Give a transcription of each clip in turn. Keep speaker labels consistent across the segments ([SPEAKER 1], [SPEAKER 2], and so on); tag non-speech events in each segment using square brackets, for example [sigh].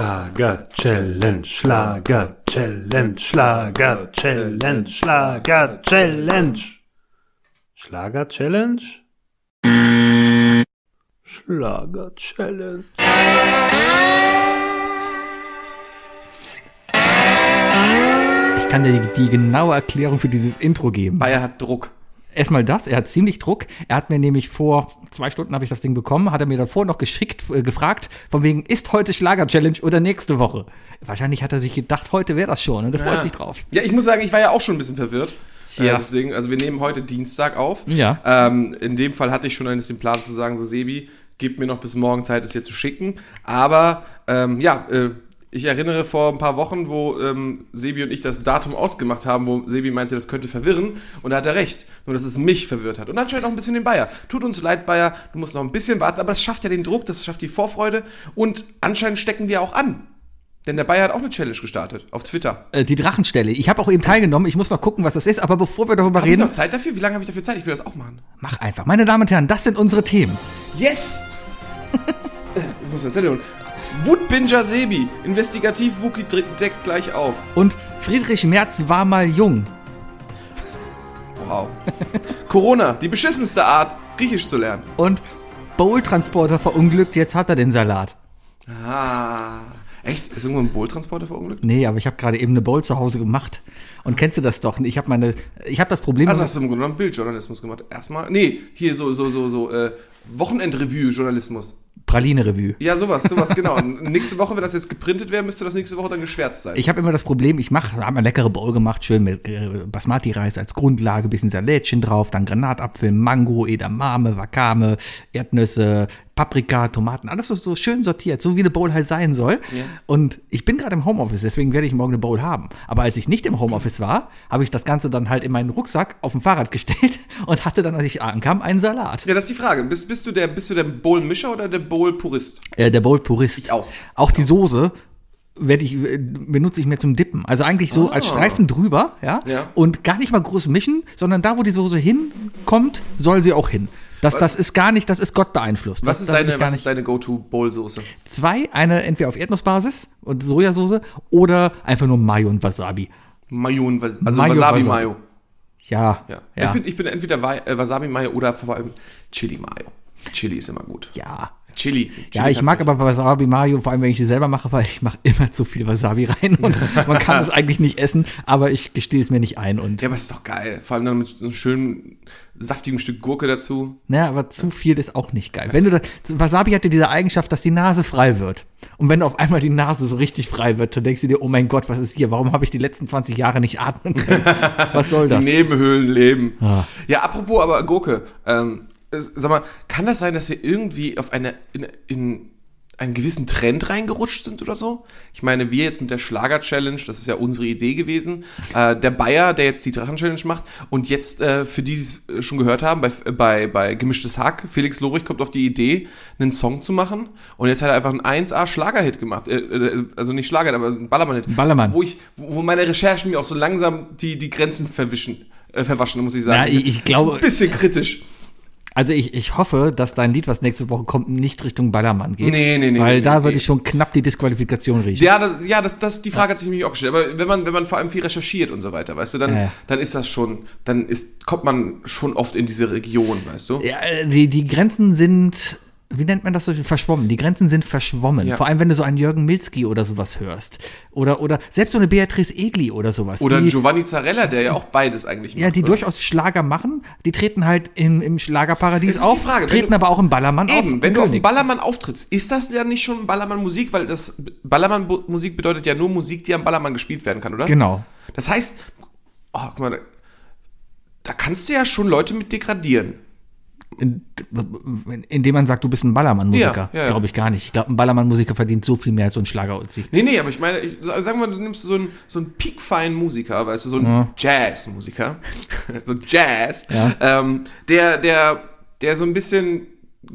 [SPEAKER 1] Schlager Challenge, Schlager Challenge, Schlager Challenge, Schlager Challenge. Schlager Challenge? Schlager Challenge.
[SPEAKER 2] Ich kann dir die, die genaue Erklärung für dieses Intro geben.
[SPEAKER 3] Bayer hat Druck.
[SPEAKER 2] Erstmal das, er hat ziemlich Druck. Er hat mir nämlich vor zwei Stunden habe ich das Ding bekommen, hat er mir davor noch geschickt, äh, gefragt, von wegen, ist heute Schlager-Challenge oder nächste Woche? Wahrscheinlich hat er sich gedacht, heute wäre das schon und er freut sich drauf.
[SPEAKER 3] Ja, ich muss sagen, ich war ja auch schon ein bisschen verwirrt.
[SPEAKER 2] Ja.
[SPEAKER 3] Äh, deswegen, also wir nehmen heute Dienstag auf.
[SPEAKER 2] Ja.
[SPEAKER 3] Ähm, in dem Fall hatte ich schon eines den Plan zu sagen, so Sebi, gib mir noch bis morgen Zeit, es hier zu schicken. Aber ähm, ja, äh, ich erinnere vor ein paar Wochen, wo ähm, Sebi und ich das Datum ausgemacht haben, wo Sebi meinte, das könnte verwirren. Und da hat er recht. Nur, dass es mich verwirrt hat. Und anscheinend auch ein bisschen den Bayer. Tut uns leid, Bayer. Du musst noch ein bisschen warten. Aber das schafft ja den Druck, das schafft die Vorfreude. Und anscheinend stecken wir auch an. Denn der Bayer hat auch eine Challenge gestartet. Auf Twitter.
[SPEAKER 2] Äh, die Drachenstelle. Ich habe auch eben teilgenommen. Ich muss noch gucken, was das ist. Aber bevor wir darüber
[SPEAKER 3] Habe ich
[SPEAKER 2] reden,
[SPEAKER 3] noch Zeit dafür? Wie lange habe ich dafür Zeit? Ich will das auch machen.
[SPEAKER 2] mach einfach. Meine Damen und Herren, das sind unsere Themen.
[SPEAKER 3] [laughs] Yes! Äh, ich muss den Zettel holen. Wutbinger Sebi. Investigativ Wookie dr- deckt gleich auf.
[SPEAKER 2] Und Friedrich Merz war mal jung.
[SPEAKER 3] Wow. Corona, die beschissenste Art, Griechisch zu lernen.
[SPEAKER 2] Und Bowl-Transporter verunglückt. Jetzt hat er den Salat.
[SPEAKER 3] Ah. Echt? Ist irgendwo ein Bohltransporter verunglückt?
[SPEAKER 2] Nee, aber ich habe gerade eben eine Bowl zu Hause gemacht. Und kennst du das doch? Ich habe meine, ich habe das Problem.
[SPEAKER 3] Also hast du im Grunde genommen Bildjournalismus gemacht. Erstmal. Nee, hier so, so, so, so, äh, Wochenendrevue-Journalismus.
[SPEAKER 2] Praline-Revue.
[SPEAKER 3] Ja, sowas, [laughs] sowas, genau. Und nächste Woche, wenn das jetzt geprintet wäre, müsste das nächste Woche dann geschwärzt sein.
[SPEAKER 2] Ich habe immer das Problem, ich mache, habe eine leckere Bowl gemacht, schön mit äh, Basmati-Reis als Grundlage, bisschen Salätchen drauf, dann Granatapfel, Mango, Edamame, Wakame, Erdnüsse, Paprika, Tomaten, alles so, so schön sortiert, so wie eine Bowl halt sein soll.
[SPEAKER 3] Ja.
[SPEAKER 2] Und ich bin gerade im Homeoffice, deswegen werde ich morgen eine Bowl haben. Aber als ich nicht im Homeoffice war, habe ich das Ganze dann halt in meinen Rucksack auf dem Fahrrad gestellt [laughs] und hatte dann, als ich ankam, einen Salat.
[SPEAKER 3] ja, das ist die Frage. Bist, bist du der, bist du der Bowl-Mischer oder der Bowl-Purist?
[SPEAKER 2] Äh, der Bowl-Purist.
[SPEAKER 3] Ich auch.
[SPEAKER 2] Auch die Soße werde ich, äh, benutze ich mir zum Dippen. Also eigentlich so als Streifen drüber, ja?
[SPEAKER 3] Ah. Ja.
[SPEAKER 2] Und gar nicht mal groß mischen, sondern da, wo die Soße hinkommt, soll sie auch hin. Das, das ist gar nicht, das ist Gott beeinflusst.
[SPEAKER 3] Was
[SPEAKER 2] Das-
[SPEAKER 3] ist
[SPEAKER 2] da bin
[SPEAKER 3] deine,
[SPEAKER 2] ich gar
[SPEAKER 3] was
[SPEAKER 2] nicht.
[SPEAKER 3] ist deine Go-To-Bowl-Soße?
[SPEAKER 2] Zwei, eine entweder auf Erdnussbasis und Sojasauce oder einfach nur Mayo und Wasabi.
[SPEAKER 3] Mayo, und Was- also
[SPEAKER 2] Mayo,
[SPEAKER 3] Wasabi-Mayo.
[SPEAKER 2] Ja,
[SPEAKER 3] Ja. Ich, bin, ich bin entweder Wa- äh, Wasabi-Mayo oder vor allem Chili-Mayo. Chili ist immer gut.
[SPEAKER 2] ja.
[SPEAKER 3] Chili. Chili
[SPEAKER 2] Ja, ich
[SPEAKER 3] kannst
[SPEAKER 2] mag
[SPEAKER 3] du-
[SPEAKER 2] aber Wasabi Mayo, vor allem wenn ich sie selber mache, weil ich mache immer zu viel Wasabi rein
[SPEAKER 3] [laughs]
[SPEAKER 2] und man kann es eigentlich nicht essen, aber ich gestehe es mir nicht ein und
[SPEAKER 3] Ja, aber ist doch geil. Vor allem dann mit so einem schönen, saftigen Stück Gurke dazu.
[SPEAKER 2] Naja, Ne, aber zu viel ist auch nicht geil. Wenn du da, Wasabi hat ja diese Eigenschaft, dass die Nase frei wird. Und wenn auf einmal die Nase so richtig frei wird, dann denkst du dir, oh mein Gott, was ist hier? Warum habe ich die letzten 20 Jahre nicht atmen können?
[SPEAKER 3] [laughs]
[SPEAKER 2] Was soll
[SPEAKER 3] Die
[SPEAKER 2] das?
[SPEAKER 3] Nebenhöhlen leben.
[SPEAKER 2] Ah.
[SPEAKER 3] Ja, apropos aber Gurke. Ähm, es- sag mal, kann das sein, dass wir irgendwie auf eine, in, in einen gewissen Trend reingerutscht sind oder so? Ich meine, wir jetzt mit der Schlager-Challenge, das ist ja unsere Idee gewesen. Äh, der Bayer, der jetzt die Drachen-Challenge macht und jetzt, äh, für die, die es äh, schon gehört haben, bei, bei, bei Gemischtes Hack, Felix Lorich kommt auf die Idee, einen Song zu machen und jetzt hat er einfach einen 1A-Schlager-Hit gemacht. Äh, äh, also nicht Schlager, aber einen Ballermann-Hit.
[SPEAKER 2] Ballermann.
[SPEAKER 3] Wo, Oh, ich, wo wo meine Recherchen mir auch so langsam die, die Grenzen verwischen. Äh, verwaschen, muss ich sagen.
[SPEAKER 2] Ja, ich- ich
[SPEAKER 3] Ist
[SPEAKER 2] glaube-
[SPEAKER 3] Ein bisschen kritisch.
[SPEAKER 2] Also ich, ich hoffe, dass dein Lied, was nächste Woche kommt, nicht Richtung Ballermann geht.
[SPEAKER 3] Nee, nee, nee,
[SPEAKER 2] Weil
[SPEAKER 3] nee,
[SPEAKER 2] da
[SPEAKER 3] nee,
[SPEAKER 2] würde
[SPEAKER 3] nee.
[SPEAKER 2] ich schon knapp die Disqualifikation riechen.
[SPEAKER 3] Ja, das, ja das, das, die Frage hat sich nämlich auch gestellt. Aber wenn man, wenn man vor allem viel recherchiert und so weiter, weißt du, dann,
[SPEAKER 2] Ja, ja.
[SPEAKER 3] dann ist das schon, dann ist, kommt man schon oft in diese Region, weißt du?
[SPEAKER 2] Ja, äh, die, die Grenzen sind, wie nennt man das so? Verschwommen. Die Grenzen sind verschwommen.
[SPEAKER 3] Ja.
[SPEAKER 2] Vor allem, wenn du so einen Jürgen Milski oder sowas hörst. Oder, oder selbst so eine Beatrice Egli oder sowas.
[SPEAKER 3] Oder
[SPEAKER 2] die,
[SPEAKER 3] Giovanni Zarella, der ja auch beides eigentlich macht.
[SPEAKER 2] Ja, die
[SPEAKER 3] oder?
[SPEAKER 2] durchaus Schlager machen, die treten halt im, im Schlagerparadies
[SPEAKER 3] Das ist die
[SPEAKER 2] auf,
[SPEAKER 3] Frage, wenn
[SPEAKER 2] treten
[SPEAKER 3] du-
[SPEAKER 2] aber auch im Ballermann auf.
[SPEAKER 3] Eben, wenn du auf
[SPEAKER 2] König.
[SPEAKER 3] den Ballermann auftrittst, ist das ja nicht schon Ballermann-Musik? Weil das Ballermann-Musik bedeutet ja nur Musik, die am Ballermann gespielt werden kann, oder?
[SPEAKER 2] Genau.
[SPEAKER 3] Das heißt, oh, guck mal, da, da kannst du ja schon Leute mit degradieren.
[SPEAKER 2] In, indem man sagt, du bist ein Ballermann-Musiker.
[SPEAKER 3] Ja, ja, ja.
[SPEAKER 2] Glaube ich gar nicht. Ich glaube, ein Ballermann-Musiker verdient so viel mehr als so ein schlager -Uzi.
[SPEAKER 3] [laughs] Nee, nee, aber ich meine, ich, sagen wir mal, du nimmst so einen, so einen piekfeinen Musiker, weißt du, so einen Jazz-Musiker, [laughs] so Jazz,
[SPEAKER 2] Ja.
[SPEAKER 3] ähm, der, der, der so ein bisschen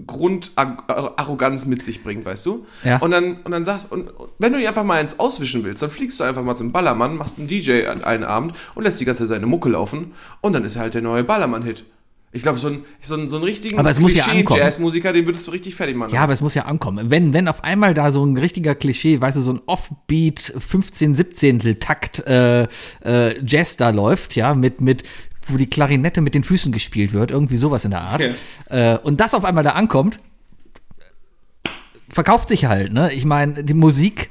[SPEAKER 3] Grundarroganz mit sich bringt, weißt du?
[SPEAKER 2] Ja.
[SPEAKER 3] Und dann, und dann sagst, und, und wenn du ihn einfach mal eins auswischen willst, dann fliegst du einfach mal zum Ballermann, machst einen DJ an einen Abend und lässt die ganze Zeit seine Mucke laufen und dann ist er halt der neue Ballermann-Hit. Ich glaube, so einen so ein, so ein richtigen
[SPEAKER 2] Aber es muss ja ankommen.
[SPEAKER 3] Klischee-Jazzmusiker, den würdest du richtig fertig machen.
[SPEAKER 2] Ja, aber es muss ja ankommen. Wenn, wenn auf einmal da so ein richtiger Klischee, weißt du, so ein Offbeat 15, 17 Takt äh, äh, Jazz da läuft, ja, mit, mit wo die Klarinette mit den Füßen gespielt wird, irgendwie sowas in der Art. Äh, und das auf einmal da ankommt, verkauft sich halt, ne? Ich meine, die Musik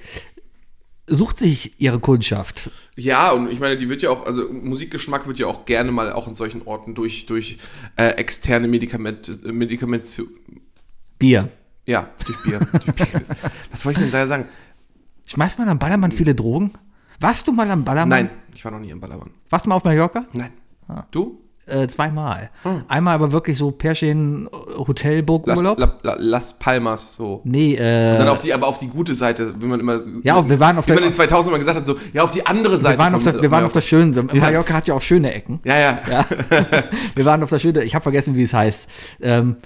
[SPEAKER 2] sucht sich ihre Kundschaft.
[SPEAKER 3] Ja, und ich meine, die wird ja auch, also Musikgeschmack wird ja auch gerne mal auch in solchen Orten durch, durch äh, externe Medikamente, äh, Medikamente,
[SPEAKER 2] Bier.
[SPEAKER 3] ja, durch
[SPEAKER 2] [laughs]
[SPEAKER 3] Bier. durch Bier. Was wollte ich denn sagen?
[SPEAKER 2] Schmeißt man am Ballermann viele Drogen? Warst du mal am Ballermann?
[SPEAKER 3] Nein, ich war noch nie im Ballermann.
[SPEAKER 2] Warst du mal auf Mallorca?
[SPEAKER 3] Nein. Du?
[SPEAKER 2] Äh, zweimal.
[SPEAKER 3] Hm.
[SPEAKER 2] Einmal aber wirklich so Pärchen äh, Hotelburg
[SPEAKER 3] Las,
[SPEAKER 2] Urlaub.
[SPEAKER 3] La, La, Las Palmas, so.
[SPEAKER 2] nee, äh,
[SPEAKER 3] Dann auf die, aber auf die gute Seite, wenn man immer.
[SPEAKER 2] Ja, und wir waren auf
[SPEAKER 3] wie
[SPEAKER 2] der-
[SPEAKER 3] man in 2000 mal gesagt hat, so, ja, auf die andere Seite.
[SPEAKER 2] wir waren auf
[SPEAKER 3] von-
[SPEAKER 2] der, wir waren auf der schönen, Mallorca hat ja auch schöne Ecken.
[SPEAKER 3] Ja, ja.
[SPEAKER 2] Ja. wir waren auf der schönen, ich habe vergessen, wie es heißt. Ähm,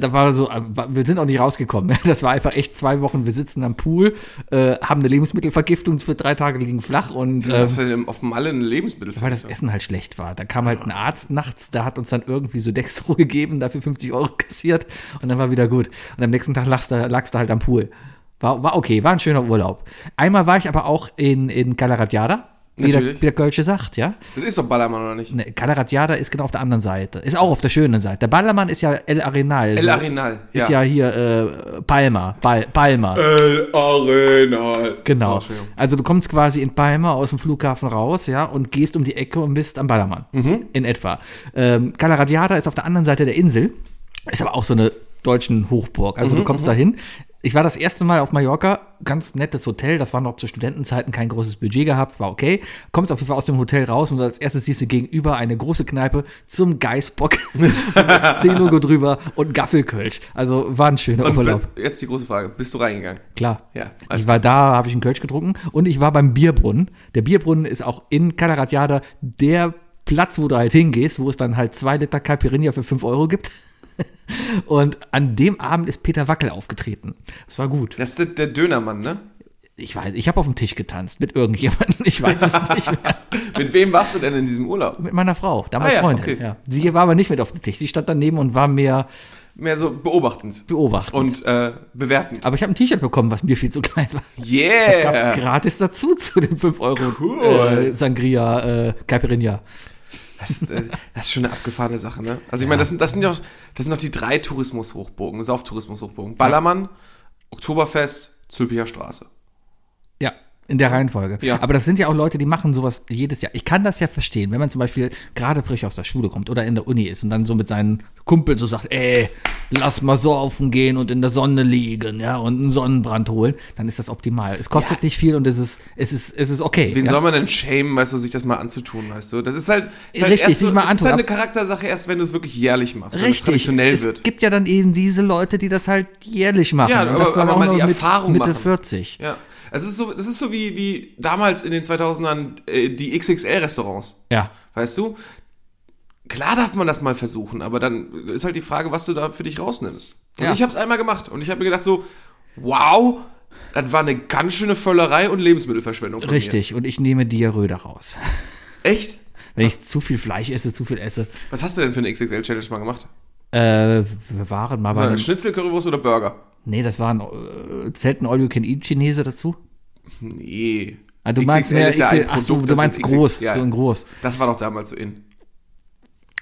[SPEAKER 2] da war so, äh, wir sind auch nicht rausgekommen. [laughs] Das war einfach echt zwei Wochen, wir sitzen am Pool, äh, haben eine Lebensmittelvergiftung für drei Tage liegen flach und ähm,
[SPEAKER 3] Das ist ja auf Malle ein Lebensmittel.
[SPEAKER 2] weil das Essen halt schlecht war. Da kam halt ein Arzt nachts, der hat uns dann irgendwie so Dextro [laughs] gegeben, dafür 50 Euro kassiert und dann war wieder gut. Und am nächsten Tag lagst du, lagst du halt am Pool. War, war okay, war ein schöner Urlaub. Einmal war ich aber auch in, in Calaratiada, wie der,
[SPEAKER 3] Natürlich.
[SPEAKER 2] wie der Kölsche sagt, ja.
[SPEAKER 3] Das ist doch Ballermann, oder nicht?
[SPEAKER 2] Ne, Calaratiada ist genau auf der anderen Seite. Ist auch auf der schönen Seite. Der Ballermann ist ja El Arenal.
[SPEAKER 3] El Arenal.
[SPEAKER 2] Ist ja, hier äh, Palma. Pal Palma.
[SPEAKER 3] El Arenal.
[SPEAKER 2] Genau.
[SPEAKER 3] So, Entschuldigung.
[SPEAKER 2] also du kommst quasi in Palma aus dem Flughafen raus, ja, und gehst um die Ecke und bist am Ballermann.
[SPEAKER 3] Mhm.
[SPEAKER 2] In etwa. Ähm, Cala Radiada ist auf der anderen Seite der Insel, ist aber auch so eine deutschen Hochburg. Also du
[SPEAKER 3] Mhm,
[SPEAKER 2] kommst da hin. Ich war das erste Mal auf Mallorca, ganz nettes Hotel, das war noch zu Studentenzeiten, kein großes Budget gehabt, war okay. Kommst auf jeden Fall aus dem Hotel raus und als erstes siehst du gegenüber eine große Kneipe zum Geißbock, [laughs] 10 Logo drüber und Gaffelkölsch. Also war ein schöner
[SPEAKER 3] Und
[SPEAKER 2] Urlaub.
[SPEAKER 3] bi- jetzt die große Frage: Bist du reingegangen?
[SPEAKER 2] Klar.
[SPEAKER 3] Ja, alles
[SPEAKER 2] ich war da, habe ich einen Kölsch getrunken und ich war beim Bierbrunnen. Der Bierbrunnen ist auch in Kalaratjada der Platz, wo du halt hingehst, wo es dann halt zwei Liter Caipirinha für 5 Euro gibt. [laughs] Und an dem Abend ist Peter Wackel aufgetreten. Das war gut.
[SPEAKER 3] Das ist der, der Dönermann, ne?
[SPEAKER 2] Ich weiß, ich habe auf dem Tisch getanzt mit irgendjemandem. Ich weiß
[SPEAKER 3] [laughs]
[SPEAKER 2] es nicht mehr.
[SPEAKER 3] Mit wem warst du denn in diesem Urlaub?
[SPEAKER 2] Mit meiner Frau, damals
[SPEAKER 3] Ah ja,
[SPEAKER 2] Freundin.
[SPEAKER 3] okay.
[SPEAKER 2] Ja. Sie war aber nicht mit auf dem Tisch. Sie stand daneben und war mehr
[SPEAKER 3] Mehr so beobachtend
[SPEAKER 2] beobachtend.
[SPEAKER 3] und äh, bewertend.
[SPEAKER 2] aber ich habe ein T-Shirt bekommen, was mir viel zu klein war. Gab's
[SPEAKER 3] Yeah!
[SPEAKER 2] gratis dazu zu den 5 Euro
[SPEAKER 3] Cool.
[SPEAKER 2] äh, Sangria, äh, Caipirinha.
[SPEAKER 3] Das ist, äh, das ist schon eine abgefahrene Sache, ne? Also ich meine, das sind, das sind ja auch, das sind doch die drei Tourismushochburgen, Sauftourismushochburgen. Ballermann, Oktoberfest, Zülpicher Straße.
[SPEAKER 2] Ja, in der Reihenfolge.
[SPEAKER 3] Ja.
[SPEAKER 2] Aber das sind ja auch Leute, die machen sowas jedes Jahr. Ich kann das ja verstehen, wenn man zum Beispiel gerade frisch aus der Schule kommt oder in der Uni ist und dann so mit seinen Kumpeln so sagt, ey, lass mal saufen gehen und in der Sonne liegen, ja, und einen Sonnenbrand holen, dann ist das optimal. Es kostet nicht viel und es ist, es ist, es ist okay.
[SPEAKER 3] Wen
[SPEAKER 2] ja.
[SPEAKER 3] soll man denn schämen, weißt du, sich das mal anzutun, weißt du? Das ist halt, ist halt
[SPEAKER 2] Richtig,
[SPEAKER 3] erst so,
[SPEAKER 2] sich mal
[SPEAKER 3] das ist
[SPEAKER 2] antun,
[SPEAKER 3] halt eine
[SPEAKER 2] ab-
[SPEAKER 3] Charaktersache erst, wenn du es wirklich jährlich machst, wenn es
[SPEAKER 2] Richtig.
[SPEAKER 3] traditionell
[SPEAKER 2] es
[SPEAKER 3] wird.
[SPEAKER 2] gibt ja dann eben diese Leute, die das halt jährlich machen.
[SPEAKER 3] Ja,
[SPEAKER 2] und
[SPEAKER 3] aber-
[SPEAKER 2] das dann
[SPEAKER 3] aber
[SPEAKER 2] auch
[SPEAKER 3] mal
[SPEAKER 2] noch
[SPEAKER 3] die
[SPEAKER 2] mit
[SPEAKER 3] Erfahrung
[SPEAKER 2] Mitte
[SPEAKER 3] machen.
[SPEAKER 2] 40.
[SPEAKER 3] Ja, es ist so, es ist so wie, wie damals in den 2000ern äh, die XXL-Restaurants,
[SPEAKER 2] Ja.
[SPEAKER 3] weißt du? Klar darf man das mal versuchen, aber dann ist halt die Frage, was du da für dich rausnimmst. Also
[SPEAKER 2] Ja.
[SPEAKER 3] Ich habe es einmal gemacht und ich habe mir gedacht so, wow, das war eine ganz schöne Völlerei und Lebensmittelverschwendung von
[SPEAKER 2] Richtig, und ich nehme Diarrhoe daraus.
[SPEAKER 3] mir. Echt?
[SPEAKER 2] [laughs] Wenn ich zu viel Fleisch esse, zu viel esse.
[SPEAKER 3] Was hast du denn für eine XXL-Challenge mal gemacht?
[SPEAKER 2] Äh, wir waren mal bei
[SPEAKER 3] Äh,
[SPEAKER 2] einem,
[SPEAKER 3] Schnitzel, Currywurst oder Burger?
[SPEAKER 2] Nee, das waren äh, selten All You Can Eat Chinese dazu.
[SPEAKER 3] Nee.
[SPEAKER 2] Ah, du meinst
[SPEAKER 3] XXL
[SPEAKER 2] mehr
[SPEAKER 3] ist ja ein
[SPEAKER 2] XL ach so,
[SPEAKER 3] Produkt,
[SPEAKER 2] du
[SPEAKER 3] das
[SPEAKER 2] meinst
[SPEAKER 3] in XXL
[SPEAKER 2] groß,
[SPEAKER 3] ja.
[SPEAKER 2] so in groß.
[SPEAKER 3] Das war doch damals so in.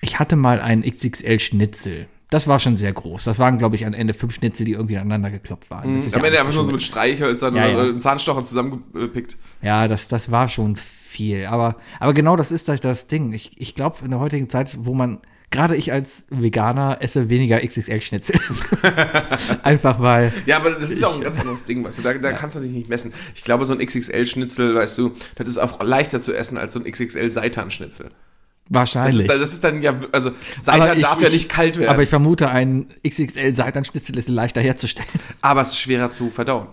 [SPEAKER 2] Ich hatte mal einen XXL Schnitzel. Das war schon sehr groß. Das waren glaube ich am Ende fünf Schnitzel, die irgendwie aneinander geklopft waren. Das ist
[SPEAKER 3] Mhm. Am
[SPEAKER 2] ja
[SPEAKER 3] Ende
[SPEAKER 2] auch
[SPEAKER 3] einfach nur
[SPEAKER 2] schon-
[SPEAKER 3] so mit Streichhölzern
[SPEAKER 2] Ja,
[SPEAKER 3] oder
[SPEAKER 2] ja.
[SPEAKER 3] äh, Zahnstochern zusammengepickt.
[SPEAKER 2] Ja, das, das war schon viel. Aber, aber genau das ist das, das Ding. Ich, ich glaube, in der heutigen Zeit, wo man, gerade ich als Veganer, esse weniger XXL-Schnitzel. [laughs] Einfach weil.
[SPEAKER 3] Ja, aber das ist ja auch ein ganz anderes Ding, weißt du, da, da kannst du dich nicht messen. Ich glaube, so ein XXL-Schnitzel, weißt du, das ist auch leichter zu essen als so ein XXL-Seitan-Schnitzel. Das,
[SPEAKER 2] Wahrscheinlich.
[SPEAKER 3] ist dann- das ist dann ja, also
[SPEAKER 2] Aber
[SPEAKER 3] Seitan
[SPEAKER 2] ich-
[SPEAKER 3] darf
[SPEAKER 2] ich-
[SPEAKER 3] ja nicht kalt werden,
[SPEAKER 2] Aber ich vermute, ein XXL-Seitan-Schnitzel ist leichter herzustellen. [laughs]
[SPEAKER 3] aber es ist schwerer zu verdauen.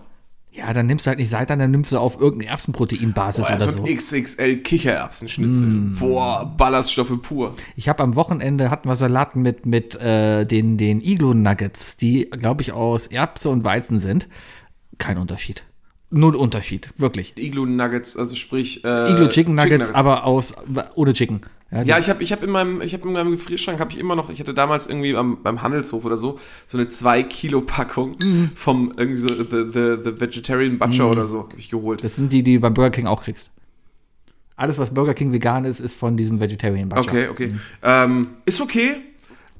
[SPEAKER 2] Ja, dann nimmst du halt nicht Seitan, dann nimmst du auf irgendeine Erbsenproteinbasis
[SPEAKER 3] Boah,
[SPEAKER 2] oder
[SPEAKER 3] so
[SPEAKER 2] so. Mm.
[SPEAKER 3] ein XXL-Kichererbsenschnitzel. Boah, Ballaststoffe pur.
[SPEAKER 2] Ich habe am Wochenende hatten wir Salat mit, mit äh, den, den Iglo-Nuggets, die, glaube ich, aus Erbse und Weizen sind. Kein Unterschied. null Unterschied, wirklich.
[SPEAKER 3] Igloo Nuggets, also sprich äh,
[SPEAKER 2] Iglo Chicken Nuggets, aber aus ohne Chicken. die-
[SPEAKER 3] Ja, ich habe ich hab in meinem ich hab in meinem Gefrierschrank habe ich immer noch, ich hatte damals irgendwie am, beim Handelshof oder so so eine 2 Kilo Packung
[SPEAKER 2] Mhm.
[SPEAKER 3] vom irgendwie so the, the, the Vegetarian Butcher oder so habe ich geholt.
[SPEAKER 2] das sind die, die du beim Burger King auch kriegst. Alles, was Burger King vegan ist, ist von diesem Vegetarian Butcher. Mhm.
[SPEAKER 3] Okay, okay. Ähm, ist okay.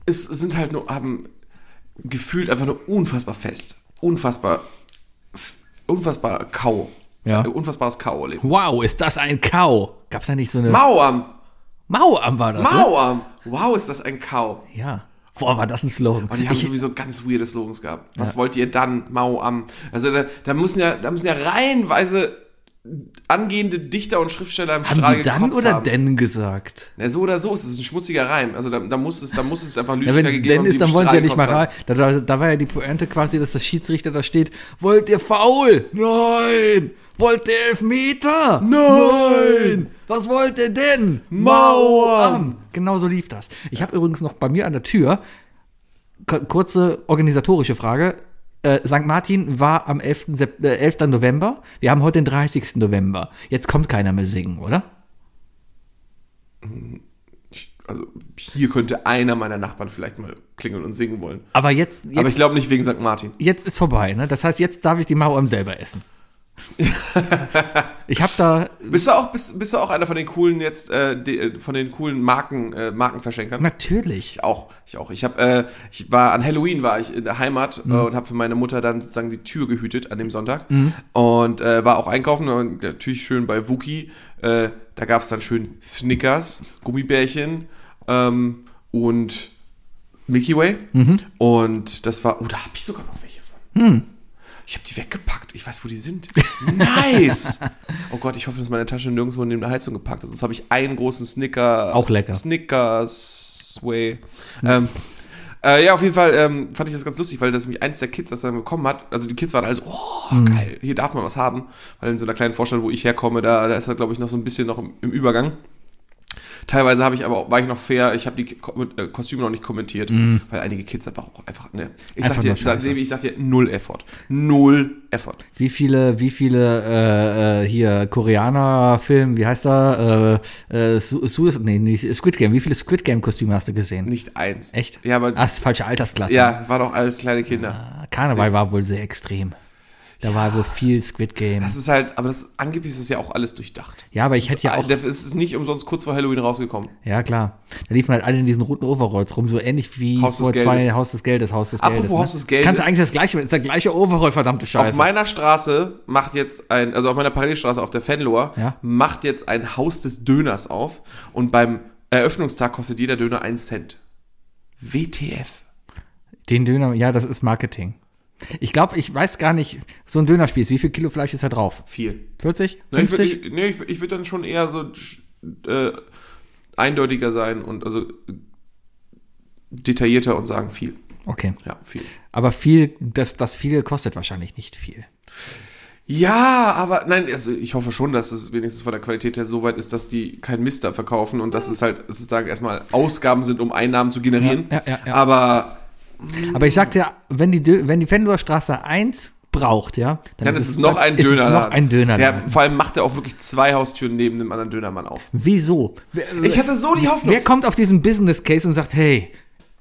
[SPEAKER 3] Es sind halt nur, haben gefühlt einfach nur unfassbar fest. Unfassbar, unfassbar Kau.
[SPEAKER 2] Ja.
[SPEAKER 3] Äh, Unfassbares Kau-Erleben.
[SPEAKER 2] Wow, ist das ein Kau? Gab's da nicht so eine
[SPEAKER 3] Mauam!
[SPEAKER 2] Mauam war das? ne?
[SPEAKER 3] Mauam! Wow, ist das ein Kau.
[SPEAKER 2] Ja. Boah, war das ein Slogan.
[SPEAKER 3] Und die haben sowieso ganz weirde Slogans gehabt. Was wollt ihr dann? Mauam. Also da, da müssen ja, da müssen ja reihenweise angehende Dichter und Schriftsteller im Strahl
[SPEAKER 2] haben die dann
[SPEAKER 3] gekotzt
[SPEAKER 2] oder
[SPEAKER 3] haben.
[SPEAKER 2] denn gesagt?
[SPEAKER 3] Na, so oder so, es ist ein schmutziger Reim. Also da, da muss es, da muss es einfach
[SPEAKER 2] Ja,
[SPEAKER 3] Lyriker
[SPEAKER 2] wenn es denn
[SPEAKER 3] haben, die
[SPEAKER 2] ist,
[SPEAKER 3] im
[SPEAKER 2] dann wollen sie
[SPEAKER 3] Strahl
[SPEAKER 2] ja nicht mal
[SPEAKER 3] gekotzt haben.
[SPEAKER 2] rein. Da, da, da war ja die Pointe quasi, dass der Schiedsrichter da steht. Wollt ihr faul? Nein! Wollt ihr Elfmeter?
[SPEAKER 3] Nein!
[SPEAKER 2] Was wollt ihr denn?
[SPEAKER 3] Mauern!
[SPEAKER 2] Genau so lief das. Ich habe übrigens noch bei mir an der Tür, k- kurze organisatorische Frage. Äh, St. Martin war am 11. Sep äh, 11. November. Wir haben heute den 30. November. Jetzt kommt keiner mehr singen, oder?
[SPEAKER 3] also hier könnte einer meiner Nachbarn vielleicht mal klingeln und singen wollen.
[SPEAKER 2] Aber jetzt, jetzt
[SPEAKER 3] Aber ich glaube nicht wegen St. Martin.
[SPEAKER 2] jetzt ist vorbei, ne? Das heißt, jetzt darf ich die Mauern selber essen. ich habe da,
[SPEAKER 3] Bist du auch, bist, bist du auch einer von den coolen jetzt, äh, die, äh, von den coolen Marken, äh, Markenverschenkern?
[SPEAKER 2] natürlich,
[SPEAKER 3] Ich auch, ich auch. Ich habe, äh, ich war an Halloween war ich in der Heimat äh, und habe für meine Mutter dann sozusagen die Tür gehütet an dem Sonntag und äh, war auch einkaufen und natürlich schön bei Wookie. Äh, da gab es dann schön Snickers, Gummibärchen ähm, und Milky Way
[SPEAKER 2] Mhm.
[SPEAKER 3] und das war, oh, da habe ich sogar noch welche von.
[SPEAKER 2] Hm.
[SPEAKER 3] Ich habe die weggepackt. Ich weiß, wo die sind.
[SPEAKER 2] [laughs]
[SPEAKER 3] Nice! oh Gott, ich hoffe, dass meine Tasche nirgendwo neben der Heizung gepackt ist. Sonst habe ich einen großen Snicker.
[SPEAKER 2] Auch lecker.
[SPEAKER 3] Snickers Way. Ähm, äh, ja, auf jeden Fall ähm, fand ich das ganz lustig, weil das mich eins der Kids, das dann bekommen hat, also die Kids waren also, oh,
[SPEAKER 2] Mhm.
[SPEAKER 3] geil, hier darf man was haben. Weil in so einer kleinen Vorstadt, wo ich herkomme, da, da ist er, glaube ich, noch so ein bisschen noch im, im Übergang. Teilweise habe ich aber auch, war ich noch fair, ich habe die Ko äh, Kostüme noch nicht kommentiert, weil einige Kids einfach auch einfach, ne. Ich
[SPEAKER 2] Mhm. Einfach
[SPEAKER 3] sag dir,
[SPEAKER 2] nur
[SPEAKER 3] ich sag,
[SPEAKER 2] scheiße.
[SPEAKER 3] Sebi, ich sag dir, null Effort. Null Effort.
[SPEAKER 2] wie viele, wie viele äh, äh, hier Koreaner-Film, wie heißt er? Äh, äh, Su Su nee, nicht, Squid Game. Wie viele Squid Game-Kostüme hast du gesehen?
[SPEAKER 3] Nicht eins.
[SPEAKER 2] Echt?
[SPEAKER 3] Ja, aber das,
[SPEAKER 2] Ach, falsche Altersklasse.
[SPEAKER 3] ja, waren auch alles kleine Kinder.
[SPEAKER 2] Ah, Karneval war wohl sehr extrem. Da war wohl viel Squid Game.
[SPEAKER 3] Das ist halt, aber das angeblich ist das ja auch alles durchdacht.
[SPEAKER 2] Ja, aber
[SPEAKER 3] Das
[SPEAKER 2] ich
[SPEAKER 3] ist
[SPEAKER 2] hätte ja
[SPEAKER 3] ein-
[SPEAKER 2] auch-
[SPEAKER 3] das ist ist nicht umsonst kurz vor Halloween rausgekommen.
[SPEAKER 2] Ja, klar. Da liefen halt alle in diesen roten Overalls rum, so ähnlich wie
[SPEAKER 3] Haus des
[SPEAKER 2] vor
[SPEAKER 3] Geldes.
[SPEAKER 2] zwei Haus des Geldes, Haus des
[SPEAKER 3] Apropos
[SPEAKER 2] Geldes. ne?
[SPEAKER 3] Haus des Geldes.
[SPEAKER 2] Kannst du eigentlich das gleiche, ist der gleiche Overall, verdammte Scheiße.
[SPEAKER 3] Auf meiner Straße macht jetzt ein, also auf meiner Parallelstraße auf der Fenloher,
[SPEAKER 2] Ja.
[SPEAKER 3] macht jetzt ein Haus des Döners auf und beim Eröffnungstag kostet jeder Döner einen Cent. WTF.
[SPEAKER 2] Den Döner, ja, das ist Marketing. Ich glaube, ich weiß gar nicht, so ein Dönerspieß, wie viel Kilo Fleisch ist da drauf?
[SPEAKER 3] Viel.
[SPEAKER 2] 40?
[SPEAKER 3] Na, ich
[SPEAKER 2] 50?
[SPEAKER 3] würde ich, nee, ich, ich würd dann schon eher so äh, eindeutiger sein und also äh, detaillierter und sagen viel.
[SPEAKER 2] okay.
[SPEAKER 3] Ja, viel.
[SPEAKER 2] Aber viel, das, das viele kostet wahrscheinlich nicht viel.
[SPEAKER 3] Ja, aber nein, also ich hoffe schon, dass es wenigstens von der Qualität her so weit ist, dass die kein Mist da verkaufen und dass es halt sozusagen erstmal Ausgaben sind, um Einnahmen zu generieren.
[SPEAKER 2] Ja, ja, ja, ja.
[SPEAKER 3] Aber
[SPEAKER 2] Aber ich sagte ja, wenn die, Dö- wenn die Fenloer Straße 1 braucht, ja,
[SPEAKER 3] dann ist es noch ein
[SPEAKER 2] ist es
[SPEAKER 3] Dönerladen.
[SPEAKER 2] noch ein Dönerladen.
[SPEAKER 3] Der, vor allem macht er auch wirklich zwei Haustüren neben dem anderen Dönermann auf.
[SPEAKER 2] Wieso? Wer,
[SPEAKER 3] Ich hatte so die Hoffnung.
[SPEAKER 2] wer kommt auf diesen Business Case und sagt, hey,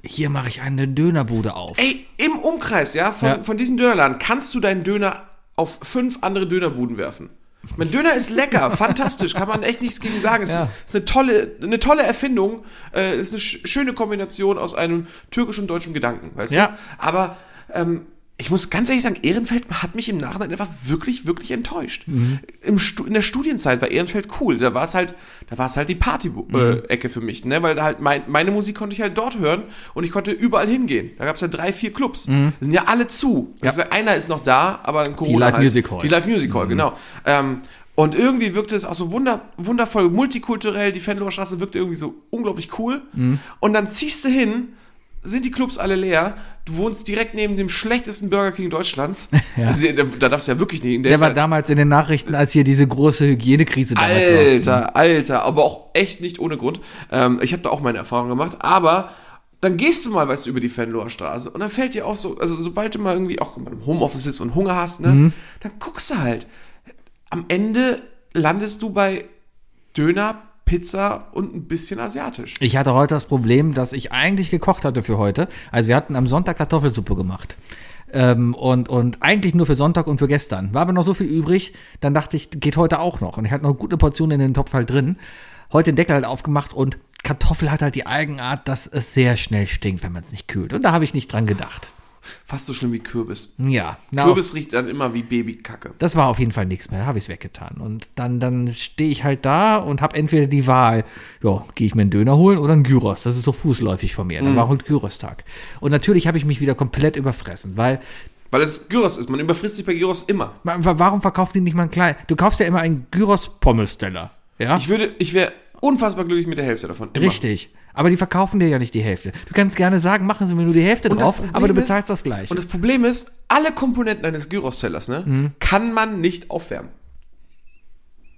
[SPEAKER 2] hier mache ich eine Dönerbude auf?
[SPEAKER 3] Ey, im Umkreis, ja von,
[SPEAKER 2] Ja.
[SPEAKER 3] von diesem Dönerladen kannst du deinen Döner auf fünf andere Dönerbuden werfen. Mein Döner
[SPEAKER 2] [laughs]
[SPEAKER 3] ist lecker, fantastisch, kann man echt nichts gegen sagen. Es
[SPEAKER 2] Ja.
[SPEAKER 3] ist eine tolle, eine tolle Erfindung, äh, ist eine sch schöne Kombination aus einem türkischen und deutschen Gedanken, weißt
[SPEAKER 2] Ja.
[SPEAKER 3] du? Aber ähm, ich muss ganz ehrlich sagen, Ehrenfeld hat mich im Nachhinein einfach wirklich, wirklich enttäuscht.
[SPEAKER 2] Mhm.
[SPEAKER 3] Im Stu in der Studienzeit war Ehrenfeld cool. Da war es halt, da war es halt die
[SPEAKER 2] Mhm.
[SPEAKER 3] Party-Ecke für mich, ne? Weil da halt mein, meine Musik konnte ich halt dort hören und ich konnte überall hingehen. Da gab es ja drei, vier Clubs. Die sind ja alle zu.
[SPEAKER 2] Mhm. Ja.
[SPEAKER 3] Vielleicht Einer ist noch da, aber ein Corona.
[SPEAKER 2] Live
[SPEAKER 3] halt.
[SPEAKER 2] Music Hall.
[SPEAKER 3] Die Live Music
[SPEAKER 2] Mhm.
[SPEAKER 3] Hall, genau. Ähm, und irgendwie wirkte es auch so wunder, wundervoll multikulturell. Die Fenloher Straße wirkte irgendwie so unglaublich cool.
[SPEAKER 2] Mhm.
[SPEAKER 3] Und dann ziehst du hin, sind die Clubs alle leer. Du wohnst direkt neben dem schlechtesten Burger
[SPEAKER 2] [laughs]
[SPEAKER 3] King Deutschlands. Also, da, da darfst du ja wirklich nicht. hin.
[SPEAKER 2] Der
[SPEAKER 3] ist
[SPEAKER 2] war
[SPEAKER 3] halt-
[SPEAKER 2] damals in den Nachrichten, als hier diese große Hygienekrise damals war.
[SPEAKER 3] Alter, Alter, aber auch echt nicht ohne Grund. Ähm, ich habe da auch meine Erfahrung gemacht, aber dann gehst du mal, weißt du, über die Venloer Straße und dann fällt dir auf, so, also sobald du mal irgendwie auch im Homeoffice sitzt und Hunger hast, ne,
[SPEAKER 2] Mhm.
[SPEAKER 3] dann guckst du halt. Am Ende landest du bei Döner, Pizza und ein bisschen asiatisch.
[SPEAKER 2] Ich hatte heute das Problem, dass ich eigentlich gekocht hatte für heute. Also wir hatten am Sonntag Kartoffelsuppe gemacht. Ähm, und, und eigentlich nur für Sonntag und für gestern. War aber noch so viel übrig, dann dachte ich, geht heute auch noch. Und ich hatte noch eine gute Portion in den Topf halt drin. Heute den Deckel halt aufgemacht und Kartoffel hat halt die Eigenart, dass es sehr schnell stinkt, wenn man es nicht kühlt. Und da habe ich nicht dran gedacht.
[SPEAKER 3] Fast so schlimm wie Kürbis.
[SPEAKER 2] Ja, na, auf-
[SPEAKER 3] Kürbis riecht dann immer wie Babykacke.
[SPEAKER 2] das war auf jeden Fall nichts mehr, habe ich es weggetan. Und dann, dann stehe ich halt da und habe entweder die Wahl, ja, gehe ich mir einen Döner holen oder einen Gyros. Das ist so fußläufig von
[SPEAKER 3] Mhm.
[SPEAKER 2] mir. Dann war heute Gyros-Tag. Und natürlich habe ich mich wieder komplett überfressen, weil
[SPEAKER 3] Weil es Gyros ist. Man überfrisst sich bei Gyros immer.
[SPEAKER 2] wa- wa- warum verkaufen die nicht mal einen kleinen? Du kaufst ja immer einen Gyros-Pommes-Teller. Ja?
[SPEAKER 3] Ich würde, ich wäre unfassbar glücklich mit der Hälfte davon. Immer.
[SPEAKER 2] Richtig. Aber die verkaufen dir ja nicht die Hälfte. Du kannst gerne sagen, machen sie mir nur die Hälfte
[SPEAKER 3] Und das
[SPEAKER 2] drauf,
[SPEAKER 3] Problem
[SPEAKER 2] aber du
[SPEAKER 3] ist-
[SPEAKER 2] bezahlst das gleich.
[SPEAKER 3] Und das Problem ist, alle Komponenten eines Gyros-Tellers, ne,
[SPEAKER 2] Mhm.
[SPEAKER 3] kann man nicht aufwärmen.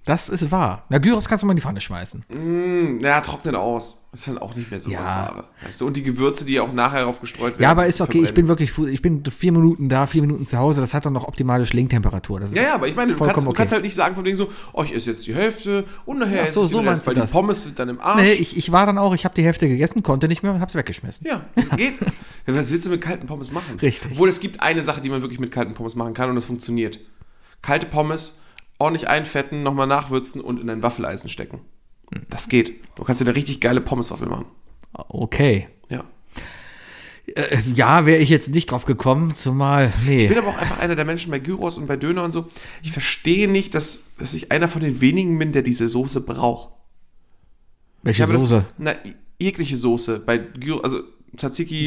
[SPEAKER 2] das ist wahr. Na, Gyros kannst du mal in die Pfanne schmeißen.
[SPEAKER 3] Hm, Ja, trocknet aus. Ist dann auch nicht mehr so
[SPEAKER 2] Ja.
[SPEAKER 3] was Ware. Weißt du? Und die Gewürze, die auch nachher drauf gestreut werden.
[SPEAKER 2] Ja, aber ist okay. Ich bin
[SPEAKER 3] verbrennen.
[SPEAKER 2] wirklich, fu- ich bin vier Minuten da, vier Minuten zu Hause. Das hat dann noch optimale Schlingtemperatur. Das ist
[SPEAKER 3] Ja, ja, aber ich meine, du kannst,
[SPEAKER 2] vollkommen
[SPEAKER 3] du kannst
[SPEAKER 2] okay.
[SPEAKER 3] halt nicht sagen von wegen so, oh, ich esse jetzt die Hälfte und nachher
[SPEAKER 2] Ach
[SPEAKER 3] esse
[SPEAKER 2] so,
[SPEAKER 3] ich
[SPEAKER 2] so
[SPEAKER 3] den
[SPEAKER 2] meinst du
[SPEAKER 3] Rest, weil die
[SPEAKER 2] das?
[SPEAKER 3] Pommes sind dann im Arsch.
[SPEAKER 2] Nee, ich, ich war dann auch, ich habe die Hälfte gegessen, konnte nicht mehr und hab's weggeschmissen.
[SPEAKER 3] ja, das geht. [laughs] Ja, Was willst du mit kalten Pommes machen?
[SPEAKER 2] Richtig.
[SPEAKER 3] Obwohl es gibt eine Sache, die man wirklich mit kalten Pommes machen kann und das funktioniert. Kalte Pommes ordentlich einfetten, nochmal nachwürzen und in ein Waffeleisen stecken. Das geht. Du kannst dir eine richtig geile Pommeswaffel machen.
[SPEAKER 2] Okay.
[SPEAKER 3] Ja.
[SPEAKER 2] Äh, ja, wäre ich jetzt nicht drauf gekommen, zumal, nee.
[SPEAKER 3] Ich bin aber auch einfach einer der Menschen bei Gyros und bei Döner und so. Ich verstehe nicht, dass, dass ich einer von den wenigen bin, der diese Soße braucht.
[SPEAKER 2] Welche
[SPEAKER 3] ich habe
[SPEAKER 2] Soße?
[SPEAKER 3] Das, na, jegliche Soße. Bei Gyros, also Tzatziki,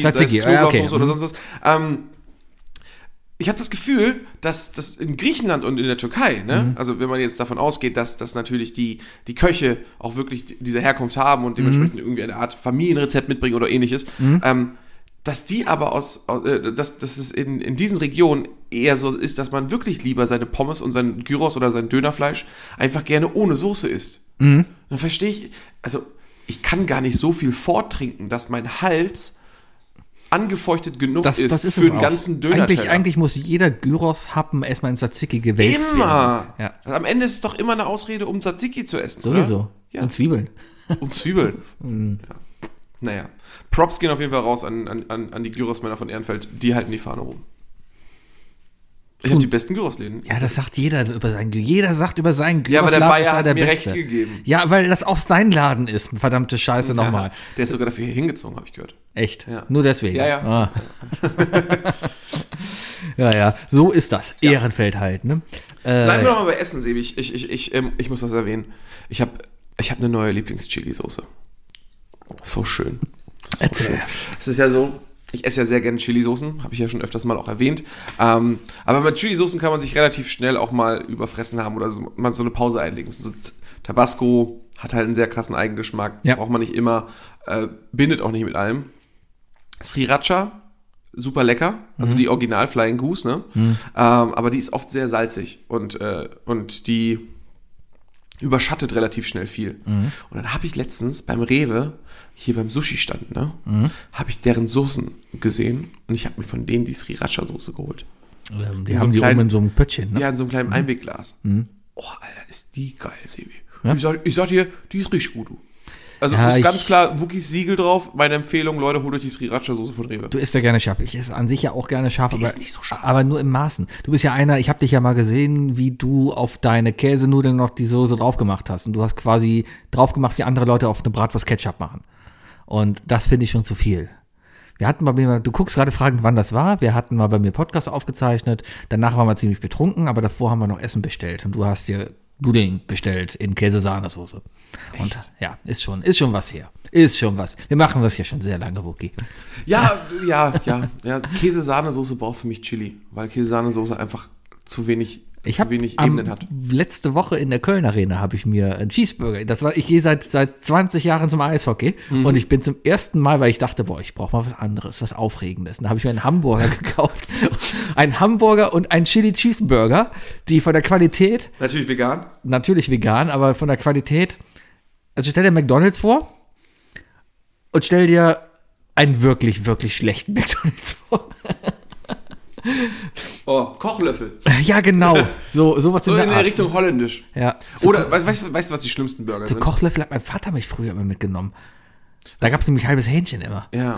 [SPEAKER 2] Tzatziki,
[SPEAKER 3] Tzatziki,
[SPEAKER 2] ja,
[SPEAKER 3] sei es
[SPEAKER 2] okay,
[SPEAKER 3] Knoblauchsoße oder
[SPEAKER 2] mhm.
[SPEAKER 3] sonst was. Ähm, ich habe das Gefühl, dass das in Griechenland und in der Türkei, ne?
[SPEAKER 2] Mhm.
[SPEAKER 3] also wenn man jetzt davon ausgeht, dass, dass natürlich die, die Köche auch wirklich die- diese Herkunft haben
[SPEAKER 2] Mhm.
[SPEAKER 3] und dementsprechend irgendwie eine Art Familienrezept mitbringen oder ähnliches, ähm, dass die aber aus, aus äh, dass, dass es in, in diesen Regionen eher so ist, dass man wirklich lieber seine Pommes und sein Gyros oder sein Dönerfleisch einfach gerne ohne Soße isst.
[SPEAKER 2] Mhm.
[SPEAKER 3] Dann verstehe ich, also ich kann gar nicht so viel vortrinken, dass mein Hals angefeuchtet genug
[SPEAKER 2] Das,
[SPEAKER 3] ist,
[SPEAKER 2] das ist
[SPEAKER 3] für
[SPEAKER 2] es
[SPEAKER 3] den
[SPEAKER 2] auch.
[SPEAKER 3] ganzen Döner.
[SPEAKER 2] eigentlich, eigentlich muss jeder Gyros-Happen erstmal in Tzatziki gewälzt
[SPEAKER 3] Immer.
[SPEAKER 2] werden. Ja,
[SPEAKER 3] Am Ende ist es doch immer eine Ausrede, um Tzatziki zu essen.
[SPEAKER 2] sowieso. Mhm.
[SPEAKER 3] Ja.
[SPEAKER 2] Und Zwiebeln.
[SPEAKER 3] Oder?
[SPEAKER 2] [laughs]
[SPEAKER 3] Und Zwiebeln. ja. Naja. Props gehen auf jeden Fall raus an, an, an, an die Gyros-Männer von Ehrenfeld. Die halten die Fahne oben. Ich habe die besten Gyros-Läden.
[SPEAKER 2] Ja, das sagt jeder über seinen Gyros. Jeder sagt über seinen Gyros.
[SPEAKER 3] Ja, aber der
[SPEAKER 2] Laden
[SPEAKER 3] Bayer
[SPEAKER 2] sei
[SPEAKER 3] hat
[SPEAKER 2] der
[SPEAKER 3] mir
[SPEAKER 2] Beste.
[SPEAKER 3] recht gegeben.
[SPEAKER 2] Ja, weil das auch sein Laden ist. Verdammte Scheiße nochmal.
[SPEAKER 3] [laughs] Der ist sogar dafür hier hingezogen, habe ich gehört.
[SPEAKER 2] Echt?
[SPEAKER 3] Ja.
[SPEAKER 2] Nur deswegen.
[SPEAKER 3] Ja, ja.
[SPEAKER 2] Ah. [laughs] ja, ja. So ist das. Ehrenfeld halt, ne? Äh,
[SPEAKER 3] Bleiben wir nochmal bei Essen, Sebi. Ich, ich, ich, ich, ähm, ich muss das erwähnen. Ich habe ich hab eine neue Lieblings-Chili-Soße. So schön.
[SPEAKER 2] erzähl.
[SPEAKER 3] Es ist ja so, ich esse ja sehr gerne Chili-Soßen, habe ich ja schon öfters mal auch erwähnt. Ähm, aber mit Chili-Soßen kann man sich relativ schnell auch mal überfressen haben oder so, man so eine Pause einlegen. muss. So, Z- Tabasco hat halt einen sehr krassen Eigengeschmack,
[SPEAKER 2] Ja.
[SPEAKER 3] braucht man nicht immer, äh, bindet auch nicht mit allem. Sriracha, super lecker, also die Original Flying Goose, ne? Ähm, aber die ist oft sehr salzig und, äh, und die überschattet relativ schnell viel.
[SPEAKER 2] Mhm.
[SPEAKER 3] Und dann habe ich letztens beim Rewe, hier beim Sushi-Stand, ne,
[SPEAKER 2] Mhm.
[SPEAKER 3] habe ich deren Soßen gesehen und ich habe mir von denen die Sriracha-Soße geholt.
[SPEAKER 2] Ähm, die
[SPEAKER 3] so
[SPEAKER 2] haben die
[SPEAKER 3] kleinen-
[SPEAKER 2] oben in so einem Pöttchen, ne?
[SPEAKER 3] Ja, in so einem kleinen Einwegglas. Oh, Alter, ist die geil, Sebi.
[SPEAKER 2] Mhm. Ja?
[SPEAKER 3] Ich, sag, ich sag dir, die ist richtig gut, du. Also
[SPEAKER 2] Ja,
[SPEAKER 3] ist ganz
[SPEAKER 2] ich-
[SPEAKER 3] klar Wookies Siegel drauf. Meine Empfehlung, Leute, holt euch die Sriracha-Soße von Rewe.
[SPEAKER 2] Du isst ja gerne scharf. Ich esse an sich ja auch gerne scharf, aber,
[SPEAKER 3] ist nicht so scharf.
[SPEAKER 2] aber nur im Maßen. Du bist ja einer, ich habe dich ja mal gesehen, wie du auf deine Käsenudeln noch die Soße drauf gemacht hast. Und du hast quasi drauf gemacht, wie andere Leute auf eine Bratwurst Ketchup machen. Und das finde ich schon zu viel. Wir hatten bei mir, du guckst gerade fragend, wann das war. Wir hatten mal bei mir Podcast aufgezeichnet. Danach waren wir ziemlich betrunken, aber davor haben wir noch Essen bestellt. Und du hast dir Nudeln bestellt in Käsesahnesoße. Und ja, ist schon, ist schon was her. Ist schon was. Wir machen das ja schon sehr lange, Wookie.
[SPEAKER 3] Ja, ja, ja. ja. Käse-Sahnesoße braucht für mich Chili, weil Käse-Sahnesoße einfach zu wenig,
[SPEAKER 2] Ich
[SPEAKER 3] zu
[SPEAKER 2] habe
[SPEAKER 3] wenig Ebenen hat.
[SPEAKER 2] letzte Woche in der Köln Arena habe ich mir einen Cheeseburger. Das war ich gehe seit seit 20 Jahren zum Eishockey
[SPEAKER 3] Mhm.
[SPEAKER 2] und ich bin zum ersten Mal, weil ich dachte, boah, ich brauche mal was anderes, was Aufregendes. Und Da habe ich mir einen Hamburger [laughs] gekauft, einen Hamburger und einen Chili Cheeseburger, die von der Qualität
[SPEAKER 3] Natürlich vegan.
[SPEAKER 2] natürlich vegan, aber von der Qualität. Also stell dir McDonald's vor und stell dir einen wirklich, wirklich schlechten [laughs] McDonalds vor.
[SPEAKER 3] Oh, Kochlöffel.
[SPEAKER 2] ja, genau. So, sowas
[SPEAKER 3] So in der
[SPEAKER 2] Art.
[SPEAKER 3] Richtung holländisch.
[SPEAKER 2] Ja.
[SPEAKER 3] Oder, weißt, weißt, weißt du, was die schlimmsten Burger
[SPEAKER 2] So
[SPEAKER 3] sind?
[SPEAKER 2] Kochlöffel hat mein Vater mich früher immer mitgenommen. Da gab es nämlich halbes Hähnchen immer.
[SPEAKER 3] Ja, ja.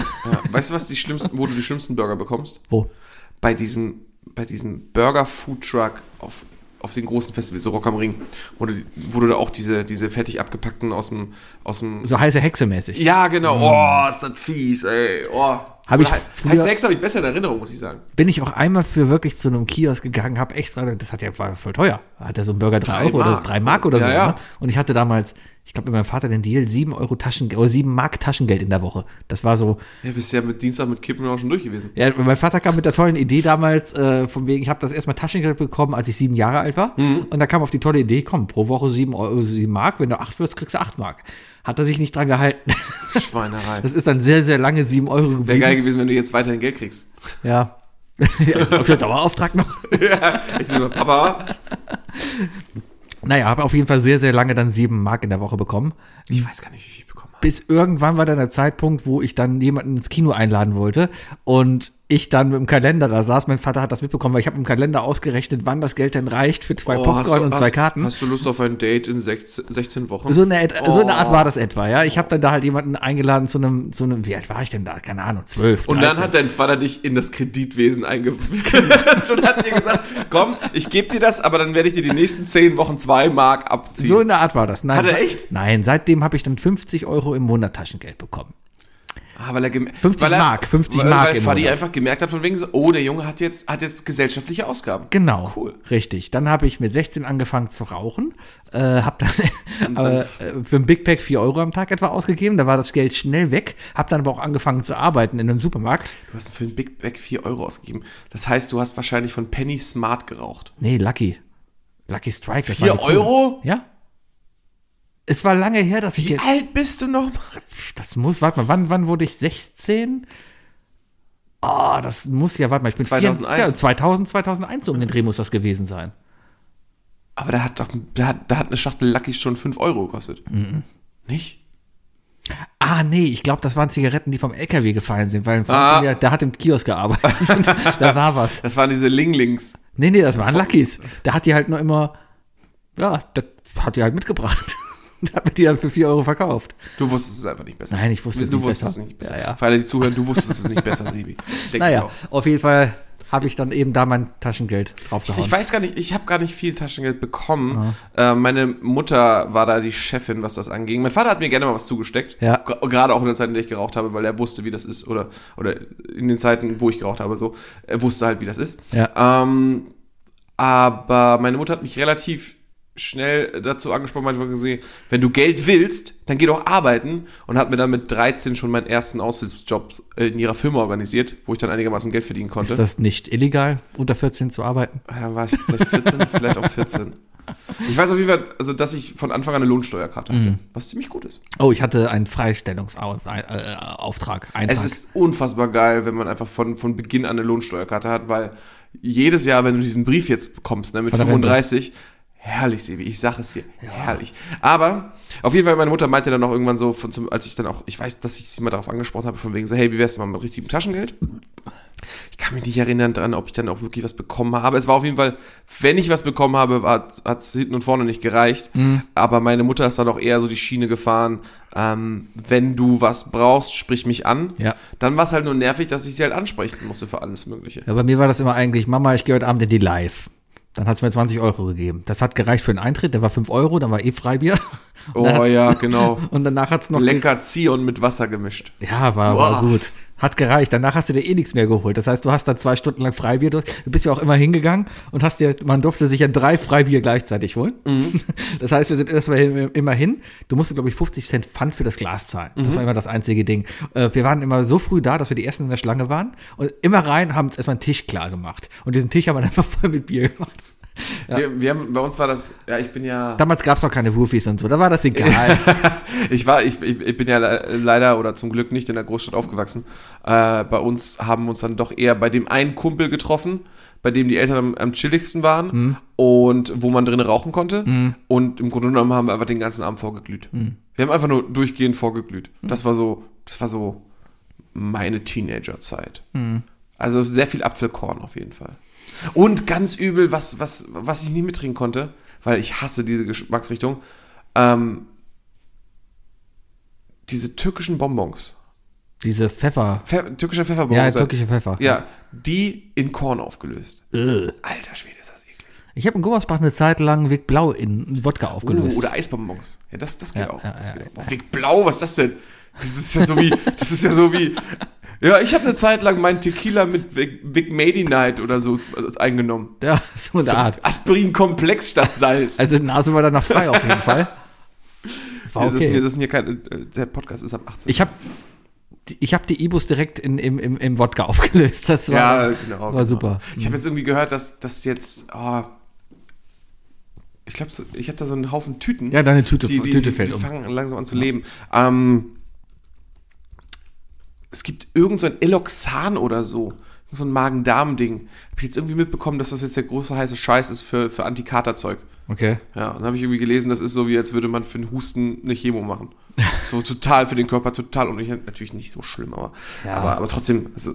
[SPEAKER 3] Weißt du, was die schlimmsten, wo du die schlimmsten Burger bekommst?
[SPEAKER 2] Wo?
[SPEAKER 3] Bei diesem, bei diesem Burger-Food-Truck auf, auf den großen Festivals, so Rock am Ring, wo du, wo du da auch diese, diese fertig abgepackten aus dem, aus dem
[SPEAKER 2] So heiße Hexe mäßig.
[SPEAKER 3] Ja, genau. Oh, ist das fies, ey. Oh.
[SPEAKER 2] Hab ich
[SPEAKER 3] Oder
[SPEAKER 2] früher-
[SPEAKER 3] He- Heiß Sex habe ich besser in Erinnerung, muss ich sagen.
[SPEAKER 2] Bin ich auch einmal für wirklich zu einem Kiosk gegangen, habe extra, das hat ja war voll teuer. Hat ja so ein Burger 3
[SPEAKER 3] Drei
[SPEAKER 2] Euro oder
[SPEAKER 3] Mark.
[SPEAKER 2] 3 Mark oder so.
[SPEAKER 3] Ja, ja.
[SPEAKER 2] Ne? Und ich hatte damals, ich glaube, mit meinem Vater den Deal, 7 Euro Taschengeld oder 7 Mark Taschengeld in der Woche. Das war so,
[SPEAKER 3] Ja, bist ja mit Dienstag mit Kippen auch schon durch gewesen.
[SPEAKER 2] Ja, mein Vater kam mit der tollen Idee damals, äh, von wegen, ich habe das erstmal Taschengeld bekommen, als ich sieben Jahre alt war.
[SPEAKER 3] Mhm.
[SPEAKER 2] Und da kam auf die tolle Idee, komm, pro Woche sieben, Euro, sieben Mark, wenn du acht wirst, kriegst du acht Mark. Hat er sich nicht dran gehalten. [laughs]
[SPEAKER 3] Schweinerei.
[SPEAKER 2] Das ist dann sehr, sehr lange sieben Euro geblieben.
[SPEAKER 3] Wäre geil gewesen, wenn du jetzt weiterhin Geld [laughs] kriegst.
[SPEAKER 2] Ja. [laughs] ja. Auf der Dauerauftrag noch.
[SPEAKER 3] Ich sag mal, Papa,
[SPEAKER 2] Naja, habe auf jeden Fall sehr, sehr lange dann sieben Mark in der Woche bekommen.
[SPEAKER 3] ich weiß gar nicht, wie viel ich bekommen habe.
[SPEAKER 2] bis irgendwann war dann der Zeitpunkt, wo ich dann jemanden ins Kino einladen wollte und ich dann mit dem Kalender da saß. Mein Vater hat das mitbekommen, weil ich habe im Kalender ausgerechnet, wann das Geld denn reicht für zwei
[SPEAKER 3] Oh, hast du-
[SPEAKER 2] Popcorn und zwei
[SPEAKER 3] hast-
[SPEAKER 2] Karten.
[SPEAKER 3] Hast du Lust auf ein Date in 16, 16 Wochen?
[SPEAKER 2] so, eine, Et- so eine Art
[SPEAKER 3] Oh.
[SPEAKER 2] war das etwa, ja. Ich habe dann da halt jemanden eingeladen zu einem, zu einem, wie alt war ich denn da? Keine Ahnung, zwölf.
[SPEAKER 3] Und dann hat dein Vater dich in das Kreditwesen eingeführt [laughs] und hat dir gesagt, komm, ich gebe dir das, aber dann werde ich dir die nächsten 10 Wochen 2 Mark abziehen.
[SPEAKER 2] so in der Art war das. Nein,
[SPEAKER 3] Hat er
[SPEAKER 2] se-
[SPEAKER 3] echt?
[SPEAKER 2] Nein, seitdem habe ich dann 50 Euro im Monat Taschengeld bekommen.
[SPEAKER 3] Ah, weil er gem-
[SPEAKER 2] 50
[SPEAKER 3] weil er,
[SPEAKER 2] Mark, 50
[SPEAKER 3] weil,
[SPEAKER 2] Mark
[SPEAKER 3] Weil
[SPEAKER 2] im
[SPEAKER 3] Fadi
[SPEAKER 2] Monat.
[SPEAKER 3] einfach gemerkt hat, von wegen so, oh, der Junge hat jetzt, hat jetzt gesellschaftliche Ausgaben.
[SPEAKER 2] Genau.
[SPEAKER 3] Cool.
[SPEAKER 2] Richtig. Dann habe ich mit 16 angefangen zu rauchen. Äh, habe
[SPEAKER 3] [laughs]
[SPEAKER 2] dann [laughs] aber, äh, für ein Big Pack 4 Euro am Tag etwa ausgegeben. Da war das Geld schnell weg. Habe dann aber auch angefangen zu arbeiten in einem Supermarkt.
[SPEAKER 3] Du hast für den Big Bag 4 Euro ausgegeben. Das heißt, du hast wahrscheinlich von Penny Smart geraucht.
[SPEAKER 2] Nee, Lucky. Lucky Strike. das war
[SPEAKER 3] 4
[SPEAKER 2] die Cola.
[SPEAKER 3] Euro?
[SPEAKER 2] Ja. Es war lange her, dass ich
[SPEAKER 3] Wie
[SPEAKER 2] jetzt.
[SPEAKER 3] alt bist du nochmal?
[SPEAKER 2] Das muss, warte mal, wann, wann wurde ich 16? Ah, das muss ja, warte mal, ich bin vier-
[SPEAKER 3] 2001.
[SPEAKER 2] ja, 2000, 2001 so um den Dreh muss das gewesen sein.
[SPEAKER 3] Aber da hat doch, da hat, da hat eine Schachtel Lucky schon 5 Euro gekostet.
[SPEAKER 2] Mhm.
[SPEAKER 3] Nicht?
[SPEAKER 2] Ah, nee, ich glaube, das waren Zigaretten, die vom LKW gefallen sind, weil ein Freund
[SPEAKER 3] Ah.
[SPEAKER 2] von mir, der hat im Kiosk gearbeitet. [laughs] Und da war was.
[SPEAKER 3] Das waren diese Linglings.
[SPEAKER 2] Nee, nee, das waren Luckys. Der hat die halt nur immer, ja, das hat die halt mitgebracht. [laughs] Und hat mir die dann für 4 Euro verkauft.
[SPEAKER 3] Du wusstest es einfach nicht besser.
[SPEAKER 2] Nein, ich wusste es
[SPEAKER 3] du
[SPEAKER 2] nicht
[SPEAKER 3] wusstest
[SPEAKER 2] besser.
[SPEAKER 3] es nicht besser.
[SPEAKER 2] Ja, ja.
[SPEAKER 3] Für alle, die zuhören, du wusstest es nicht
[SPEAKER 2] [laughs]
[SPEAKER 3] besser, Sebi. Denk ich
[SPEAKER 2] naja,
[SPEAKER 3] auch.
[SPEAKER 2] auf jeden Fall habe ich dann eben da mein Taschengeld draufgehauen.
[SPEAKER 3] Ich weiß gar nicht, ich habe gar nicht viel Taschengeld bekommen. Äh, meine Mutter war da die Chefin, was das anging. Mein Vater hat mir gerne mal was zugesteckt.
[SPEAKER 2] Ja.
[SPEAKER 3] Gra- Gerade auch in der Zeit, in der ich geraucht habe, weil er wusste, wie das ist. Oder, oder in den Zeiten, wo ich geraucht habe, so. Er wusste halt, wie das ist.
[SPEAKER 2] Ja.
[SPEAKER 3] Ähm, aber meine Mutter hat mich relativ schnell dazu angesprochen, manchmal gesehen, wenn du Geld willst, dann geh doch arbeiten und hat mir dann mit 13 schon meinen ersten Aushilfsjob äh, in ihrer Firma organisiert, wo ich dann einigermaßen Geld verdienen konnte.
[SPEAKER 2] Ist das nicht illegal, unter 14 zu arbeiten?
[SPEAKER 3] Ah, Dann war ich vielleicht
[SPEAKER 2] [laughs]
[SPEAKER 3] 14, vielleicht auch 14. Ich weiß auf jeden Fall, also, dass ich von Anfang an eine Lohnsteuerkarte hatte,
[SPEAKER 2] Mhm.
[SPEAKER 3] was ziemlich gut ist.
[SPEAKER 2] Oh, ich hatte einen Freistellungsauftrag. Äh,
[SPEAKER 3] Es ist unfassbar geil, wenn man einfach von, von Beginn an eine Lohnsteuerkarte hat, weil jedes Jahr, wenn du diesen Brief jetzt bekommst, ne, mit
[SPEAKER 2] Von der Rente.
[SPEAKER 3] 35, herrlich, Sebi, ich sag es dir, herrlich. Aber auf jeden Fall, meine Mutter meinte dann auch irgendwann so, von zum, als ich dann auch, ich weiß, dass ich sie mal darauf angesprochen habe, von wegen so, hey, wie wär's denn mal mit richtigem Taschengeld? Ich kann mich nicht erinnern daran, ob ich dann auch wirklich was bekommen habe. Es war auf jeden Fall, wenn ich was bekommen habe, hat es hinten und vorne nicht gereicht.
[SPEAKER 2] Mhm.
[SPEAKER 3] Aber meine Mutter ist dann auch eher so die Schiene gefahren, ähm, wenn du was brauchst, sprich mich an.
[SPEAKER 2] Ja.
[SPEAKER 3] Dann war es halt nur nervig, dass ich sie halt ansprechen musste für alles Mögliche.
[SPEAKER 2] Ja, bei mir war das immer eigentlich, Mama, ich gehe heute Abend in die Live. Dann hat's mir 20 Euro gegeben. Das hat gereicht für den Eintritt, der war 5 Euro, dann war eh Freibier. [laughs]
[SPEAKER 3] Oh ja, genau.
[SPEAKER 2] Und danach hat's noch.
[SPEAKER 3] Lecker Zion mit Wasser gemischt.
[SPEAKER 2] ja, war, war gut. Hat gereicht. Danach hast du dir eh nichts mehr geholt. Das heißt, du hast dann zwei Stunden lang Freibier durch. Du bist ja auch immer hingegangen und hast dir, man durfte sich ja drei Freibier gleichzeitig holen.
[SPEAKER 3] Mhm.
[SPEAKER 2] [laughs] Das heißt, wir sind erstmal hin, immer hin. Du musst, glaube ich, 50 Cent Pfand für das Glas zahlen.
[SPEAKER 3] Mhm.
[SPEAKER 2] Das war immer das einzige Ding. Äh, wir waren immer so früh da, dass wir die ersten in der Schlange waren und immer rein haben uns erstmal einen Tisch klar gemacht. Und diesen Tisch haben wir dann [laughs] einfach voll mit Bier gemacht.
[SPEAKER 3] Wir, wir haben, bei uns war das, ja, ich bin ja.
[SPEAKER 2] Damals gab es noch keine Wurfis und so, da war das egal.
[SPEAKER 3] Ich war, ich, ich, ich bin ja le- leider oder zum Glück nicht in der Großstadt aufgewachsen. Äh, bei uns haben wir uns dann doch eher bei dem einen Kumpel getroffen, bei dem die Eltern am, am chilligsten waren und wo man drin rauchen konnte. Und im Grunde genommen haben wir einfach den ganzen Abend vorgeglüht. Wir haben einfach nur durchgehend vorgeglüht. Das war so, das war so meine Teenagerzeit. Also sehr viel Apfelkorn auf jeden Fall. Und ganz übel, was, was, was ich nicht mittrinken konnte, weil ich hasse diese Geschmacksrichtung, ähm, diese türkischen Bonbons.
[SPEAKER 2] Diese Pfeffer.
[SPEAKER 3] Pfe türkische
[SPEAKER 2] Ja,
[SPEAKER 3] Pfefferbonbons.
[SPEAKER 2] türkische Pfeffer.
[SPEAKER 3] also Ja, die in Korn aufgelöst.
[SPEAKER 2] Äh.
[SPEAKER 3] Alter Schwede, ist das eklig.
[SPEAKER 2] Ich habe in Gummersbach eine Zeit lang Weg Blau in Wodka aufgelöst.
[SPEAKER 3] Uh, oder Eisbonbons. Ja, das, das geht
[SPEAKER 2] Ja,
[SPEAKER 3] auch.
[SPEAKER 2] ja,
[SPEAKER 3] das
[SPEAKER 2] ja,
[SPEAKER 3] geht auch. Boah, Weg Blau, was ist das denn? Das ist ja so wie, das ist ja so wie, ja, ich habe eine Zeit lang meinen Tequila mit Vic, Vic Mady Night oder so äh, eingenommen.
[SPEAKER 2] [laughs] ja, so eine Art.
[SPEAKER 3] Aspirin-Komplex statt Salz.
[SPEAKER 2] Also die Nase war danach frei auf jeden Fall.
[SPEAKER 3] [laughs]
[SPEAKER 2] War
[SPEAKER 3] Nee, das,
[SPEAKER 2] okay.
[SPEAKER 3] nee, das sind hier keine, äh, der Podcast ist ab 18.
[SPEAKER 2] ich habe ich hab die Ibus direkt in, im, im, im Wodka [laughs] aufgelöst. Das war,
[SPEAKER 3] ja, genau.
[SPEAKER 2] war
[SPEAKER 3] genau.
[SPEAKER 2] super.
[SPEAKER 3] Ich habe jetzt irgendwie gehört, dass das jetzt, ah, ich glaube, so, ich habe da so einen Haufen Tüten.
[SPEAKER 2] Ja, deine Tüte,
[SPEAKER 3] die, die,
[SPEAKER 2] Tüte
[SPEAKER 3] die,
[SPEAKER 2] fällt
[SPEAKER 3] die
[SPEAKER 2] um.
[SPEAKER 3] fangen langsam an zu leben. Ähm, es gibt irgend so ein Eloxan oder so. So ein Magen-Darm-Ding. Hab ich jetzt irgendwie mitbekommen, dass das jetzt der große heiße Scheiß ist für, für Antikaterzeug.
[SPEAKER 2] Okay.
[SPEAKER 3] Ja, und dann habe ich irgendwie gelesen, das ist so, wie als würde man für den Husten eine Chemo
[SPEAKER 2] [laughs]
[SPEAKER 3] machen. So total für den Körper, total. Und ich, natürlich nicht so schlimm, aber,
[SPEAKER 2] Ja.
[SPEAKER 3] aber, aber trotzdem. Also,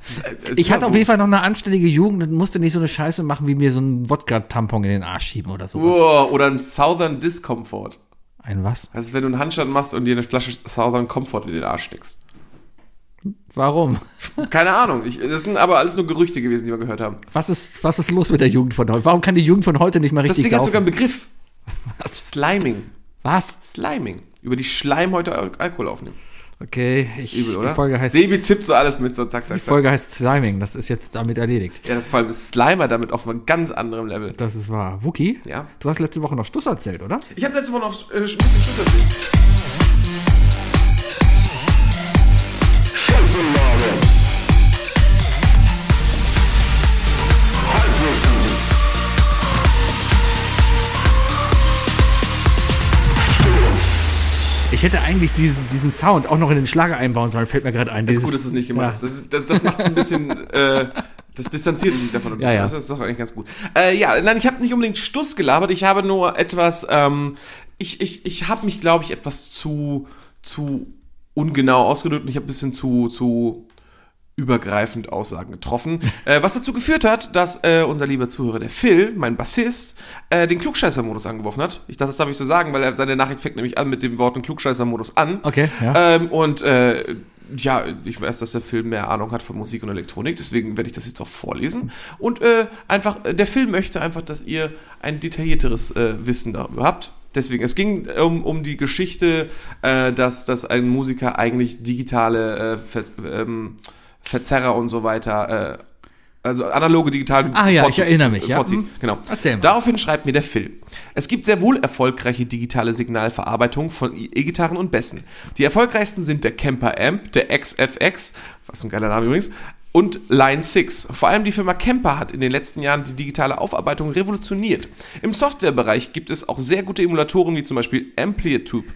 [SPEAKER 3] es ist, äh, es
[SPEAKER 2] Ich
[SPEAKER 3] ist
[SPEAKER 2] hatte
[SPEAKER 3] ja
[SPEAKER 2] auf
[SPEAKER 3] so-
[SPEAKER 2] jeden Fall noch eine anständige Jugend und musste nicht so eine Scheiße machen, wie mir so einen Wodka-Tampon in den Arsch schieben oder sowas.
[SPEAKER 3] Wow, oder ein Southern Discomfort.
[SPEAKER 2] Ein was?
[SPEAKER 3] Das ist, wenn du einen Handstand machst und dir eine Flasche Southern Comfort in den Arsch steckst.
[SPEAKER 2] [laughs] Warum?
[SPEAKER 3] Keine Ahnung. Ich, das sind aber alles nur Gerüchte gewesen, die wir gehört haben.
[SPEAKER 2] Was ist, was ist los mit der Jugend von heute? Warum kann die Jugend von heute nicht mal
[SPEAKER 3] Das
[SPEAKER 2] richtig
[SPEAKER 3] Ding hat sogar
[SPEAKER 2] saufen?
[SPEAKER 3] einen
[SPEAKER 2] [laughs]
[SPEAKER 3] Begriff. Sliming.
[SPEAKER 2] Was?
[SPEAKER 3] Sliming. Über die Schleimhäute Al Alkohol aufnehmen.
[SPEAKER 2] Okay,
[SPEAKER 3] Ist übel,
[SPEAKER 2] Die
[SPEAKER 3] oder?
[SPEAKER 2] Folge heißt, die
[SPEAKER 3] Sebi tippt so alles mit, so zack, zack, zack.
[SPEAKER 2] Folge heißt Sliming. Das ist jetzt damit erledigt.
[SPEAKER 3] Ja, das vor allem ist Slimer damit auf einem ganz anderen Level.
[SPEAKER 2] Das ist wahr. Wookie,
[SPEAKER 3] Ja.
[SPEAKER 2] du hast letzte Woche noch Stuss erzählt, oder?
[SPEAKER 3] Ich habe letzte Woche noch äh, ein bisschen Schutz erzählt.
[SPEAKER 2] Ich hätte eigentlich diesen, diesen Sound auch noch in den Schlager einbauen sollen, fällt mir gerade ein.
[SPEAKER 3] Das ist
[SPEAKER 2] Dieses-
[SPEAKER 3] gut, dass du es nicht gemacht
[SPEAKER 2] Ja.
[SPEAKER 3] hast. Das, das, das macht es ein bisschen. Äh, das distanziert sich davon ein
[SPEAKER 2] Ja,
[SPEAKER 3] bisschen.
[SPEAKER 2] ja.
[SPEAKER 3] Das ist doch eigentlich ganz gut. Äh, ja, nein, ich habe nicht unbedingt Stuss gelabert. Ich habe nur etwas. Ähm, ich ich, ich habe mich, glaube ich, etwas zu, zu ungenau ausgedrückt und ich habe ein bisschen zu, zu übergreifend Aussagen getroffen,
[SPEAKER 2] [laughs]
[SPEAKER 3] äh, was dazu geführt hat, dass äh, unser lieber Zuhörer, der Phil, mein Bassist, äh, den Klugscheißer-Modus angeworfen hat. Ich dachte, das darf ich so sagen, weil er, seine Nachricht fängt nämlich an mit dem Worten Klugscheißer-Modus an.
[SPEAKER 2] Okay, ja.
[SPEAKER 3] Ähm, und äh, ja, ich weiß, dass der Film mehr Ahnung hat von Musik und Elektronik, deswegen werde ich das jetzt auch vorlesen. Und äh, einfach, äh, der Film möchte einfach, dass ihr ein detaillierteres äh, Wissen darüber habt. Deswegen, es ging um, um die Geschichte, äh, dass, dass ein Musiker eigentlich digitale äh, Ver, ähm, Verzerrer und so weiter, äh, also analoge, digitale
[SPEAKER 2] Ah ja,
[SPEAKER 3] vorzieht-
[SPEAKER 2] ich erinnere mich, ja.
[SPEAKER 3] Vorzieht.
[SPEAKER 2] Hm.
[SPEAKER 3] Genau.
[SPEAKER 2] Erzähl mal.
[SPEAKER 3] Daraufhin schreibt mir der Phil. Es gibt sehr wohl erfolgreiche digitale Signalverarbeitung von E-Gitarren und Bässen. Die erfolgreichsten sind der Camper Amp, der XFX, was ein geiler Name übrigens, und Line 6. Vor allem die Firma Camper hat in den letzten Jahren die digitale Aufarbeitung revolutioniert. Im Softwarebereich gibt es auch sehr gute Emulatoren wie zum Beispiel Amplitude.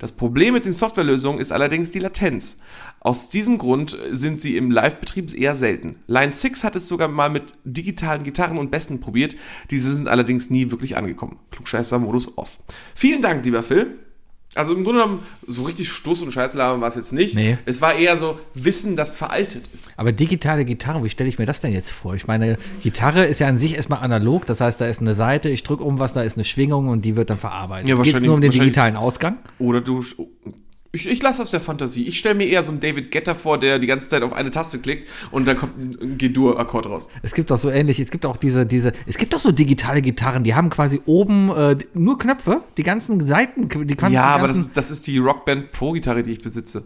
[SPEAKER 3] Das Problem mit den Softwarelösungen ist allerdings die Latenz. Aus diesem Grund sind sie im Live-Betrieb eher selten. Line 6 hat es sogar mal mit digitalen Gitarren und Besten probiert. Diese sind allerdings nie wirklich angekommen. Klugscheißer-Modus off. Vielen Dank, lieber Phil. Also im Grunde genommen, so richtig Stuss und Scheißlaber war es jetzt nicht.
[SPEAKER 2] Nee.
[SPEAKER 3] Es war eher so Wissen, das veraltet ist.
[SPEAKER 2] Aber digitale Gitarre, wie stelle ich mir das denn jetzt vor? Ich meine, Gitarre ist ja an sich erstmal analog, das heißt, da ist eine Seite, ich drücke um was, da ist eine Schwingung und die wird dann verarbeitet.
[SPEAKER 3] Ja,
[SPEAKER 2] Geht's
[SPEAKER 3] wahrscheinlich-
[SPEAKER 2] nur um den
[SPEAKER 3] wahrscheinlich-
[SPEAKER 2] digitalen Ausgang?
[SPEAKER 3] Oder du. Ich, ich lasse das der Fantasie. Ich stelle mir eher so einen David Getter vor, der die ganze Zeit auf eine Taste klickt und dann kommt ein- ein G-Dur-Akkord raus.
[SPEAKER 2] Es gibt doch so ähnlich, es gibt auch diese, diese, es gibt doch so digitale Gitarren, die haben quasi oben äh, nur Knöpfe, die ganzen Seiten, die ganzen,
[SPEAKER 3] Ja, aber das
[SPEAKER 2] ganzen-
[SPEAKER 3] ist, das ist die Rockband Pro-Gitarre, die ich besitze.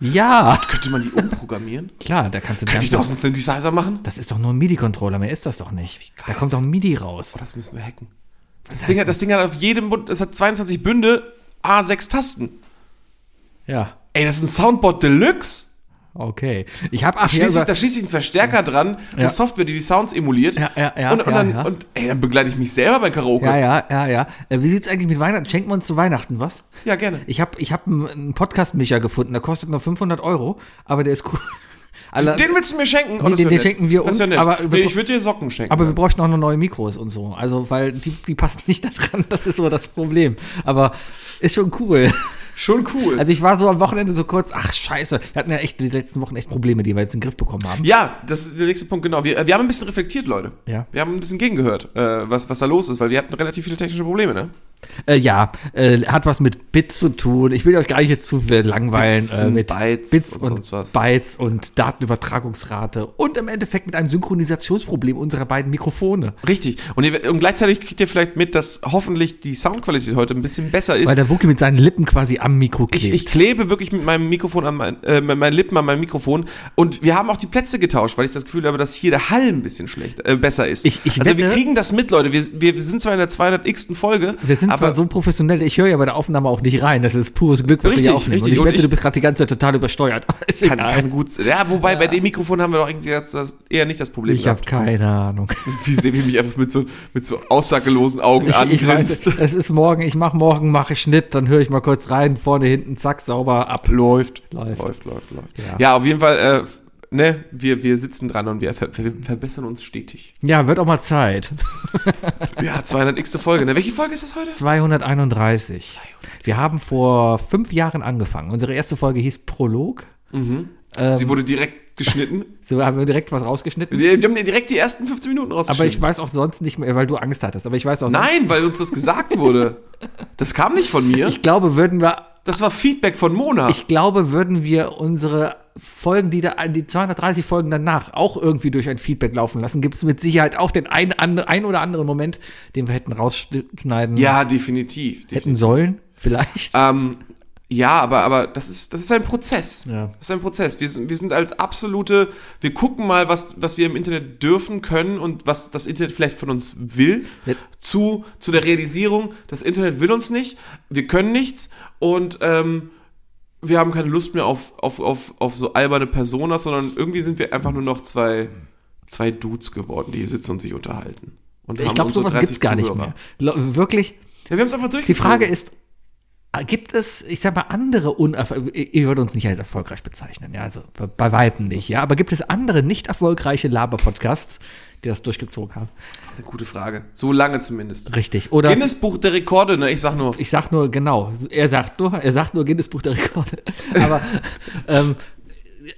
[SPEAKER 2] ja,
[SPEAKER 3] Könnte man die
[SPEAKER 2] [laughs]
[SPEAKER 3] umprogrammieren?
[SPEAKER 2] klar, da kannst du
[SPEAKER 3] Könnte ich
[SPEAKER 2] ganze-
[SPEAKER 3] doch aus einem Synthesizer machen?
[SPEAKER 2] Das ist doch nur ein MIDI-Controller, mehr ist das doch nicht. da kommt doch MIDI raus.
[SPEAKER 3] Oh, das müssen wir hacken. Das Ding, hat, das Ding hat auf jedem Bund, es hat 22 Bünde, A6 Tasten.
[SPEAKER 2] Ja,
[SPEAKER 3] Ey, das ist ein Soundboard Deluxe.
[SPEAKER 2] okay. Ich habe ach, ja,
[SPEAKER 3] Schließlich,
[SPEAKER 2] über-
[SPEAKER 3] da schließe ich einen Verstärker dran, eine
[SPEAKER 2] Ja.
[SPEAKER 3] Software, die die Sounds emuliert.
[SPEAKER 2] Ja, ja, ja,
[SPEAKER 3] und, und,
[SPEAKER 2] ja,
[SPEAKER 3] dann,
[SPEAKER 2] ja.
[SPEAKER 3] und ey, dann begleite ich mich selber beim Karaoke.
[SPEAKER 2] ja, ja, ja, ja. Äh, Wie sieht's eigentlich mit Weihnachten? Schenken wir uns zu Weihnachten was?
[SPEAKER 3] Ja, gerne.
[SPEAKER 2] Ich habe ich hab einen- einen Podcast-Micha gefunden, der kostet nur 500 Euro, aber der ist cool. [laughs] Alle,
[SPEAKER 3] Den willst du mir schenken? Oh,
[SPEAKER 2] Nee, den-
[SPEAKER 3] das wär
[SPEAKER 2] den
[SPEAKER 3] nett.
[SPEAKER 2] schenken wir
[SPEAKER 3] Das wär
[SPEAKER 2] uns,
[SPEAKER 3] nett.
[SPEAKER 2] aber-
[SPEAKER 3] nee, ich würde dir Socken schenken.
[SPEAKER 2] aber wir bräuchten auch noch neue Mikros und so. [laughs]
[SPEAKER 3] [laughs]
[SPEAKER 2] Also, weil die, die passen nicht da dran, das ist so das Problem. Aber ist schon cool.
[SPEAKER 3] Schon cool.
[SPEAKER 2] Also ich war so am Wochenende so kurz, ach scheiße, wir hatten ja echt die letzten Wochen echt Probleme, die wir jetzt in den Griff bekommen haben.
[SPEAKER 3] ja, das ist der nächste Punkt, genau. Wir, wir haben ein bisschen reflektiert, Leute.
[SPEAKER 2] Ja.
[SPEAKER 3] Wir haben ein bisschen gegengehört, äh, was, was da los ist, weil wir hatten relativ viele technische Probleme, ne?
[SPEAKER 2] Äh, ja, äh, hat was mit Bits zu tun. Ich will euch gar nicht jetzt zu viel langweilen
[SPEAKER 3] Bits
[SPEAKER 2] äh,
[SPEAKER 3] und
[SPEAKER 2] mit
[SPEAKER 3] Bytes
[SPEAKER 2] Bits
[SPEAKER 3] und
[SPEAKER 2] und,
[SPEAKER 3] sonst was.
[SPEAKER 2] Bytes und Datenübertragungsrate und im Endeffekt mit einem Synchronisationsproblem unserer beiden Mikrofone.
[SPEAKER 3] Richtig. Und, ihr, und gleichzeitig kriegt ihr vielleicht mit, dass hoffentlich die Soundqualität heute ein bisschen besser ist.
[SPEAKER 2] Weil der Wookie mit seinen Lippen quasi am Mikro
[SPEAKER 3] Ich,
[SPEAKER 2] klebt.
[SPEAKER 3] ich klebe wirklich mit meinem Mikrofon an mein, äh, mit meinen Lippen an meinem Mikrofon und wir haben auch die Plätze getauscht, weil ich das Gefühl habe, dass hier der Hall ein bisschen schlechter, äh, besser ist.
[SPEAKER 2] Ich- ich
[SPEAKER 3] also wir
[SPEAKER 2] wette-
[SPEAKER 3] kriegen das mit, Leute. Wir, wir sind zwar in der 200x. Folge,
[SPEAKER 2] wir sind
[SPEAKER 3] aber
[SPEAKER 2] zwar so professionell, ich höre ja bei der Aufnahme auch nicht rein. Das ist pures Glück, was wir
[SPEAKER 3] Richtig,
[SPEAKER 2] hier aufnehmen.
[SPEAKER 3] richtig.
[SPEAKER 2] Und
[SPEAKER 3] Und
[SPEAKER 2] ich wette,
[SPEAKER 3] ich-
[SPEAKER 2] du bist gerade die ganze Zeit total übersteuert. [laughs] Ist
[SPEAKER 3] kann,
[SPEAKER 2] egal.
[SPEAKER 3] kann gut. Ja, wobei bei dem Mikrofon haben wir doch irgendwie das, das eher nicht das Problem.
[SPEAKER 2] ich habe keine Ahnung.
[SPEAKER 3] [laughs] Wie Sevi mich einfach mit so mit so aussagelosen Augen
[SPEAKER 2] Ich, ich
[SPEAKER 3] angrinst.
[SPEAKER 2] weiß, es ist morgen, ich mache morgen, mache Schnitt, dann höre ich mal kurz rein, vorne, hinten, zack, sauber, ab.
[SPEAKER 3] Läuft.
[SPEAKER 2] Läuft.
[SPEAKER 3] Läuft, läuft, läuft.
[SPEAKER 2] Ja.
[SPEAKER 3] Ja, auf jeden Fall, äh, f- ne, wir, wir sitzen dran und wir ver ver verbessern uns stetig.
[SPEAKER 2] Ja, wird auch mal Zeit.
[SPEAKER 3] Ja, 200x. Folge. Ne? Welche Folge ist das heute?
[SPEAKER 2] 231. Wir haben vor fünf Jahren angefangen. Unsere erste Folge hieß Prolog. Ähm.
[SPEAKER 3] Sie wurde direkt geschnitten.
[SPEAKER 2] So haben wir direkt was rausgeschnitten.
[SPEAKER 3] Die, die haben dir direkt die ersten 15 Minuten
[SPEAKER 2] Aber ich
[SPEAKER 3] rausgeschnitten.
[SPEAKER 2] weiß auch sonst nicht mehr, weil du Angst hattest. Aber ich weiß auch
[SPEAKER 3] Nein, weil uns das gesagt wurde. Das kam nicht von mir.
[SPEAKER 2] Ich glaube, würden wir,
[SPEAKER 3] Das war Feedback von Mona.
[SPEAKER 2] ich glaube, würden wir unsere Folgen, die da, die 230 Folgen danach auch irgendwie durch ein Feedback laufen lassen, gibt es mit Sicherheit auch den einen, andre- ein oder anderen Moment, den wir hätten rausschneiden
[SPEAKER 3] ja, definitiv. definitiv.
[SPEAKER 2] hätten sollen, vielleicht.
[SPEAKER 3] Ähm, ja, aber, aber das, ist, das ist ein Prozess.
[SPEAKER 2] Ja.
[SPEAKER 3] Das ist ein Prozess. Wir sind, wir sind als absolute, wir gucken mal, was, was wir im Internet dürfen können und was das Internet vielleicht von uns will,
[SPEAKER 2] Ja.
[SPEAKER 3] zu, zu der Realisierung, das Internet will uns nicht, wir können nichts und ähm, wir haben keine Lust mehr auf, auf, auf, auf so alberne Personas, sondern irgendwie sind wir einfach nur noch zwei, zwei Dudes geworden, die hier sitzen und sich unterhalten. Und
[SPEAKER 2] Ich
[SPEAKER 3] haben
[SPEAKER 2] glaube,
[SPEAKER 3] unsere
[SPEAKER 2] sowas
[SPEAKER 3] 30
[SPEAKER 2] gibt es gar nicht
[SPEAKER 3] Zuhörer.
[SPEAKER 2] mehr. Lo- Wirklich,
[SPEAKER 3] Ja, wir haben es einfach
[SPEAKER 2] Die
[SPEAKER 3] durchgezogen.
[SPEAKER 2] Frage ist, äh, gibt es, ich sag mal, andere unerfolgreiche, ihr würdet uns nicht als erfolgreich bezeichnen, ja, also bei- bei Weitem nicht, ja, aber gibt es andere nicht erfolgreiche Laber-Podcasts, die das durchgezogen haben?
[SPEAKER 3] Das ist eine gute Frage. So lange zumindest.
[SPEAKER 2] Richtig, oder?
[SPEAKER 3] Guinness Buch der Rekorde, ne? Ich sag nur.
[SPEAKER 2] ich sag nur, genau, er sagt nur, er sagt nur Guinness Buch der Rekorde, [laughs] aber ähm,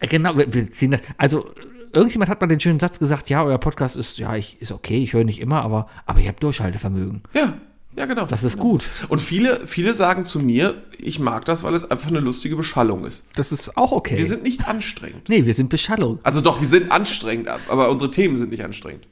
[SPEAKER 2] genau, wir, wir ziehen das, also irgendjemand hat mal den schönen Satz gesagt, ja, euer Podcast ist, ja, ich, ist okay, ich höre nicht immer, aber, aber ihr habt Durchhaltevermögen,
[SPEAKER 3] Ja, ja, genau.
[SPEAKER 2] das ist gut.
[SPEAKER 3] Und viele, viele sagen zu mir, ich mag das, weil es einfach eine lustige Beschallung ist.
[SPEAKER 2] Das ist auch okay.
[SPEAKER 3] Wir sind nicht anstrengend.
[SPEAKER 2] nee, wir sind Beschallung.
[SPEAKER 3] Also doch, wir sind anstrengend, aber unsere Themen sind nicht anstrengend.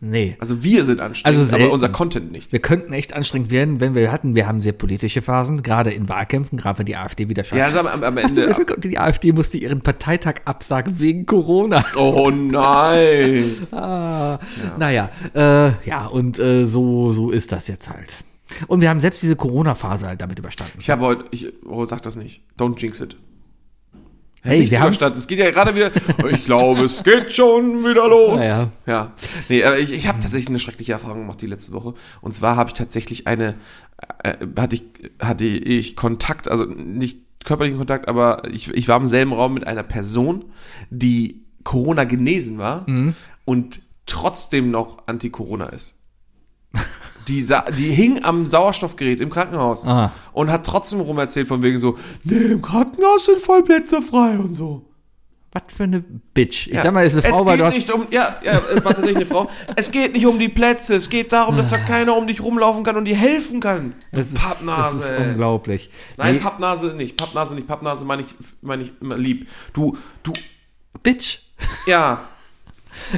[SPEAKER 2] Nee.
[SPEAKER 3] Also wir sind anstrengend,
[SPEAKER 2] Also selten.
[SPEAKER 3] aber unser Content nicht.
[SPEAKER 2] Wir könnten echt anstrengend werden, wenn wir hatten, wir haben sehr politische Phasen, gerade in Wahlkämpfen, gerade wenn die AfD wieder
[SPEAKER 3] Ja,
[SPEAKER 2] scheitert.
[SPEAKER 3] also am, am- am
[SPEAKER 2] Hast du
[SPEAKER 3] Ende.
[SPEAKER 2] mitbekommen, die AfD musste ihren Parteitag absagen wegen Corona.
[SPEAKER 3] Oh nein!
[SPEAKER 2] Ah, Naja, äh, ja, und äh, so, so ist das jetzt halt. Und wir haben selbst diese Corona-Phase halt damit überstanden.
[SPEAKER 3] Ich habe heute, ich, oh, sag das nicht. Don't jinx it.
[SPEAKER 2] Hey,
[SPEAKER 3] Nichts
[SPEAKER 2] wir haben
[SPEAKER 3] überstanden. Es geht ja gerade wieder. Ich glaube, es geht schon wieder los.
[SPEAKER 2] Ah, ja.
[SPEAKER 3] ja. Nee, aber ich, ich habe tatsächlich eine schreckliche Erfahrung gemacht die letzte Woche. Und zwar habe ich tatsächlich eine, äh, hatte ich, hatte ich Kontakt, also nicht körperlichen Kontakt, aber ich, ich war im selben Raum mit einer Person, die Corona genesen war
[SPEAKER 2] Mhm.
[SPEAKER 3] und trotzdem noch Anti-Corona ist. Die, sa- die hing am Sauerstoffgerät im Krankenhaus
[SPEAKER 2] Ah.
[SPEAKER 3] und hat trotzdem rum erzählt von wegen so, nee, im Krankenhaus sind voll Plätze frei und so.
[SPEAKER 2] was für eine Bitch. Ich
[SPEAKER 3] Ja.
[SPEAKER 2] sag mal, es ist eine Frau,
[SPEAKER 3] es
[SPEAKER 2] weil du hast,
[SPEAKER 3] geht nicht um, ja, ja, es war tatsächlich
[SPEAKER 2] [laughs]
[SPEAKER 3] eine Frau. Es geht nicht um die Plätze, es geht darum, dass da keiner um dich rumlaufen kann und dir helfen kann. Du
[SPEAKER 2] das Ah. ist, das ist
[SPEAKER 3] ey.
[SPEAKER 2] unglaublich.
[SPEAKER 3] Nein,
[SPEAKER 2] Nee,
[SPEAKER 3] Pappnase nicht, Pappnase nicht, Pappnase meine ich, meine ich immer lieb. Du, du,
[SPEAKER 2] Bitch.
[SPEAKER 3] ja,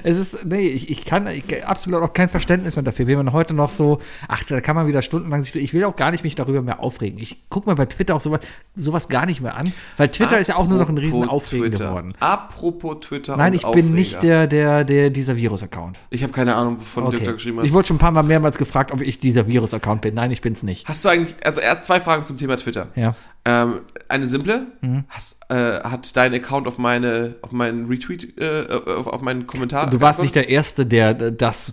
[SPEAKER 2] Es ist, nee, ich, ich kann ich, absolut auch kein Verständnis mehr dafür, wie man heute noch so, ach, da kann man wieder stundenlang sich, ich will auch gar nicht mich darüber mehr aufregen. Ich gucke mir bei Twitter auch sowas, sowas gar nicht mehr an, weil Twitter ist ja auch nur noch ein riesen
[SPEAKER 3] Apropos
[SPEAKER 2] Aufregen
[SPEAKER 3] Twitter.
[SPEAKER 2] geworden.
[SPEAKER 3] Apropos Twitter
[SPEAKER 2] Nein,
[SPEAKER 3] und
[SPEAKER 2] ich bin nicht
[SPEAKER 3] Aufreger.
[SPEAKER 2] der, der, der, dieser Virus-Account.
[SPEAKER 3] Ich habe keine Ahnung, wovon du da
[SPEAKER 2] Okay.
[SPEAKER 3] geschrieben
[SPEAKER 2] Ich
[SPEAKER 3] hast.
[SPEAKER 2] wurde schon ein paar Mal mehrmals gefragt, ob ich dieser Virus-Account bin. Nein, ich bin's nicht.
[SPEAKER 3] Hast du eigentlich, also erst zwei Fragen zum Thema Twitter.
[SPEAKER 2] Ja. Mhm.
[SPEAKER 3] Ähm, eine simple. Hast, äh, hat dein Account auf meine, auf meinen Retweet, äh, auf, auf meinen Kommentar.
[SPEAKER 2] Du warst nicht
[SPEAKER 3] geantwortet?
[SPEAKER 2] der Erste, der äh, das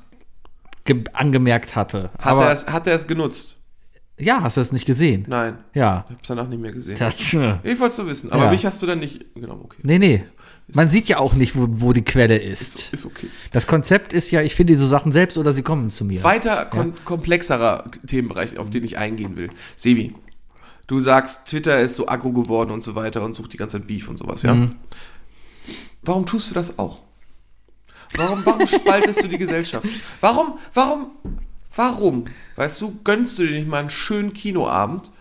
[SPEAKER 2] ge- angemerkt hatte.
[SPEAKER 3] Hat er,
[SPEAKER 2] Aber,
[SPEAKER 3] es, hat er es genutzt?
[SPEAKER 2] ja, hast du es nicht gesehen?
[SPEAKER 3] Nein.
[SPEAKER 2] Ja.
[SPEAKER 3] Ich hab's danach nicht mehr gesehen.
[SPEAKER 2] Das, äh,
[SPEAKER 3] Ich wollte es nur wissen, aber
[SPEAKER 2] Ja.
[SPEAKER 3] mich hast du dann nicht. Genau, okay.
[SPEAKER 2] nee, nee. Man sieht ja auch nicht, wo, wo die Quelle ist.
[SPEAKER 3] Ist okay.
[SPEAKER 2] Das Konzept ist ja, ich finde diese Sachen selbst oder sie kommen zu mir.
[SPEAKER 3] Zweiter kom komplexerer Themenbereich, auf den ich eingehen will. Sebi, du sagst, Twitter ist so aggro geworden und so weiter und sucht die ganze Zeit Beef und sowas, ja?
[SPEAKER 2] Mhm.
[SPEAKER 3] Warum tust du das auch? Warum, warum spaltest du die Gesellschaft? Warum, warum, warum, weißt du, gönnst du dir nicht mal einen schönen Kinoabend,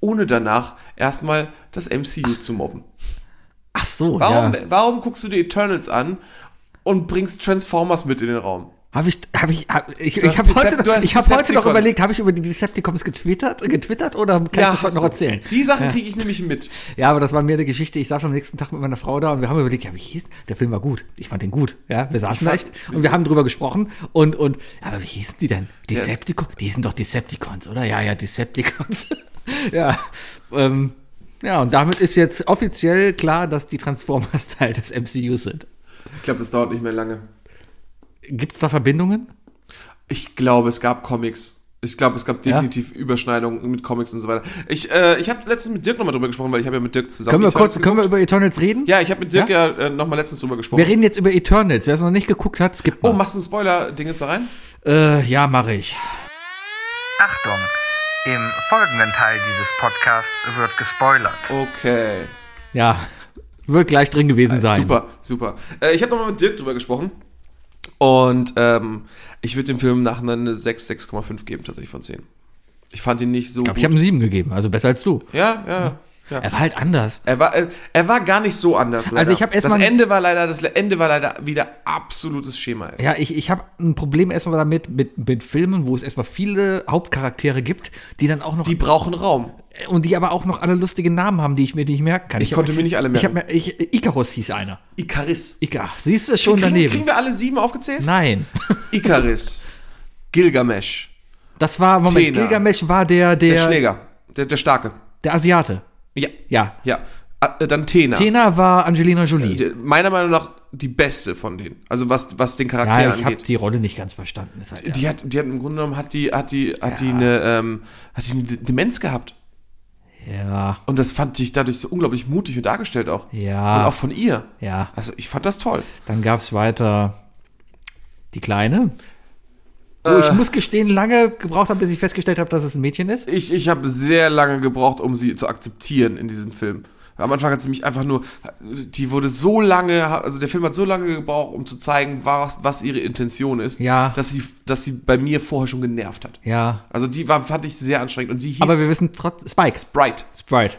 [SPEAKER 3] ohne danach erstmal das MCU zu mobben?
[SPEAKER 2] Ach so,
[SPEAKER 3] Warum,
[SPEAKER 2] ja.
[SPEAKER 3] warum guckst du die Eternals an und bringst Transformers mit in den Raum?
[SPEAKER 2] Habe ich, habe ich, hab, ich,
[SPEAKER 3] Du
[SPEAKER 2] ich
[SPEAKER 3] hast
[SPEAKER 2] habe heute,
[SPEAKER 3] Decep- du
[SPEAKER 2] noch-
[SPEAKER 3] hast
[SPEAKER 2] ich hab heute noch
[SPEAKER 3] Decepticons.
[SPEAKER 2] überlegt, habe ich über die Decepticons getwittert, getwittert oder kann ich das
[SPEAKER 3] hast
[SPEAKER 2] heute noch
[SPEAKER 3] du.
[SPEAKER 2] erzählen?
[SPEAKER 3] Die Sachen kriege ich nämlich mit.
[SPEAKER 2] Ja, aber das war mir eine Geschichte. Ich saß am nächsten Tag mit meiner Frau da und wir haben überlegt, ja, wie hieß, der Film war gut. Ich fand den gut. Ja, wir saßen
[SPEAKER 3] fand-
[SPEAKER 2] echt und wir haben drüber gesprochen und, und, ja, aber wie hießen die denn? Decepticons? Die sind doch Decepticons, oder? Ja, ja, Decepticons. [laughs] ja, ähm, ja, und damit ist jetzt offiziell klar, dass die Transformers [laughs] Teil des MCU sind.
[SPEAKER 3] Ich glaube, das dauert nicht mehr lange.
[SPEAKER 2] Gibt's da Verbindungen?
[SPEAKER 3] Ich glaube, es gab Comics. Ich glaube, es gab definitiv Überschneidungen mit Comics und so weiter. Ich, äh, ich habe letztens mit Dirk nochmal drüber gesprochen, weil ich habe ja mit Dirk zusammen.
[SPEAKER 2] Können wir
[SPEAKER 3] Eternals
[SPEAKER 2] kurz, können wir
[SPEAKER 3] geguckt.
[SPEAKER 2] über Eternals reden?
[SPEAKER 3] Ja, ich habe mit Dirk ja, äh, nochmal letztens drüber gesprochen.
[SPEAKER 2] Wir reden jetzt über Eternals. Wer es noch nicht geguckt hat, skippt
[SPEAKER 3] oh,
[SPEAKER 2] mal.
[SPEAKER 3] machst du einen Spoiler-Ding jetzt da rein?
[SPEAKER 2] äh, ja, mache ich.
[SPEAKER 4] Achtung! Im folgenden Teil dieses Podcasts wird gespoilert.
[SPEAKER 3] Okay.
[SPEAKER 2] Ja, wird gleich drin gewesen sein.
[SPEAKER 3] Äh, Super, super. Äh, ich habe nochmal mit Dirk drüber gesprochen. Und ähm, ich würde dem Film nachher eine 6, 6,5 geben, tatsächlich von 10. Ich fand ihn nicht so.
[SPEAKER 2] Ich glaube, ich habe ihm sieben gegeben, also besser als du.
[SPEAKER 3] ja, ja, ja.
[SPEAKER 2] Er war halt anders.
[SPEAKER 3] Er war, er, er war gar nicht so anders. Leider.
[SPEAKER 2] Also ich hab erst
[SPEAKER 3] das
[SPEAKER 2] mal-
[SPEAKER 3] Ende war leider, das Ende war leider wieder absolutes Schema. ey.
[SPEAKER 2] Ja, ich, ich habe ein Problem erstmal damit, mit, mit Filmen, wo es erstmal viele Hauptcharaktere gibt, die dann auch noch, äh,
[SPEAKER 3] Die brauchen Raum.
[SPEAKER 2] und die aber auch noch alle lustigen Namen haben, die ich mir nicht merken kann.
[SPEAKER 3] Ich konnte mir nicht alle
[SPEAKER 2] Ich hab
[SPEAKER 3] merken.
[SPEAKER 2] mir, ich, Icarus hieß einer.
[SPEAKER 3] Ikaris.
[SPEAKER 2] Icarus, siehst du schon
[SPEAKER 3] Kriegen,
[SPEAKER 2] daneben.
[SPEAKER 3] kriegen wir alle sieben aufgezählt?
[SPEAKER 2] Nein.
[SPEAKER 3] Ikaris, Gilgamesh,
[SPEAKER 2] Das war, Moment,
[SPEAKER 3] Tena.
[SPEAKER 2] Gilgamesh war der,
[SPEAKER 3] der
[SPEAKER 2] der, der,
[SPEAKER 3] Schläger, der, der Starke.
[SPEAKER 2] Asiate.
[SPEAKER 3] Ja.
[SPEAKER 2] Ja.
[SPEAKER 3] Ja. Ah, äh, Dann Tena.
[SPEAKER 2] Tena war Angelina Jolie.
[SPEAKER 3] Die- Meiner Meinung nach die beste von denen. Also was, was den Charakter
[SPEAKER 2] ja, ich habe
[SPEAKER 3] angeht.
[SPEAKER 2] die Rolle nicht ganz verstanden. Ist halt, ja.
[SPEAKER 3] Die hat, die hat im Grunde genommen hat die, hat die, hat die eine, ähm, hat die eine De- Demenz gehabt.
[SPEAKER 2] ja,
[SPEAKER 3] Und das fand ich dadurch so unglaublich mutig und dargestellt auch.
[SPEAKER 2] Ja.
[SPEAKER 3] Und auch von ihr.
[SPEAKER 2] ja.
[SPEAKER 3] Also ich fand das toll.
[SPEAKER 2] Dann gab es weiter die Kleine. Wo
[SPEAKER 3] Äh.
[SPEAKER 2] ich muss gestehen, lange gebraucht habe, bis ich festgestellt habe, dass es ein Mädchen ist.
[SPEAKER 3] Ich, ich habe sehr lange gebraucht, um sie zu akzeptieren in diesem Film. Am Anfang hat sie mich einfach nur, die wurde so lange, also der Film hat so lange gebraucht, um zu zeigen, was, was ihre Intention ist,
[SPEAKER 2] Ja.
[SPEAKER 3] dass, sie, dass sie bei mir vorher schon genervt hat.
[SPEAKER 2] Ja.
[SPEAKER 3] Also die war, fand ich sehr anstrengend und die hieß
[SPEAKER 2] Aber wir wissen trotz. Spike.
[SPEAKER 3] Sprite.
[SPEAKER 2] Sprite.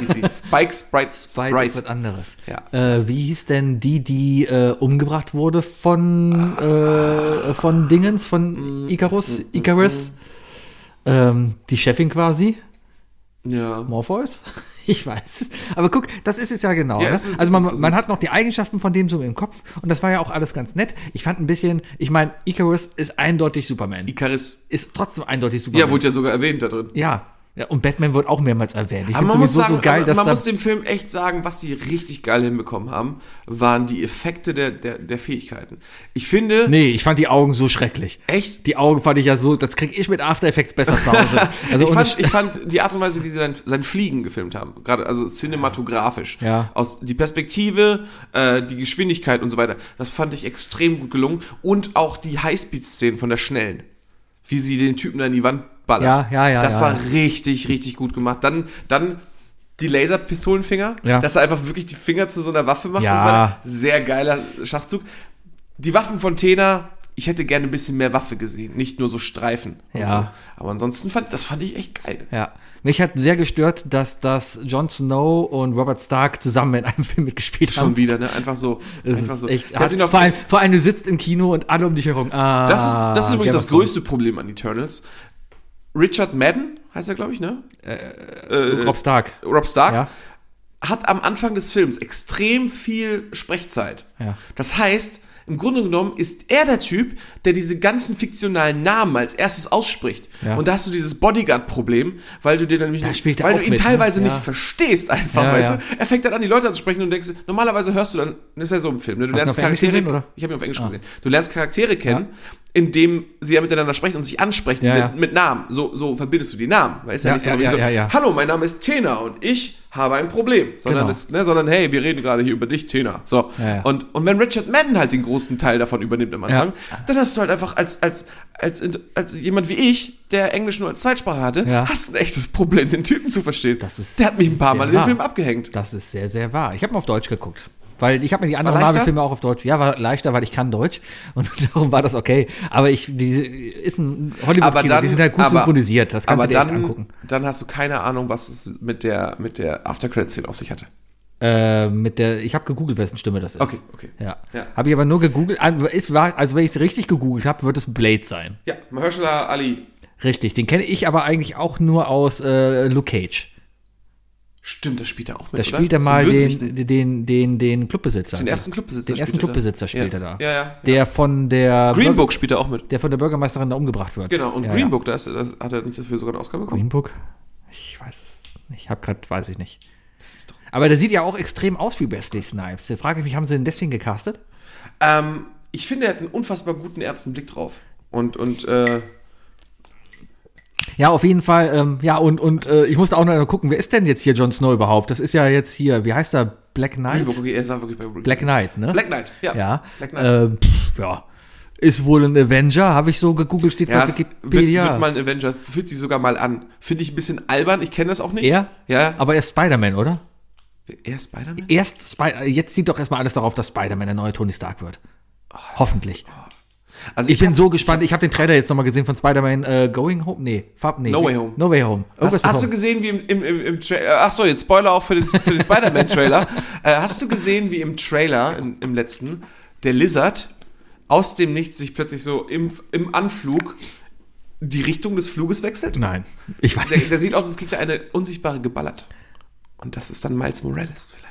[SPEAKER 2] [laughs]
[SPEAKER 3] hieß sie. Spike,
[SPEAKER 2] Spike
[SPEAKER 3] Sprite,
[SPEAKER 2] ist halt- was
[SPEAKER 3] Sprite.
[SPEAKER 2] anderes.
[SPEAKER 3] Ja.
[SPEAKER 2] Äh, wie hieß denn die, die äh, umgebracht wurde von, äh, von Dingens,
[SPEAKER 3] Mm,
[SPEAKER 2] von Icarus? Icarus? Ähm, die Chefin quasi?
[SPEAKER 3] Ja.
[SPEAKER 2] Morpheus? [laughs] Ich weiß. es. Aber guck, das ist es ja genau.
[SPEAKER 3] Ja,
[SPEAKER 2] ne?
[SPEAKER 3] es ist-
[SPEAKER 2] also
[SPEAKER 3] es
[SPEAKER 2] man,
[SPEAKER 3] ist- es
[SPEAKER 2] man
[SPEAKER 3] ist-
[SPEAKER 2] hat noch die Eigenschaften von dem so im Kopf und das war ja auch alles ganz nett. Ich fand ein bisschen, ich meine, Icarus ist eindeutig Superman.
[SPEAKER 3] Icaris.
[SPEAKER 2] ist trotzdem eindeutig Superman.
[SPEAKER 3] Ja, wurde ja sogar erwähnt da drin.
[SPEAKER 2] ja. ja. Und Batman wird auch mehrmals erwähnt. Ich
[SPEAKER 3] Aber
[SPEAKER 2] finde
[SPEAKER 3] man muss,
[SPEAKER 2] sowieso
[SPEAKER 3] sagen,
[SPEAKER 2] so geil,
[SPEAKER 3] also, man
[SPEAKER 2] dass
[SPEAKER 3] muss
[SPEAKER 2] da,
[SPEAKER 3] dem Film echt sagen, was die richtig geil hinbekommen haben, waren die Effekte der, der, der Fähigkeiten. Ich finde,
[SPEAKER 2] Nee, ich fand die Augen so schrecklich.
[SPEAKER 3] echt,
[SPEAKER 2] Die Augen fand ich ja so, das kriege ich mit After Effects besser zu Hause. Also
[SPEAKER 3] [laughs] ich,
[SPEAKER 2] ohne
[SPEAKER 3] fand,
[SPEAKER 2] Sch-
[SPEAKER 3] ich fand die Art und Weise, wie sie sein, sein Fliegen gefilmt haben, gerade also cinematografisch,
[SPEAKER 2] Ja.
[SPEAKER 3] aus die Perspektive, äh, die Geschwindigkeit und so weiter, das fand ich extrem gut gelungen und auch die Highspeed-Szenen von der Schnellen, wie sie den Typen da in die Wand ballert.
[SPEAKER 2] Ja, ja, ja,
[SPEAKER 3] Das
[SPEAKER 2] ja.
[SPEAKER 3] war richtig, richtig gut gemacht. Dann, dann die Laserpistolenfinger,
[SPEAKER 2] Ja.
[SPEAKER 3] dass er einfach wirklich die Finger zu so einer Waffe macht und
[SPEAKER 2] Ja.
[SPEAKER 3] so weiter. Sehr geiler Schachzug. Die Waffen von Tena, ich hätte gerne ein bisschen mehr Waffe gesehen, nicht nur so Streifen. und
[SPEAKER 2] Ja.
[SPEAKER 3] So. Aber ansonsten fand das fand ich echt geil.
[SPEAKER 2] Ja. Mich hat sehr gestört, dass, dass Jon Snow und Robert Stark zusammen in einem Film mitgespielt haben.
[SPEAKER 3] Schon wieder, ne? Einfach so.
[SPEAKER 2] Das
[SPEAKER 3] einfach
[SPEAKER 2] ist
[SPEAKER 3] so.
[SPEAKER 2] echt
[SPEAKER 3] Ich hab
[SPEAKER 2] hart.
[SPEAKER 3] ihn noch,
[SPEAKER 2] vor, allem, vor allem, du sitzt im Kino und alle um dich herum. Ah,
[SPEAKER 3] das, ist, das ist übrigens
[SPEAKER 2] Game
[SPEAKER 3] das
[SPEAKER 2] of Thrones.
[SPEAKER 3] größte Problem an Eternals. Richard Madden, heißt er, glaube ich, ne? Äh,
[SPEAKER 2] Rob Stark.
[SPEAKER 3] Rob Stark.
[SPEAKER 2] Ja.
[SPEAKER 3] hat am Anfang des Films extrem viel Sprechzeit.
[SPEAKER 2] Ja.
[SPEAKER 3] Das heißt, im Grunde genommen ist er der Typ, der diese ganzen fiktionalen Namen als erstes ausspricht.
[SPEAKER 2] Ja.
[SPEAKER 3] Und da hast du dieses Bodyguard-Problem, weil du dir dann nämlich,
[SPEAKER 2] Da spielt er
[SPEAKER 3] weil
[SPEAKER 2] auch
[SPEAKER 3] du ihn
[SPEAKER 2] mit, ne?
[SPEAKER 3] teilweise
[SPEAKER 2] Ja.
[SPEAKER 3] nicht verstehst einfach,
[SPEAKER 2] Ja,
[SPEAKER 3] weißt
[SPEAKER 2] ja.
[SPEAKER 3] du? Er fängt dann an, die Leute anzusprechen und denkst, normalerweise hörst du dann, das ist ja so im Film, ne? du
[SPEAKER 2] Hast du ihn
[SPEAKER 3] lernst
[SPEAKER 2] auf Englisch
[SPEAKER 3] Charaktere,
[SPEAKER 2] gesehen, oder? Ah.
[SPEAKER 3] ich habe ihn auf Englisch gesehen, du lernst Charaktere kennen, indem sie ja miteinander sprechen und sich ansprechen
[SPEAKER 2] Ja,
[SPEAKER 3] mit,
[SPEAKER 2] ja.
[SPEAKER 3] mit Namen. So, so verbindest du die Namen, weißt du?
[SPEAKER 2] Ja,
[SPEAKER 3] nicht so,
[SPEAKER 2] ja,
[SPEAKER 3] irgendwie
[SPEAKER 2] ja,
[SPEAKER 3] so,
[SPEAKER 2] ja, ja.
[SPEAKER 3] Hallo, mein Name ist Tena und ich habe ein Problem. Sondern,
[SPEAKER 2] Genau.
[SPEAKER 3] es, ne, sondern hey, wir reden gerade hier über dich, Tena. So.
[SPEAKER 2] Ja, ja.
[SPEAKER 3] Und, und wenn Richard Madden halt den großen Teil davon übernimmt am Anfang, dann hast du halt einfach als, als, als, als jemand wie ich, der Englisch nur als Zweitsprache hatte,
[SPEAKER 2] Ja.
[SPEAKER 3] hast ein echtes Problem, den Typen zu verstehen.
[SPEAKER 2] Das ist
[SPEAKER 3] der hat mich ein paar
[SPEAKER 2] sehr
[SPEAKER 3] Mal in den
[SPEAKER 2] wahr.
[SPEAKER 3] Film abgehängt.
[SPEAKER 2] Das ist sehr, sehr wahr. Ich habe mal auf Deutsch geguckt. Weil ich habe mir die anderen
[SPEAKER 3] War leichter?
[SPEAKER 2] Marvel-Filme auch auf Deutsch. Ja, war leichter, weil ich kann Deutsch. Und [laughs] darum war das okay. Aber ich, die ist ein
[SPEAKER 3] aber
[SPEAKER 2] Hollywood-Kino,
[SPEAKER 3] dann,
[SPEAKER 2] die sind halt gut
[SPEAKER 3] aber,
[SPEAKER 2] synchronisiert. Das kannst
[SPEAKER 3] aber
[SPEAKER 2] du dir echt
[SPEAKER 3] dann,
[SPEAKER 2] angucken.
[SPEAKER 3] Dann hast du keine Ahnung, was es mit der, mit der After-Credit-Szene auf sich hatte.
[SPEAKER 2] Äh, mit der, ich habe gegoogelt, wessen Stimme das ist.
[SPEAKER 3] Okay, okay.
[SPEAKER 2] Ja.
[SPEAKER 3] Ja.
[SPEAKER 2] Habe ich aber nur gegoogelt. Ah, es war- Also, wenn ich es richtig gegoogelt habe, wird es Blade sein.
[SPEAKER 3] Ja, Mahershala Ali.
[SPEAKER 2] Richtig. Den kenne ich aber eigentlich auch nur aus äh, Luke Cage.
[SPEAKER 3] Stimmt, das spielt er auch mit.
[SPEAKER 2] Da spielt er
[SPEAKER 3] So
[SPEAKER 2] mal
[SPEAKER 3] Bösewichten.
[SPEAKER 2] den, den, den, den Clubbesitzer.
[SPEAKER 3] Den ersten Clubbesitzer
[SPEAKER 2] Den ersten
[SPEAKER 3] spielt er da.
[SPEAKER 2] Clubbesitzer spielt
[SPEAKER 3] ja.
[SPEAKER 2] er da.
[SPEAKER 3] Ja, ja.
[SPEAKER 2] Der von der
[SPEAKER 3] Green
[SPEAKER 2] Bürger-
[SPEAKER 3] Book spielt er auch mit.
[SPEAKER 2] der von der Bürgermeisterin da umgebracht wird.
[SPEAKER 3] Genau, und
[SPEAKER 2] ja,
[SPEAKER 3] Green
[SPEAKER 2] ja.
[SPEAKER 3] Book, da, ist, da hat er nicht dafür sogar einen Oscar bekommen.
[SPEAKER 2] Green Book? Ich weiß es nicht. Ich habe gerade, weiß ich nicht.
[SPEAKER 3] Das ist doch-
[SPEAKER 2] Aber der sieht ja auch extrem aus wie Wesley Snipes. Da frage ich mich, haben sie ihn deswegen gecastet?
[SPEAKER 3] Ähm, ich finde, er hat einen unfassbar guten ersten Blick drauf. Und, und äh,
[SPEAKER 2] Ja, auf jeden Fall. Ähm, ja, und, und äh, ich musste auch noch gucken, wer ist denn jetzt hier Jon Snow überhaupt? Das ist ja jetzt hier, wie heißt er? Black Knight?
[SPEAKER 3] Green Book, okay, er war wirklich bei Green
[SPEAKER 2] Black
[SPEAKER 3] Book.
[SPEAKER 2] Knight, ne?
[SPEAKER 3] Black Knight, ja.
[SPEAKER 2] Ja.
[SPEAKER 3] Black Knight.
[SPEAKER 2] Ähm, pff, ja. Ist wohl ein Avenger, habe ich so gegoogelt, steht
[SPEAKER 3] Ja,
[SPEAKER 2] bei
[SPEAKER 3] es wird,
[SPEAKER 2] Wikipedia.
[SPEAKER 3] wird mal ein Avenger, fühlt sich sogar mal an. Finde ich ein bisschen albern, ich kenne das auch nicht.
[SPEAKER 2] er?
[SPEAKER 3] Ja.
[SPEAKER 2] Aber er ist Spider-Man, oder?
[SPEAKER 3] Er ist Spider-Man?
[SPEAKER 2] Erst Spi äh, jetzt sieht doch erstmal alles darauf, dass Spider-Man der neue Tony Stark
[SPEAKER 3] Oh,
[SPEAKER 2] wird. Hoffentlich.
[SPEAKER 3] Also
[SPEAKER 2] Ich bin
[SPEAKER 3] hab-
[SPEAKER 2] so gespannt. Ich habe den Trailer jetzt nochmal gesehen von Spider-Man äh, Going Home. Nee, Fab, nee.
[SPEAKER 3] No Way Home.
[SPEAKER 2] No Way Home. Irgendwas
[SPEAKER 3] Hast,
[SPEAKER 2] mit
[SPEAKER 3] hast du
[SPEAKER 2] Home.
[SPEAKER 3] gesehen, wie im, im, im, im Trailer, ach so, jetzt Spoiler auch für den, für
[SPEAKER 2] [laughs]
[SPEAKER 3] den Spider-Man-Trailer, äh, hast du gesehen, wie im Trailer, in, im letzten, der Lizard aus dem Nichts sich plötzlich so im, im Anflug die Richtung des Fluges wechselt?
[SPEAKER 2] Nein, ich weiß
[SPEAKER 3] Der, der sieht aus, als kriegt er eine unsichtbare geballert. Und das ist dann Miles Morales vielleicht.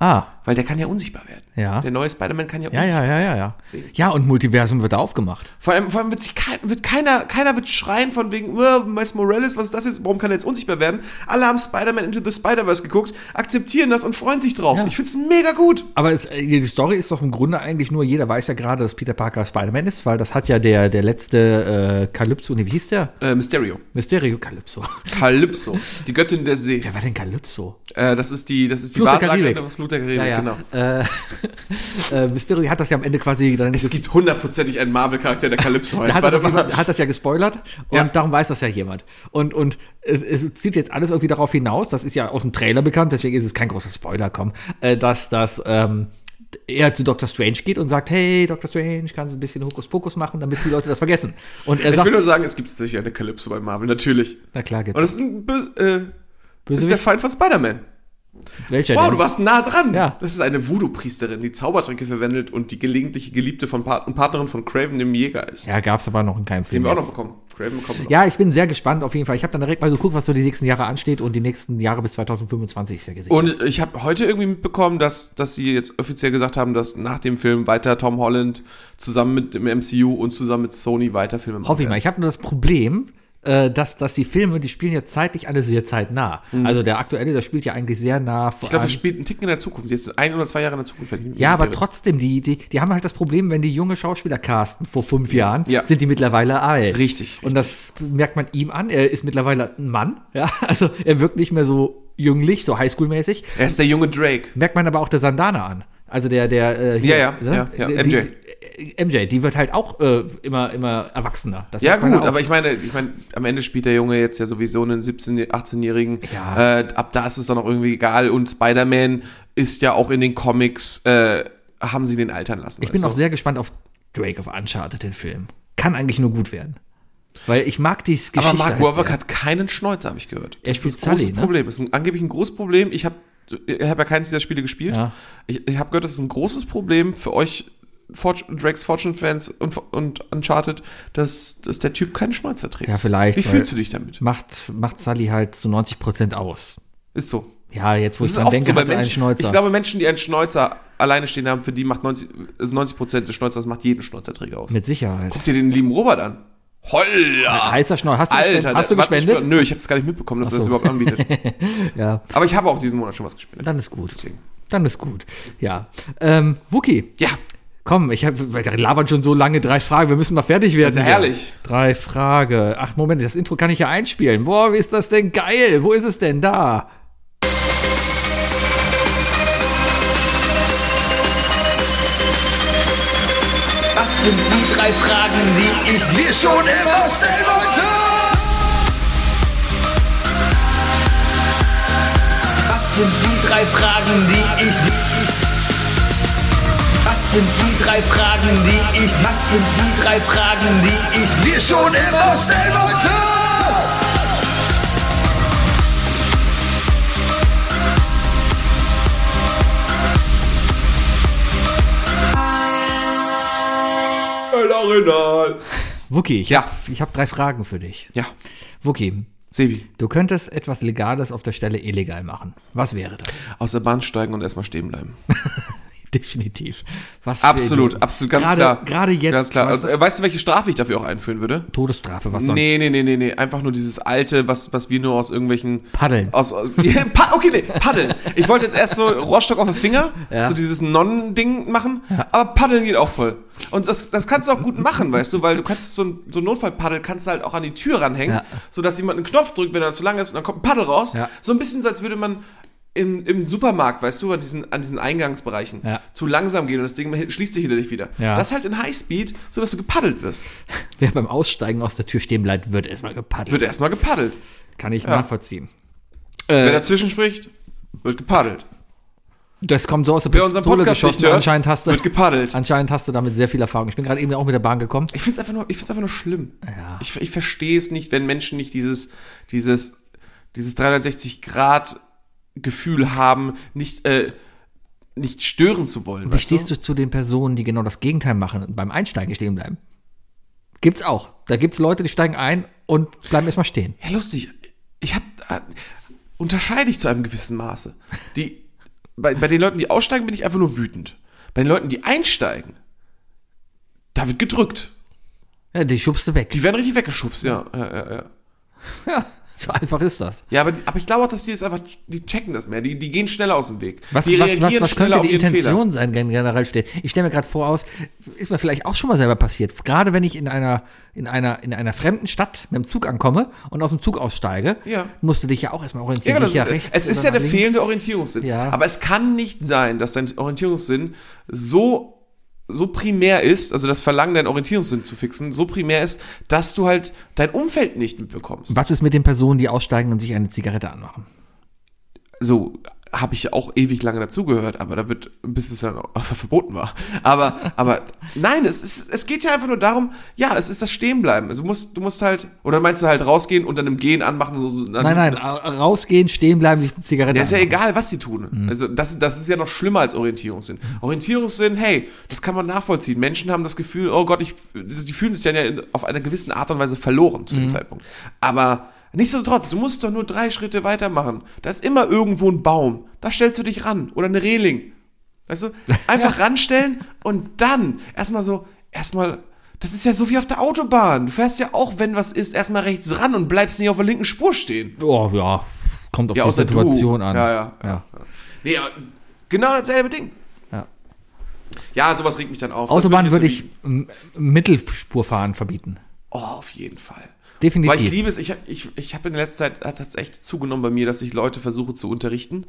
[SPEAKER 2] Ah,
[SPEAKER 3] Weil der kann ja unsichtbar werden.
[SPEAKER 2] Ja.
[SPEAKER 3] Der neue Spider-Man kann ja
[SPEAKER 2] ja, ja, ja, ja, ja. Ja, und Multiversum wird da aufgemacht.
[SPEAKER 3] Vor allem, vor allem wird, sich kein, wird keiner, keiner wird schreien von wegen, "Uah, Miles Morales, was ist das jetzt? Warum kann er jetzt unsichtbar werden? Alle haben Spider-Man Into the Spider-Verse geguckt, akzeptieren das und freuen sich drauf.
[SPEAKER 2] Ja.
[SPEAKER 3] Ich find's mega gut.
[SPEAKER 2] Aber es, äh, die Story ist doch im Grunde eigentlich nur, jeder weiß ja gerade, dass Peter Parker Spider-Man ist, weil das hat ja der, der letzte äh, Calypso, nee, wie hieß der?
[SPEAKER 3] Äh, Mysterio.
[SPEAKER 2] Mysterio Calypso.
[SPEAKER 3] Calypso. Die Göttin der See.
[SPEAKER 2] Wer war denn Calypso?
[SPEAKER 3] Äh, das ist die, das ist die
[SPEAKER 2] Flut der
[SPEAKER 3] Wahrsagerin
[SPEAKER 2] Karibik.
[SPEAKER 3] aus Flut der Karibik, genau.
[SPEAKER 2] Äh, äh, [laughs] Mysterio hat das ja am Ende quasi dann
[SPEAKER 3] Es gibt hundertprozentig einen Marvel-Charakter, der Calypso
[SPEAKER 2] Er hat,
[SPEAKER 3] heißt.
[SPEAKER 2] das
[SPEAKER 3] Warte
[SPEAKER 2] auf jeden
[SPEAKER 3] mal.
[SPEAKER 2] Fall- hat das ja gespoilert und
[SPEAKER 3] Ja.
[SPEAKER 2] darum weiß das ja jemand. Und, und es, es zieht jetzt alles irgendwie darauf hinaus, das ist ja aus dem Trailer bekannt, deswegen ist es kein großer Spoiler, komm, äh, dass das ähm, er zu Dr. Strange geht und sagt, hey, Dr. Strange, kannst du ein bisschen Hokuspokus machen, damit die Leute das vergessen. Und er
[SPEAKER 3] Ich will
[SPEAKER 2] sagt,
[SPEAKER 3] nur sagen, es gibt tatsächlich eine Calypso bei Marvel, natürlich.
[SPEAKER 2] na klar,
[SPEAKER 3] Und
[SPEAKER 2] gibt's.
[SPEAKER 3] das ist, ein Böse, äh, das ist der
[SPEAKER 2] Bösewicht,
[SPEAKER 3] Feind von Spider-Man.
[SPEAKER 2] welcher
[SPEAKER 3] Wow,
[SPEAKER 2] denn?
[SPEAKER 3] du warst nah dran.
[SPEAKER 2] Ja.
[SPEAKER 3] Das ist eine Voodoo-Priesterin, die Zaubertränke verwendet und die gelegentliche Geliebte von Part und Partnerin von Craven, dem Jäger ist.
[SPEAKER 2] Ja, gab's aber noch in keinem
[SPEAKER 3] Den
[SPEAKER 2] Film.
[SPEAKER 3] wir auch noch
[SPEAKER 2] jetzt.
[SPEAKER 3] bekommen. Craven bekommen wir noch.
[SPEAKER 2] Ja, ich bin sehr gespannt auf jeden Fall. Ich habe dann direkt mal geguckt, was so die nächsten Jahre ansteht und die nächsten Jahre bis 2025 ist ja gesehen.
[SPEAKER 3] Und ich habe heute irgendwie mitbekommen, dass, dass sie jetzt offiziell gesagt haben, dass nach dem Film weiter Tom Holland zusammen mit dem MCU und zusammen mit Sony weiter Filme machen.
[SPEAKER 2] Hoffe ich
[SPEAKER 3] werden.
[SPEAKER 2] mal. Ich habe nur das Problem, äh, dass, dass die Filme, die spielen ja zeitlich alle sehr zeitnah. Also der aktuelle, der spielt ja eigentlich sehr nah vor
[SPEAKER 3] Mhm. Ich glaube,
[SPEAKER 2] allem-
[SPEAKER 3] es spielt einen Ticken in der Zukunft. Jetzt ein oder zwei Jahre in der Zukunft. wenn ich mich
[SPEAKER 2] ja,
[SPEAKER 3] nicht
[SPEAKER 2] aber
[SPEAKER 3] irre.
[SPEAKER 2] trotzdem, die, die, die haben halt das Problem, wenn die junge Schauspieler casten vor fünf Jahren,
[SPEAKER 3] Ja.
[SPEAKER 2] sind die mittlerweile alt.
[SPEAKER 3] Richtig,
[SPEAKER 2] Und das merkt man ihm an. Er ist mittlerweile ein Mann. Ja, [laughs] also er wirkt nicht mehr so jünglich, so Highschool-mäßig.
[SPEAKER 3] Er ist der junge Drake.
[SPEAKER 2] Merkt man aber auch der Sandana an. Also der, der, äh,
[SPEAKER 3] Ja, ja, ja, ja, MJ.
[SPEAKER 2] MJ. Die, äh, MJ, die wird halt auch äh, immer, immer erwachsener. Das
[SPEAKER 3] Ja,
[SPEAKER 2] merkt man
[SPEAKER 3] gut,
[SPEAKER 2] auch.
[SPEAKER 3] aber ich meine, ich meine, am Ende spielt der Junge jetzt ja sowieso einen 17-, 18-Jährigen.
[SPEAKER 2] Ja.
[SPEAKER 3] Äh, ab da ist es dann auch irgendwie egal. Und Spider-Man ist ja auch in den Comics, äh, haben sie den altern lassen.
[SPEAKER 2] Ich bin auch sehr gespannt auf Drake of Uncharted, den Film. Kann eigentlich nur gut werden. Weil ich mag die Geschichte.
[SPEAKER 3] Aber Mark
[SPEAKER 2] halt
[SPEAKER 3] Wahlberg
[SPEAKER 2] sehr.
[SPEAKER 3] hat keinen Schnäuzer, habe ich gehört.
[SPEAKER 2] Er
[SPEAKER 3] das ist
[SPEAKER 2] spielt
[SPEAKER 3] ein großes
[SPEAKER 2] Sully, ne?
[SPEAKER 3] Problem. Das ist ein, angeblich ein großes Problem. Ich habe ich hab ja keins dieser Spiele gespielt.
[SPEAKER 2] Ja.
[SPEAKER 3] Ich, ich habe gehört, das ist ein großes Problem für euch Fort Drakes Fortune-Fans und, und Uncharted, dass, dass der Typ keinen Schnäuzer trägt.
[SPEAKER 2] Ja, vielleicht,
[SPEAKER 3] Wie
[SPEAKER 2] weil-
[SPEAKER 3] fühlst du dich damit?
[SPEAKER 2] Macht, macht Sully halt zu 90% aus.
[SPEAKER 3] Ist so.
[SPEAKER 2] Ja, jetzt wo ich
[SPEAKER 3] Das ist
[SPEAKER 2] dran
[SPEAKER 3] oft
[SPEAKER 2] denke,
[SPEAKER 3] so bei
[SPEAKER 2] hat er einen
[SPEAKER 3] Menschen.
[SPEAKER 2] Schnäuzer.
[SPEAKER 3] Ich glaube, Menschen, die einen Schnäuzer alleine stehen haben, für die macht 90, also 90 Prozent des Schneuzers macht jeden Schneuzerträger aus.
[SPEAKER 2] Mit Sicherheit.
[SPEAKER 3] Guck dir den lieben Robert an. Holla!
[SPEAKER 2] Heißer Schnäuzer. Hast du gespendet?
[SPEAKER 3] Alter,
[SPEAKER 2] hast du
[SPEAKER 3] der- warte,
[SPEAKER 2] gespendet?
[SPEAKER 3] Nö, ich habe es gar nicht mitbekommen, dass er das
[SPEAKER 2] so.
[SPEAKER 3] überhaupt anbietet.
[SPEAKER 2] [laughs] Ja,
[SPEAKER 3] Aber ich habe auch diesen Monat schon was gespendet.
[SPEAKER 2] dann ist gut.
[SPEAKER 3] Deswegen.
[SPEAKER 2] Dann ist gut. Ja. Ähm, Wookie,
[SPEAKER 3] Ja,
[SPEAKER 2] komm, ich hab, wir labern schon so lange drei Fragen. Wir müssen mal fertig werden.
[SPEAKER 3] Das ist ja
[SPEAKER 2] hier.
[SPEAKER 3] herrlich.
[SPEAKER 2] Drei Frage. Ach, Moment, das Intro kann ich ja einspielen. Boah, wie ist das denn geil? Wo ist es denn da?
[SPEAKER 5] Das sind die drei Fragen, die ich dir schon immer stellen wollte. Was sind die drei Fragen, die ich dir... Was sind die drei Fragen, die ich... Was sind die drei Fragen, die ich dir schon immer stellen wollte?
[SPEAKER 3] Elerinal.
[SPEAKER 2] Wookie, ich
[SPEAKER 3] Ja.
[SPEAKER 2] habe hab drei Fragen für dich.
[SPEAKER 3] Ja,
[SPEAKER 2] Wookie,
[SPEAKER 3] Sebi,
[SPEAKER 2] du könntest etwas Legales auf der Stelle illegal machen. Was wäre
[SPEAKER 3] [laughs]
[SPEAKER 2] das?
[SPEAKER 3] aus der Bahn steigen und erstmal stehen bleiben.
[SPEAKER 2] Definitiv. Was für
[SPEAKER 3] Absolut,
[SPEAKER 2] Idioten.
[SPEAKER 3] absolut, ganz
[SPEAKER 2] gerade,
[SPEAKER 3] klar.
[SPEAKER 2] Gerade jetzt.
[SPEAKER 3] Ganz klar.
[SPEAKER 2] Weißt
[SPEAKER 3] Also,
[SPEAKER 2] du,
[SPEAKER 3] äh, weißt du, welche Strafe ich dafür auch einführen würde?
[SPEAKER 2] Todesstrafe, was sonst?
[SPEAKER 3] Nee, nee, nee, nee, nee. Einfach nur dieses alte, was, was wir nur aus irgendwelchen.
[SPEAKER 2] Paddeln.
[SPEAKER 3] Aus, aus, [laughs] Ja, pa okay, nee, paddeln. Ich wollte jetzt erst so Rohrstock auf den Finger,
[SPEAKER 2] Ja.
[SPEAKER 3] so dieses Nonnen-Ding machen, aber paddeln geht auch voll. Und das, das kannst du auch gut machen, weißt du, weil du kannst so ein, so ein Notfallpaddel kannst du halt auch an die Tür ranhängen,
[SPEAKER 2] Ja.
[SPEAKER 3] sodass jemand einen Knopf drückt, wenn er zu lang ist und dann kommt ein Paddel raus.
[SPEAKER 2] Ja.
[SPEAKER 3] So ein bisschen so, als würde man. Im, Im Supermarkt, weißt du, an diesen, an diesen Eingangsbereichen
[SPEAKER 2] Ja.
[SPEAKER 3] zu langsam gehen und das Ding schließt sich hinter dich wieder.
[SPEAKER 2] Ja.
[SPEAKER 3] Das halt in Highspeed, sodass du gepaddelt wirst.
[SPEAKER 2] Wer beim Aussteigen aus der Tür stehen bleibt, wird erstmal gepaddelt.
[SPEAKER 3] Wird erstmal gepaddelt.
[SPEAKER 2] Kann ich
[SPEAKER 3] Ja.
[SPEAKER 2] nachvollziehen. Äh,
[SPEAKER 3] Wer dazwischen spricht, wird gepaddelt.
[SPEAKER 2] Das kommt so aus der
[SPEAKER 3] Wer unseren
[SPEAKER 2] Pistole
[SPEAKER 3] Podcast
[SPEAKER 2] geschossen.
[SPEAKER 3] nicht hört,
[SPEAKER 2] anscheinend hast du,
[SPEAKER 3] wird gepaddelt.
[SPEAKER 2] Anscheinend hast du damit sehr viel Erfahrung. Ich bin gerade eben auch mit der Bahn gekommen.
[SPEAKER 3] Ich finde es einfach, nur- ich find's einfach nur schlimm.
[SPEAKER 2] Ja.
[SPEAKER 3] Ich, ich verstehe es nicht, wenn Menschen nicht dieses, dieses, dieses 360-Grad-Gefühl haben, nicht, äh, nicht stören zu wollen.
[SPEAKER 2] Wie stehst du zu den Personen, die genau das Gegenteil machen und beim Einsteigen stehen bleiben? Gibt's auch. Da gibt's Leute, die steigen ein und bleiben erstmal stehen.
[SPEAKER 3] Ja, lustig. Ich hab, äh, unterscheide ich zu einem gewissen Maße. Die, bei, bei den Leuten, die aussteigen, bin ich einfach nur wütend. Bei den Leuten, die einsteigen, da wird gedrückt.
[SPEAKER 2] Ja, die schubst du weg. [laughs]
[SPEAKER 3] Die werden richtig weggeschubst, ja. ja, ja, ja.
[SPEAKER 2] Ja, so einfach ist das.
[SPEAKER 3] Ja, aber, aber ich glaube auch, dass die jetzt einfach, die checken das mehr. Die, die gehen schneller aus dem Weg.
[SPEAKER 2] Was,
[SPEAKER 3] die
[SPEAKER 2] was, was, was könnte die Intention sein, wenn generell steht? Ich stelle mir gerade vor, aus, ist mir vielleicht auch schon mal selber passiert. Gerade wenn ich in einer, in, einer, in einer fremden Stadt mit dem Zug ankomme und aus dem Zug aussteige,
[SPEAKER 3] Ja.
[SPEAKER 2] musst du dich ja auch erstmal orientieren.
[SPEAKER 3] Ja, genau, das
[SPEAKER 2] Gehe
[SPEAKER 3] ist,
[SPEAKER 2] ich rechts
[SPEAKER 3] es ist
[SPEAKER 2] oder
[SPEAKER 3] ja
[SPEAKER 2] nach
[SPEAKER 3] der
[SPEAKER 2] links?
[SPEAKER 3] fehlende Orientierungssinn.
[SPEAKER 2] Ja.
[SPEAKER 3] Aber es kann nicht sein, dass dein Orientierungssinn so, so primär ist, also das Verlangen, deinen Orientierungssinn zu fixen, so primär ist, dass du halt dein Umfeld nicht mitbekommst.
[SPEAKER 2] Was ist mit den Personen, die aussteigen und sich eine Zigarette anmachen?
[SPEAKER 3] so habe ich ja auch ewig lange dazugehört, aber da wird, bis es dann auch verboten war. Aber, aber nein, es, ist, es geht ja einfach nur darum, ja, es ist das Stehenbleiben. Also du musst, du musst halt, oder meinst du halt rausgehen und dann im Gehen anmachen? So, so, dann,
[SPEAKER 2] Nein, nein, au- rausgehen, stehen bleiben, sich eine Zigarette
[SPEAKER 3] Ja, ist ja
[SPEAKER 2] anmachen.
[SPEAKER 3] egal, was sie tun. Also das, das ist ja noch schlimmer als Orientierungssinn. Orientierungssinn, hey, das kann man nachvollziehen. Menschen haben das Gefühl, oh Gott, ich, die fühlen sich dann ja in, auf einer gewissen Art und Weise verloren zu dem Zeitpunkt. Aber nichtsdestotrotz, du musst doch nur drei Schritte weitermachen. Da ist immer irgendwo ein Baum. Da stellst du dich ran oder eine Reling. Weißt du, einfach ranstellen und dann erstmal so, erstmal, das ist ja so wie auf der Autobahn. Du fährst ja auch, wenn was ist, erstmal rechts ran und bleibst nicht auf der linken Spur stehen.
[SPEAKER 2] Oh, ja, kommt auf
[SPEAKER 3] Ja,
[SPEAKER 2] die
[SPEAKER 3] außer du.
[SPEAKER 2] Situation an.
[SPEAKER 3] Ja, ja.
[SPEAKER 2] ja.
[SPEAKER 3] Nee, aber genau dasselbe Ding.
[SPEAKER 2] Ja.
[SPEAKER 3] Ja, sowas regt mich dann auf. Das
[SPEAKER 2] Autobahn
[SPEAKER 3] will
[SPEAKER 2] würde
[SPEAKER 3] jetzt
[SPEAKER 2] ich M- Mittelspurfahren verbieten.
[SPEAKER 3] so lieben. Oh, auf jeden Fall.
[SPEAKER 2] Definitiv.
[SPEAKER 3] Weil ich liebe es, ich habe ich, ich hab in letzter Zeit, hat das echt zugenommen bei mir, dass ich Leute versuche zu unterrichten.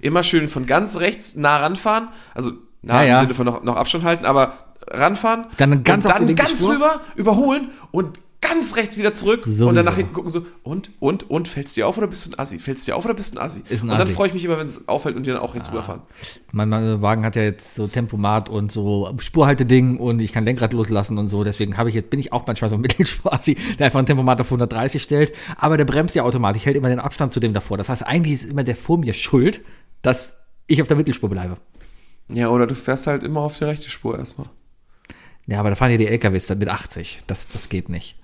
[SPEAKER 3] Immer schön von ganz rechts nah ranfahren, also nah
[SPEAKER 2] Ja, ja.
[SPEAKER 3] im Sinne von noch, noch Abstand halten, aber ranfahren.
[SPEAKER 2] Dann ganz
[SPEAKER 3] und
[SPEAKER 2] auf die
[SPEAKER 3] dann
[SPEAKER 2] linke
[SPEAKER 3] ganz
[SPEAKER 2] Spur.
[SPEAKER 3] rüber, überholen und ganz rechts wieder zurück
[SPEAKER 2] Sowieso.
[SPEAKER 3] und dann nach hinten gucken so und, und, und, fällst dir auf oder bist du ein Assi? Fällst dir auf oder bist du ein Assi?
[SPEAKER 2] Ist ein
[SPEAKER 3] und dann
[SPEAKER 2] Assi.
[SPEAKER 3] freue ich mich immer, wenn es auffällt und die dann auch rechts rüberfahren.
[SPEAKER 2] Mein, mein Wagen hat ja jetzt so Tempomat und so Spurhalteding und ich kann Lenkrad loslassen und so. Deswegen habe ich jetzt, bin ich auch manchmal so ein [laughs] Mittelspurassi, der einfach ein Tempomat auf 130 stellt. Aber der bremst ja automatisch, hält immer den Abstand zu dem davor. Das heißt, eigentlich ist immer der vor mir schuld, dass ich auf der Mittelspur bleibe.
[SPEAKER 3] Ja, oder du fährst halt immer auf die rechte Spur erstmal.
[SPEAKER 2] Ja, aber da fahren ja die LKWs dann mit 80. Das, das geht nicht.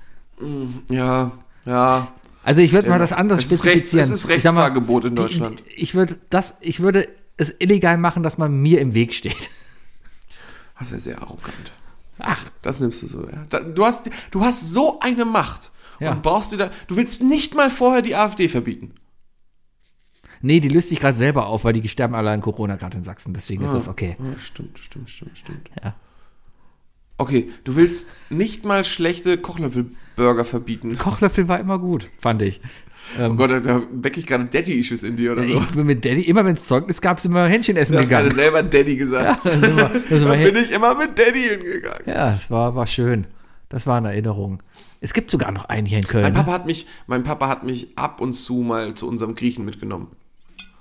[SPEAKER 3] Ja, ja.
[SPEAKER 2] Also ich würde mal das anders
[SPEAKER 3] Es ist Recht-
[SPEAKER 2] spezifizieren.
[SPEAKER 3] es ist
[SPEAKER 2] Ich sag mal,
[SPEAKER 3] Rechtsfahrgebot in
[SPEAKER 2] die-
[SPEAKER 3] Deutschland.
[SPEAKER 2] die- Ich würde das, ich würde es illegal machen, dass man mir im Weg steht. [laughs]
[SPEAKER 3] Das ist ja sehr arrogant.
[SPEAKER 2] Ach,
[SPEAKER 3] Das nimmst du so, ja. Da, du, hast, du hast so eine Macht.
[SPEAKER 2] Ja.
[SPEAKER 3] Und brauchst du da. Du willst nicht mal vorher die AfD verbieten.
[SPEAKER 2] nee, die löst sich gerade selber auf, weil die sterben alle an Corona gerade in Sachsen. Deswegen ist das okay.
[SPEAKER 3] Ah, stimmt, stimmt, stimmt, stimmt.
[SPEAKER 2] Ja.
[SPEAKER 3] Okay, du willst nicht mal schlechte Kochlöffelburger verbieten.
[SPEAKER 2] Kochlöffel war immer gut, fand ich.
[SPEAKER 3] Oh Gott, da- da wecke ich gerade Daddy-Issues in dir oder so.
[SPEAKER 2] Ähm. Ich bin mit Daddy, immer wenn es Zeugnis gab, sind wir Händchen essen
[SPEAKER 3] Du hast gerade
[SPEAKER 2] gegangen.
[SPEAKER 3] selber Daddy gesagt.
[SPEAKER 2] Da sind wir- da sind wir
[SPEAKER 3] Dann
[SPEAKER 2] hin-
[SPEAKER 3] bin ich immer mit Daddy hingegangen.
[SPEAKER 2] Ja, das war, war schön. Das war eine Erinnerung. Es gibt sogar noch einen hier in Köln.
[SPEAKER 3] Mein Papa hat mich, mein Papa hat mich ab und zu mal zu unserem Griechen mitgenommen.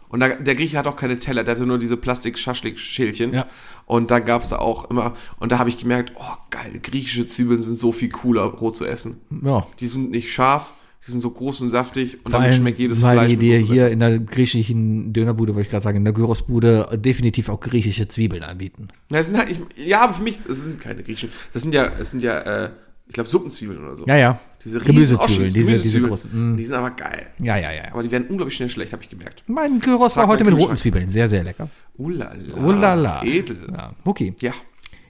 [SPEAKER 3] Und da, der Grieche hat auch keine Teller, der hatte nur diese Plastik-Schaschlik-Schälchen.
[SPEAKER 2] Ja.
[SPEAKER 3] Und da gab es da auch immer, und da habe ich gemerkt, oh geil, griechische Zwiebeln sind so viel cooler, roh zu essen.
[SPEAKER 2] ja.
[SPEAKER 3] Die sind nicht scharf, die sind so groß und saftig
[SPEAKER 2] Vor
[SPEAKER 3] und damit
[SPEAKER 2] allem,
[SPEAKER 3] schmeckt jedes
[SPEAKER 2] weil
[SPEAKER 3] Fleisch
[SPEAKER 2] die
[SPEAKER 3] mit
[SPEAKER 2] dir
[SPEAKER 3] Soße
[SPEAKER 2] hier
[SPEAKER 3] besser.
[SPEAKER 2] in der griechischen Dönerbude, wollte ich gerade sagen, in der Gyrosbude äh, definitiv auch griechische Zwiebeln anbieten.
[SPEAKER 3] Na, es sind halt, ich, ja, aber für mich, das sind keine griechischen. Das sind ja, es sind ja, äh, ich glaube, Suppenzwiebeln oder so.
[SPEAKER 2] Ja, ja.
[SPEAKER 3] Diese riesen
[SPEAKER 2] Gemüsezwiebeln,
[SPEAKER 3] Oschis,
[SPEAKER 2] diese, diese
[SPEAKER 3] Gemüsezwiebeln.
[SPEAKER 2] großen. Mm.
[SPEAKER 3] Die sind aber geil.
[SPEAKER 2] Ja, ja, ja. ja.
[SPEAKER 3] Aber die werden unglaublich schnell schlecht, habe ich gemerkt.
[SPEAKER 2] Mein Gyros
[SPEAKER 3] Frag
[SPEAKER 2] war heute
[SPEAKER 3] mal
[SPEAKER 2] mit roten
[SPEAKER 3] Kühlschrank.
[SPEAKER 2] Zwiebeln. Sehr, sehr lecker.
[SPEAKER 3] Ulala.
[SPEAKER 2] Ulala.
[SPEAKER 3] Edel.
[SPEAKER 2] Ja. Mucki,
[SPEAKER 3] Ja.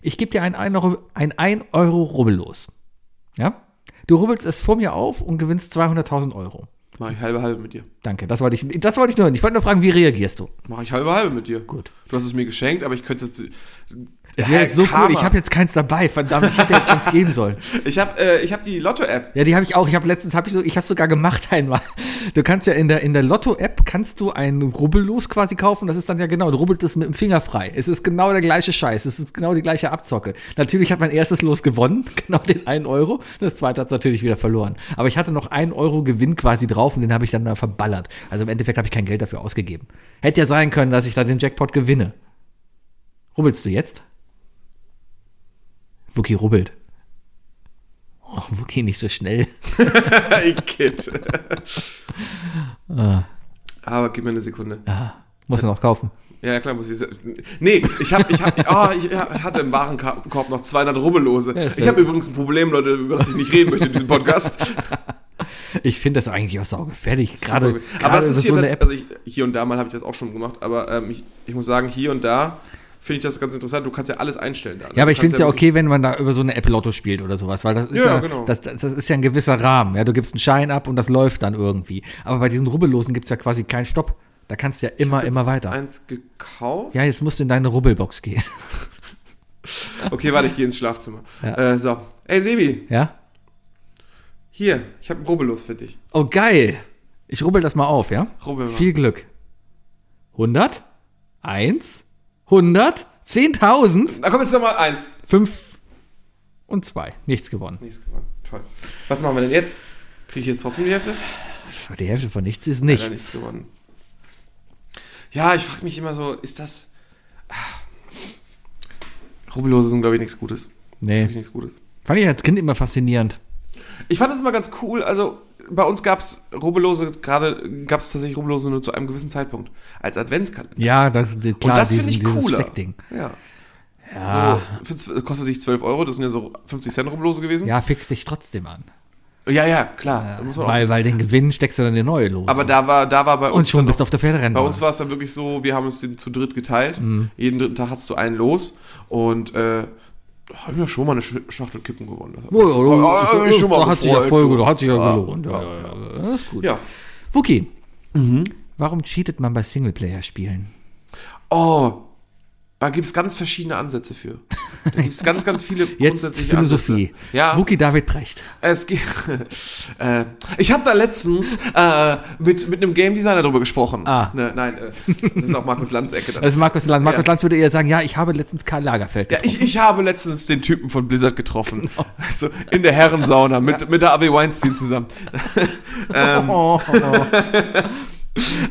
[SPEAKER 2] ich gebe dir ein 1 Euro, ein 1 Euro Rubbel los. Ja? Du rubbelst es vor mir auf und gewinnst 200.000 Euro.
[SPEAKER 3] Mach ich halbe halbe mit dir.
[SPEAKER 2] Danke, das wollte ich, das wollte ich nur. Ich wollte nur fragen, wie reagierst du?
[SPEAKER 3] Mach ich halbe halbe mit dir.
[SPEAKER 2] Gut.
[SPEAKER 3] Du hast es mir geschenkt, aber ich könnte es.
[SPEAKER 2] Es wäre jetzt so cool, ich habe jetzt keins dabei. Verdammt, ich hätte jetzt eins geben sollen.
[SPEAKER 3] Ich habe äh, ich hab die Lotto-App. [laughs]
[SPEAKER 2] Ja, die habe ich auch. Ich habe letztens, habe ich so, ich habe sogar gemacht [laughs] einmal. Du kannst ja in der in der Lotto-App kannst du ein Rubbellos quasi kaufen. Das ist dann ja genau, du rubbelt es mit dem Finger frei. Es ist genau der gleiche Scheiß. Es ist genau die gleiche Abzocke. Natürlich hat mein erstes Los gewonnen, [laughs] genau den 1 Euro. Das zweite hat natürlich wieder verloren. Aber ich hatte noch 1 Euro Gewinn quasi drauf und den habe ich dann mal verballert. Also im Endeffekt habe ich kein Geld dafür ausgegeben. Hätte ja sein können, dass ich da den Jackpot gewinne. Rubbelst du jetzt? Wookie rubbelt. Oh, Wookie nicht so schnell.
[SPEAKER 3] Hey, Kid.
[SPEAKER 2] Ah.
[SPEAKER 3] Aber gib mir eine Sekunde.
[SPEAKER 2] Muss er noch kaufen.
[SPEAKER 3] Ja, klar, muss ich. se- Nee, ich habe, ich habe, ah, ich hab- hatte im Warenkorb noch 200 Rubbellose.
[SPEAKER 2] ist
[SPEAKER 3] ich
[SPEAKER 2] ja-
[SPEAKER 3] habe übrigens ein Problem, Leute, über das ich nicht reden möchte in diesem Podcast.
[SPEAKER 2] Ich finde das eigentlich auch saugefährlich. [laughs] Gerade,
[SPEAKER 3] Super.
[SPEAKER 2] gerade
[SPEAKER 3] aber das
[SPEAKER 2] über
[SPEAKER 3] ist hier,
[SPEAKER 2] so eine
[SPEAKER 3] tats-
[SPEAKER 2] App.
[SPEAKER 3] also ich, hier und da mal habe ich das auch schon gemacht, aber ähm, ich, ich muss sagen, hier und da finde ich das ganz interessant. Du kannst ja alles einstellen. Da, ne?
[SPEAKER 2] ja, aber ich
[SPEAKER 3] Du kannst
[SPEAKER 2] finde es ja
[SPEAKER 3] wirklich-
[SPEAKER 2] okay, wenn man da über so eine App Lotto spielt oder sowas, weil das ist ja,
[SPEAKER 3] Ja, genau.
[SPEAKER 2] das, das, das ist ja ein gewisser Rahmen. Ja, du gibst einen Schein ab und das läuft dann irgendwie. Aber bei diesen Rubbellosen gibt es ja quasi keinen Stopp. Da kannst du ja immer, immer weiter.
[SPEAKER 3] Eins gekauft.
[SPEAKER 2] Ja, jetzt musst du in deine Rubbelbox gehen. [laughs]
[SPEAKER 3] Okay, warte, ich gehe ins Schlafzimmer. Äh, so. Ey, Sebi,
[SPEAKER 2] Ja?
[SPEAKER 3] hier, ich habe einen Rubbellos für dich.
[SPEAKER 2] Oh, geil. Ich rubbel das mal auf, ja?
[SPEAKER 3] Rubbel mal.
[SPEAKER 2] Viel Glück. 100? 1? 100? 10.000?
[SPEAKER 3] Na komm, jetzt nochmal eins.
[SPEAKER 2] 5 und 2. Nichts gewonnen.
[SPEAKER 3] Nichts gewonnen. Toll. Was machen wir denn jetzt? Kriege ich jetzt trotzdem die Hälfte?
[SPEAKER 2] Die Hälfte von nichts ist
[SPEAKER 3] Leider
[SPEAKER 2] nichts.
[SPEAKER 3] nichts gewonnen. Ja, ich frage mich immer so, ist das. Ah. Rubbellose sind, glaube ich, nichts Gutes. Das ist
[SPEAKER 2] Nee.
[SPEAKER 3] wirklich nichts Gutes.
[SPEAKER 2] Fand ich als Kind immer faszinierend.
[SPEAKER 3] Ich fand das immer ganz cool. Also bei uns gab es Rubbellose, gerade gab es tatsächlich Rubbellose nur zu einem gewissen Zeitpunkt. Als Adventskalender.
[SPEAKER 2] Ja, das, die- klar,
[SPEAKER 3] Und das
[SPEAKER 2] diesen-
[SPEAKER 3] finde ich
[SPEAKER 2] dieses
[SPEAKER 3] cooler.
[SPEAKER 2] Steckding.
[SPEAKER 3] Ja.
[SPEAKER 2] Ja.
[SPEAKER 3] So, für, kostet sich 12 Euro, das sind ja so 50 Cent Rubbellose gewesen.
[SPEAKER 2] ja, fix dich trotzdem an.
[SPEAKER 3] ja, ja, klar. da muss man auch-
[SPEAKER 2] Weil, weil den Gewinn steckst du dann in neue los.
[SPEAKER 3] aber da war, da war bei uns.
[SPEAKER 2] und schon
[SPEAKER 3] dann
[SPEAKER 2] bist du
[SPEAKER 3] auch,
[SPEAKER 2] auf Mhm. der Pferderennbahn.
[SPEAKER 3] bei uns war es dann wirklich so, wir haben uns den zu dritt geteilt. Jeden dritten Tag hattest du einen los und äh, haben wir schon mal eine Sch- Schachtel Kippen gewonnen.
[SPEAKER 2] oh, oh, oh,
[SPEAKER 3] Hab ich
[SPEAKER 2] oh,
[SPEAKER 3] mich schon mal
[SPEAKER 2] da hat sich ja
[SPEAKER 3] gefreut,
[SPEAKER 2] voll
[SPEAKER 3] du.
[SPEAKER 2] gelohnt. Hat sich ja,
[SPEAKER 3] Ja,
[SPEAKER 2] gelohnt. Ja, ja, ja. Das ist gut.
[SPEAKER 3] Ja. Mhm.
[SPEAKER 2] Wookie, warum cheatet man bei Singleplayer-Spielen?
[SPEAKER 3] Oh, da gibt es ganz verschiedene Ansätze für. Da gibt es ganz, ganz viele
[SPEAKER 2] Jetzt
[SPEAKER 3] grundsätzliche
[SPEAKER 2] Philosophie.
[SPEAKER 3] Ansätze. Ja,
[SPEAKER 2] Wookie David Precht.
[SPEAKER 3] es gibt. [laughs] Äh, ich habe da letztens äh, mit, mit einem Game Designer drüber gesprochen.
[SPEAKER 2] Ah.
[SPEAKER 3] Ne, nein, äh, das ist auch Markus Lanz Ecke.
[SPEAKER 2] [laughs]
[SPEAKER 3] dann.
[SPEAKER 2] Das ist Also Markus Lanz. Markus
[SPEAKER 3] Ja.
[SPEAKER 2] Lanz würde eher sagen, ja, ich habe letztens Karl Lagerfeld
[SPEAKER 3] Ja, ich, ich habe letztens den Typen von Blizzard getroffen. Also in der Herrensauna mit, mit der Harvey Weinstein zusammen.
[SPEAKER 2] getroffen. Oh, [laughs]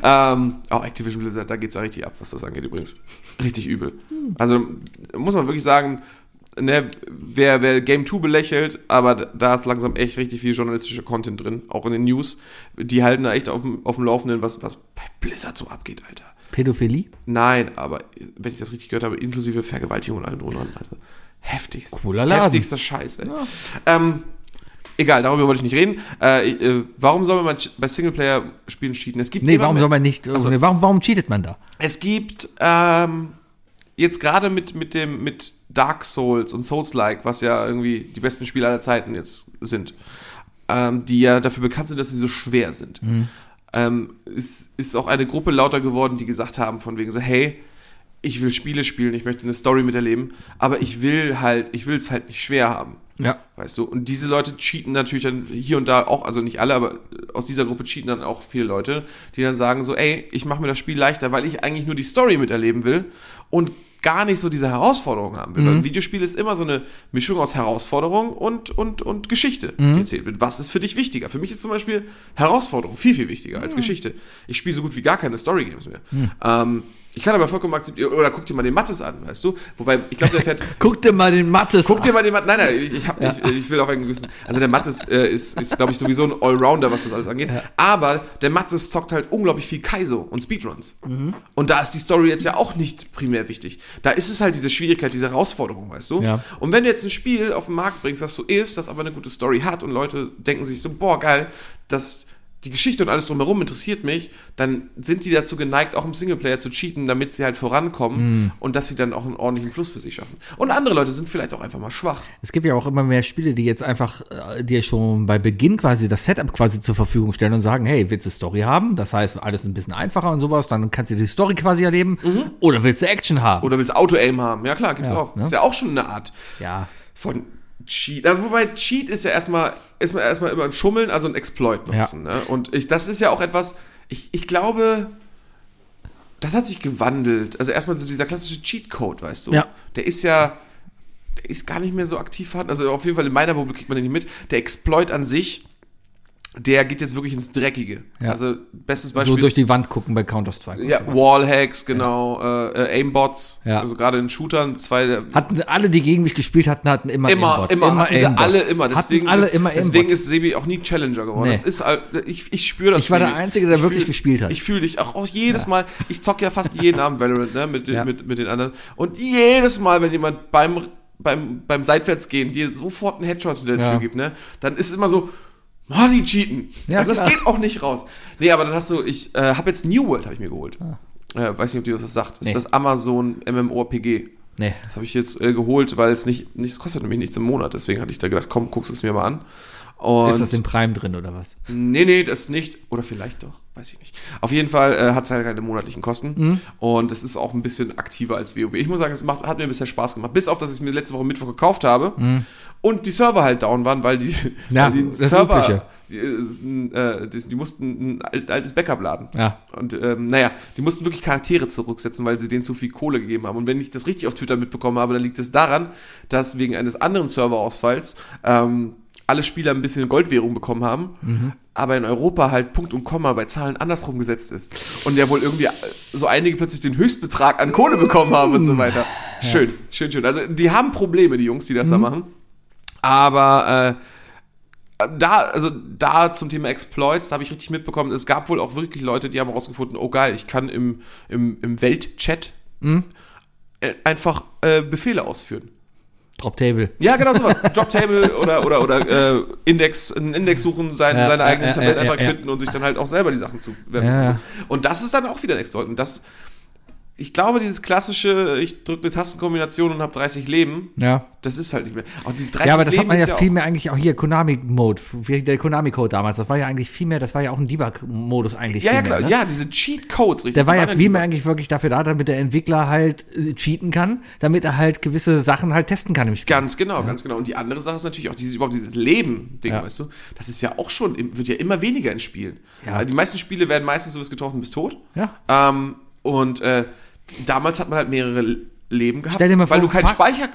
[SPEAKER 3] Ähm, oh, Activision Blizzard, da geht's ja richtig ab, was das angeht übrigens. Richtig übel. Also muss man wirklich sagen, ne, wer, wer Game 2 belächelt, aber da ist langsam echt richtig viel journalistischer Content drin, auch in den News. Die halten da echt auf dem, auf dem Laufenden, was, was bei Blizzard so abgeht, Alter.
[SPEAKER 2] Pädophilie?
[SPEAKER 3] Nein, aber wenn ich das richtig gehört habe, inklusive Vergewaltigung und allem drum und dran. Also heftigst,
[SPEAKER 2] Cooler Laden.
[SPEAKER 3] heftigster Scheiß, ey. Ähm, egal, darüber wollte ich nicht reden. Äh, äh, warum soll man bei Singleplayer-Spielen cheaten? Es gibt
[SPEAKER 2] Nee,
[SPEAKER 3] immer
[SPEAKER 2] warum
[SPEAKER 3] mehr-
[SPEAKER 2] soll man nicht?
[SPEAKER 3] Ach so.
[SPEAKER 2] nee, warum, warum cheatet man da?
[SPEAKER 3] Es gibt ähm, jetzt gerade mit, mit dem mit Dark Souls und Souls-like, was ja irgendwie die besten Spiele aller Zeiten jetzt sind, ähm, die ja dafür bekannt sind, dass sie so schwer sind. Ähm, ist, ist auch eine Gruppe lauter geworden, die gesagt haben von wegen so, hey, ich will Spiele spielen, ich möchte eine Story miterleben, aber ich will halt, ich will es halt nicht schwer haben.
[SPEAKER 2] Ja.
[SPEAKER 3] Weißt du? Und diese Leute cheaten natürlich dann hier und da auch, also nicht alle, aber aus dieser Gruppe cheaten dann auch viele Leute, die dann sagen so, ey, ich mache mir das Spiel leichter, weil ich eigentlich nur die Story miterleben will und gar nicht so diese Herausforderung haben will. Weil ein Videospiel ist immer so eine Mischung aus Herausforderung und, und, und Geschichte, die erzählt wird. Was ist für dich wichtiger? Für mich ist zum Beispiel Herausforderung viel, viel wichtiger als Geschichte. Ich spiele so gut wie gar keine Story-Games mehr. Ähm, ich kann aber vollkommen akzeptieren, oder guck dir mal den Mattes an, weißt du? Wobei, ich glaube, der fährt
[SPEAKER 2] Guck dir mal den Mattes
[SPEAKER 3] Guck dir mal den Matt. Nein, nein, ich, ich, hab, ich, ich will auf einen gewissen. Also der Mattes äh, ist, ist glaube ich, sowieso ein Allrounder, was das alles angeht. Aber der Mattes zockt halt unglaublich viel Kaizo und Speedruns. Und da ist die Story jetzt ja auch nicht primär wichtig. Da ist es halt diese Schwierigkeit, diese Herausforderung, weißt du?
[SPEAKER 2] Ja.
[SPEAKER 3] Und wenn du jetzt ein Spiel auf den Markt bringst, das so ist, das aber eine gute Story hat und Leute denken sich so, boah, geil, das. Die Geschichte und alles drumherum interessiert mich, dann sind die dazu geneigt, auch im Singleplayer zu cheaten, damit sie halt
[SPEAKER 2] Mhm.
[SPEAKER 3] vorankommen und dass sie dann auch einen ordentlichen Fluss für sich schaffen. Und andere Leute sind vielleicht auch einfach mal schwach.
[SPEAKER 2] Es gibt ja auch immer mehr Spiele, die jetzt einfach äh, dir schon bei Beginn quasi das Setup quasi zur Verfügung stellen und sagen, hey, willst du Story haben? Das heißt, alles ein bisschen einfacher und sowas, dann kannst du die Story quasi erleben. Oder willst du Action haben?
[SPEAKER 3] Mhm. Oder willst Auto-Aim haben? Ja, klar, gibt's
[SPEAKER 2] Ja,
[SPEAKER 3] auch.
[SPEAKER 2] ne?
[SPEAKER 3] Ist ja auch schon eine Art
[SPEAKER 2] ja.
[SPEAKER 3] von Cheat. Na, wobei Cheat ist ja erstmal erstmal erstmal immer ein Schummeln, also ein Exploit nutzen. Ne? Und ich, das ist ja auch etwas, ich, ich glaube, das hat sich gewandelt. Also erstmal so dieser klassische Cheat-Code, weißt du?
[SPEAKER 2] Ja.
[SPEAKER 3] Der ist ja der ist gar nicht mehr so aktiv vorhanden. Also auf jeden Fall in meiner Bubble kriegt man den nicht mit. Der Exploit an sich, der geht jetzt wirklich ins Dreckige.
[SPEAKER 2] Ja.
[SPEAKER 3] Also bestes Beispiel
[SPEAKER 2] So durch
[SPEAKER 3] ist-
[SPEAKER 2] die Wand gucken bei Counter-Strike. und
[SPEAKER 3] ja,
[SPEAKER 2] sowas.
[SPEAKER 3] Wallhacks, genau, Äh, äh, Aimbots,
[SPEAKER 2] Ja.
[SPEAKER 3] also gerade in Shootern, zwei der
[SPEAKER 2] Hatten alle, die gegen mich gespielt hatten, hatten immer
[SPEAKER 3] immer,
[SPEAKER 2] Aimbot.
[SPEAKER 3] immer, hatten sie
[SPEAKER 2] Aimbot.
[SPEAKER 3] alle immer. Deswegen,
[SPEAKER 2] hatten alle
[SPEAKER 3] ist,
[SPEAKER 2] immer Aimbot.
[SPEAKER 3] deswegen ist Sebi auch nie Challenger geworden.
[SPEAKER 2] Nee.
[SPEAKER 3] Das ist, all- ich ich spüre das.
[SPEAKER 2] Ich war der
[SPEAKER 3] Sebi.
[SPEAKER 2] Einzige, der
[SPEAKER 3] Ich
[SPEAKER 2] wirklich
[SPEAKER 3] fühl-
[SPEAKER 2] gespielt hat.
[SPEAKER 3] Ich fühle dich auch, auch jedes Mal. Ich zocke ja fast jeden Abend Valorant ne, mit,
[SPEAKER 2] Ja.
[SPEAKER 3] mit, mit den anderen. Und jedes Mal, wenn jemand beim, beim, beim Seitwärtsgehen dir sofort einen Headshot hinter der
[SPEAKER 2] Ja.
[SPEAKER 3] Tür gibt, ne, dann ist es immer so, Mann, die cheaten.
[SPEAKER 2] Ja,
[SPEAKER 3] also das
[SPEAKER 2] klar.
[SPEAKER 3] geht auch nicht raus. Nee, aber dann hast du, ich äh, habe jetzt New World, habe ich mir geholt. Äh, weiß nicht, ob dir das was
[SPEAKER 2] Ah.
[SPEAKER 3] sagt. Das
[SPEAKER 2] Nee.
[SPEAKER 3] ist das Amazon MMORPG.
[SPEAKER 2] Nee.
[SPEAKER 3] Das habe ich jetzt äh, geholt, weil es nicht, nicht, es kostet nämlich nichts im Monat. Deswegen hatte ich da gedacht, komm, guckst es mir mal an. Und
[SPEAKER 2] Ist das in Prime drin oder was?
[SPEAKER 3] Nee, nee, das nicht. Oder vielleicht doch, weiß ich nicht. Auf jeden Fall äh, hat es halt keine monatlichen Kosten.
[SPEAKER 2] Mhm.
[SPEAKER 3] Und es ist auch ein bisschen aktiver als WoW. Ich muss sagen, es macht, hat mir bisher Spaß gemacht. Bis auf, dass ich es mir letzte Woche Mittwoch gekauft habe und die Server halt down waren, weil die,
[SPEAKER 2] Mhm. Ja,
[SPEAKER 3] weil die
[SPEAKER 2] das Übliche.
[SPEAKER 3] die, äh, die, die mussten ein alt- altes Backup laden.
[SPEAKER 2] Ja.
[SPEAKER 3] Und ähm, naja, die mussten wirklich Charaktere zurücksetzen, weil sie denen zu viel Kohle gegeben haben. Und wenn ich das richtig auf Twitter mitbekommen habe, dann liegt es daran, dass wegen eines anderen Serverausfalls ähm, alle Spieler ein bisschen Goldwährung bekommen haben, aber in Europa halt Punkt und Komma bei Zahlen andersrum gesetzt ist. Und ja wohl irgendwie äh, so einige plötzlich den Höchstbetrag an Kohle bekommen haben und so weiter. Schön, schön, schön. Also die haben Probleme, die Jungs, die das da machen. Aber äh, da, also da zum Thema Exploits, da habe ich richtig mitbekommen, es gab wohl auch wirklich Leute, die haben herausgefunden, oh geil, ich kann im, im, im Weltchat
[SPEAKER 2] Hm?
[SPEAKER 3] äh, einfach äh, Befehle ausführen.
[SPEAKER 2] Drop Table.
[SPEAKER 3] Ja, genau sowas. [laughs] Droptable oder oder oder äh, Index, einen Index suchen, seinen,
[SPEAKER 2] Ja,
[SPEAKER 3] seinen
[SPEAKER 2] ja,
[SPEAKER 3] eigenen
[SPEAKER 2] ja,
[SPEAKER 3] Tabelleneintrag
[SPEAKER 2] ja, ja, ja.
[SPEAKER 3] finden und sich dann halt auch selber die Sachen zu werfen.
[SPEAKER 2] Ja, ja.
[SPEAKER 3] Und das ist dann auch wieder ein Exploit. Und das, ich glaube, dieses klassische, ich drücke eine Tastenkombination und habe 30 Leben,
[SPEAKER 2] Ja.
[SPEAKER 3] das ist halt nicht mehr. Auch die 30
[SPEAKER 2] Ja, aber das hat
[SPEAKER 3] Leben
[SPEAKER 2] man
[SPEAKER 3] ist
[SPEAKER 2] ja viel
[SPEAKER 3] auch-
[SPEAKER 2] mehr eigentlich auch hier, Konami-Mode, wie der Konami-Code damals. Das war ja eigentlich viel mehr, das war ja auch ein Debug-Modus eigentlich.
[SPEAKER 3] Ja,
[SPEAKER 2] viel
[SPEAKER 3] ja, klar.
[SPEAKER 2] Mehr, ne?
[SPEAKER 3] Ja, diese Cheat-Codes, richtig.
[SPEAKER 2] Der war
[SPEAKER 3] Die
[SPEAKER 2] ja
[SPEAKER 3] waren
[SPEAKER 2] viel
[SPEAKER 3] die-
[SPEAKER 2] mehr eigentlich wirklich dafür da, damit der Entwickler halt äh, cheaten kann, damit er halt gewisse Sachen halt testen kann im Spiel.
[SPEAKER 3] Ganz genau, ganz genau. Und die andere Sache ist natürlich auch dieses, überhaupt dieses Leben-Ding,
[SPEAKER 2] Ja.
[SPEAKER 3] weißt du? Das ist ja auch schon, im- wird ja immer weniger in Spielen.
[SPEAKER 2] Ja.
[SPEAKER 3] Äh, Die meisten Spiele werden meistens so, du bist getroffen, bist tot.
[SPEAKER 2] Ja.
[SPEAKER 3] Ähm, und äh, damals hat man halt mehrere Leben gehabt,
[SPEAKER 2] Stell dir mal
[SPEAKER 3] weil
[SPEAKER 2] vor,
[SPEAKER 3] du kein
[SPEAKER 2] fuck.
[SPEAKER 3] Speicher,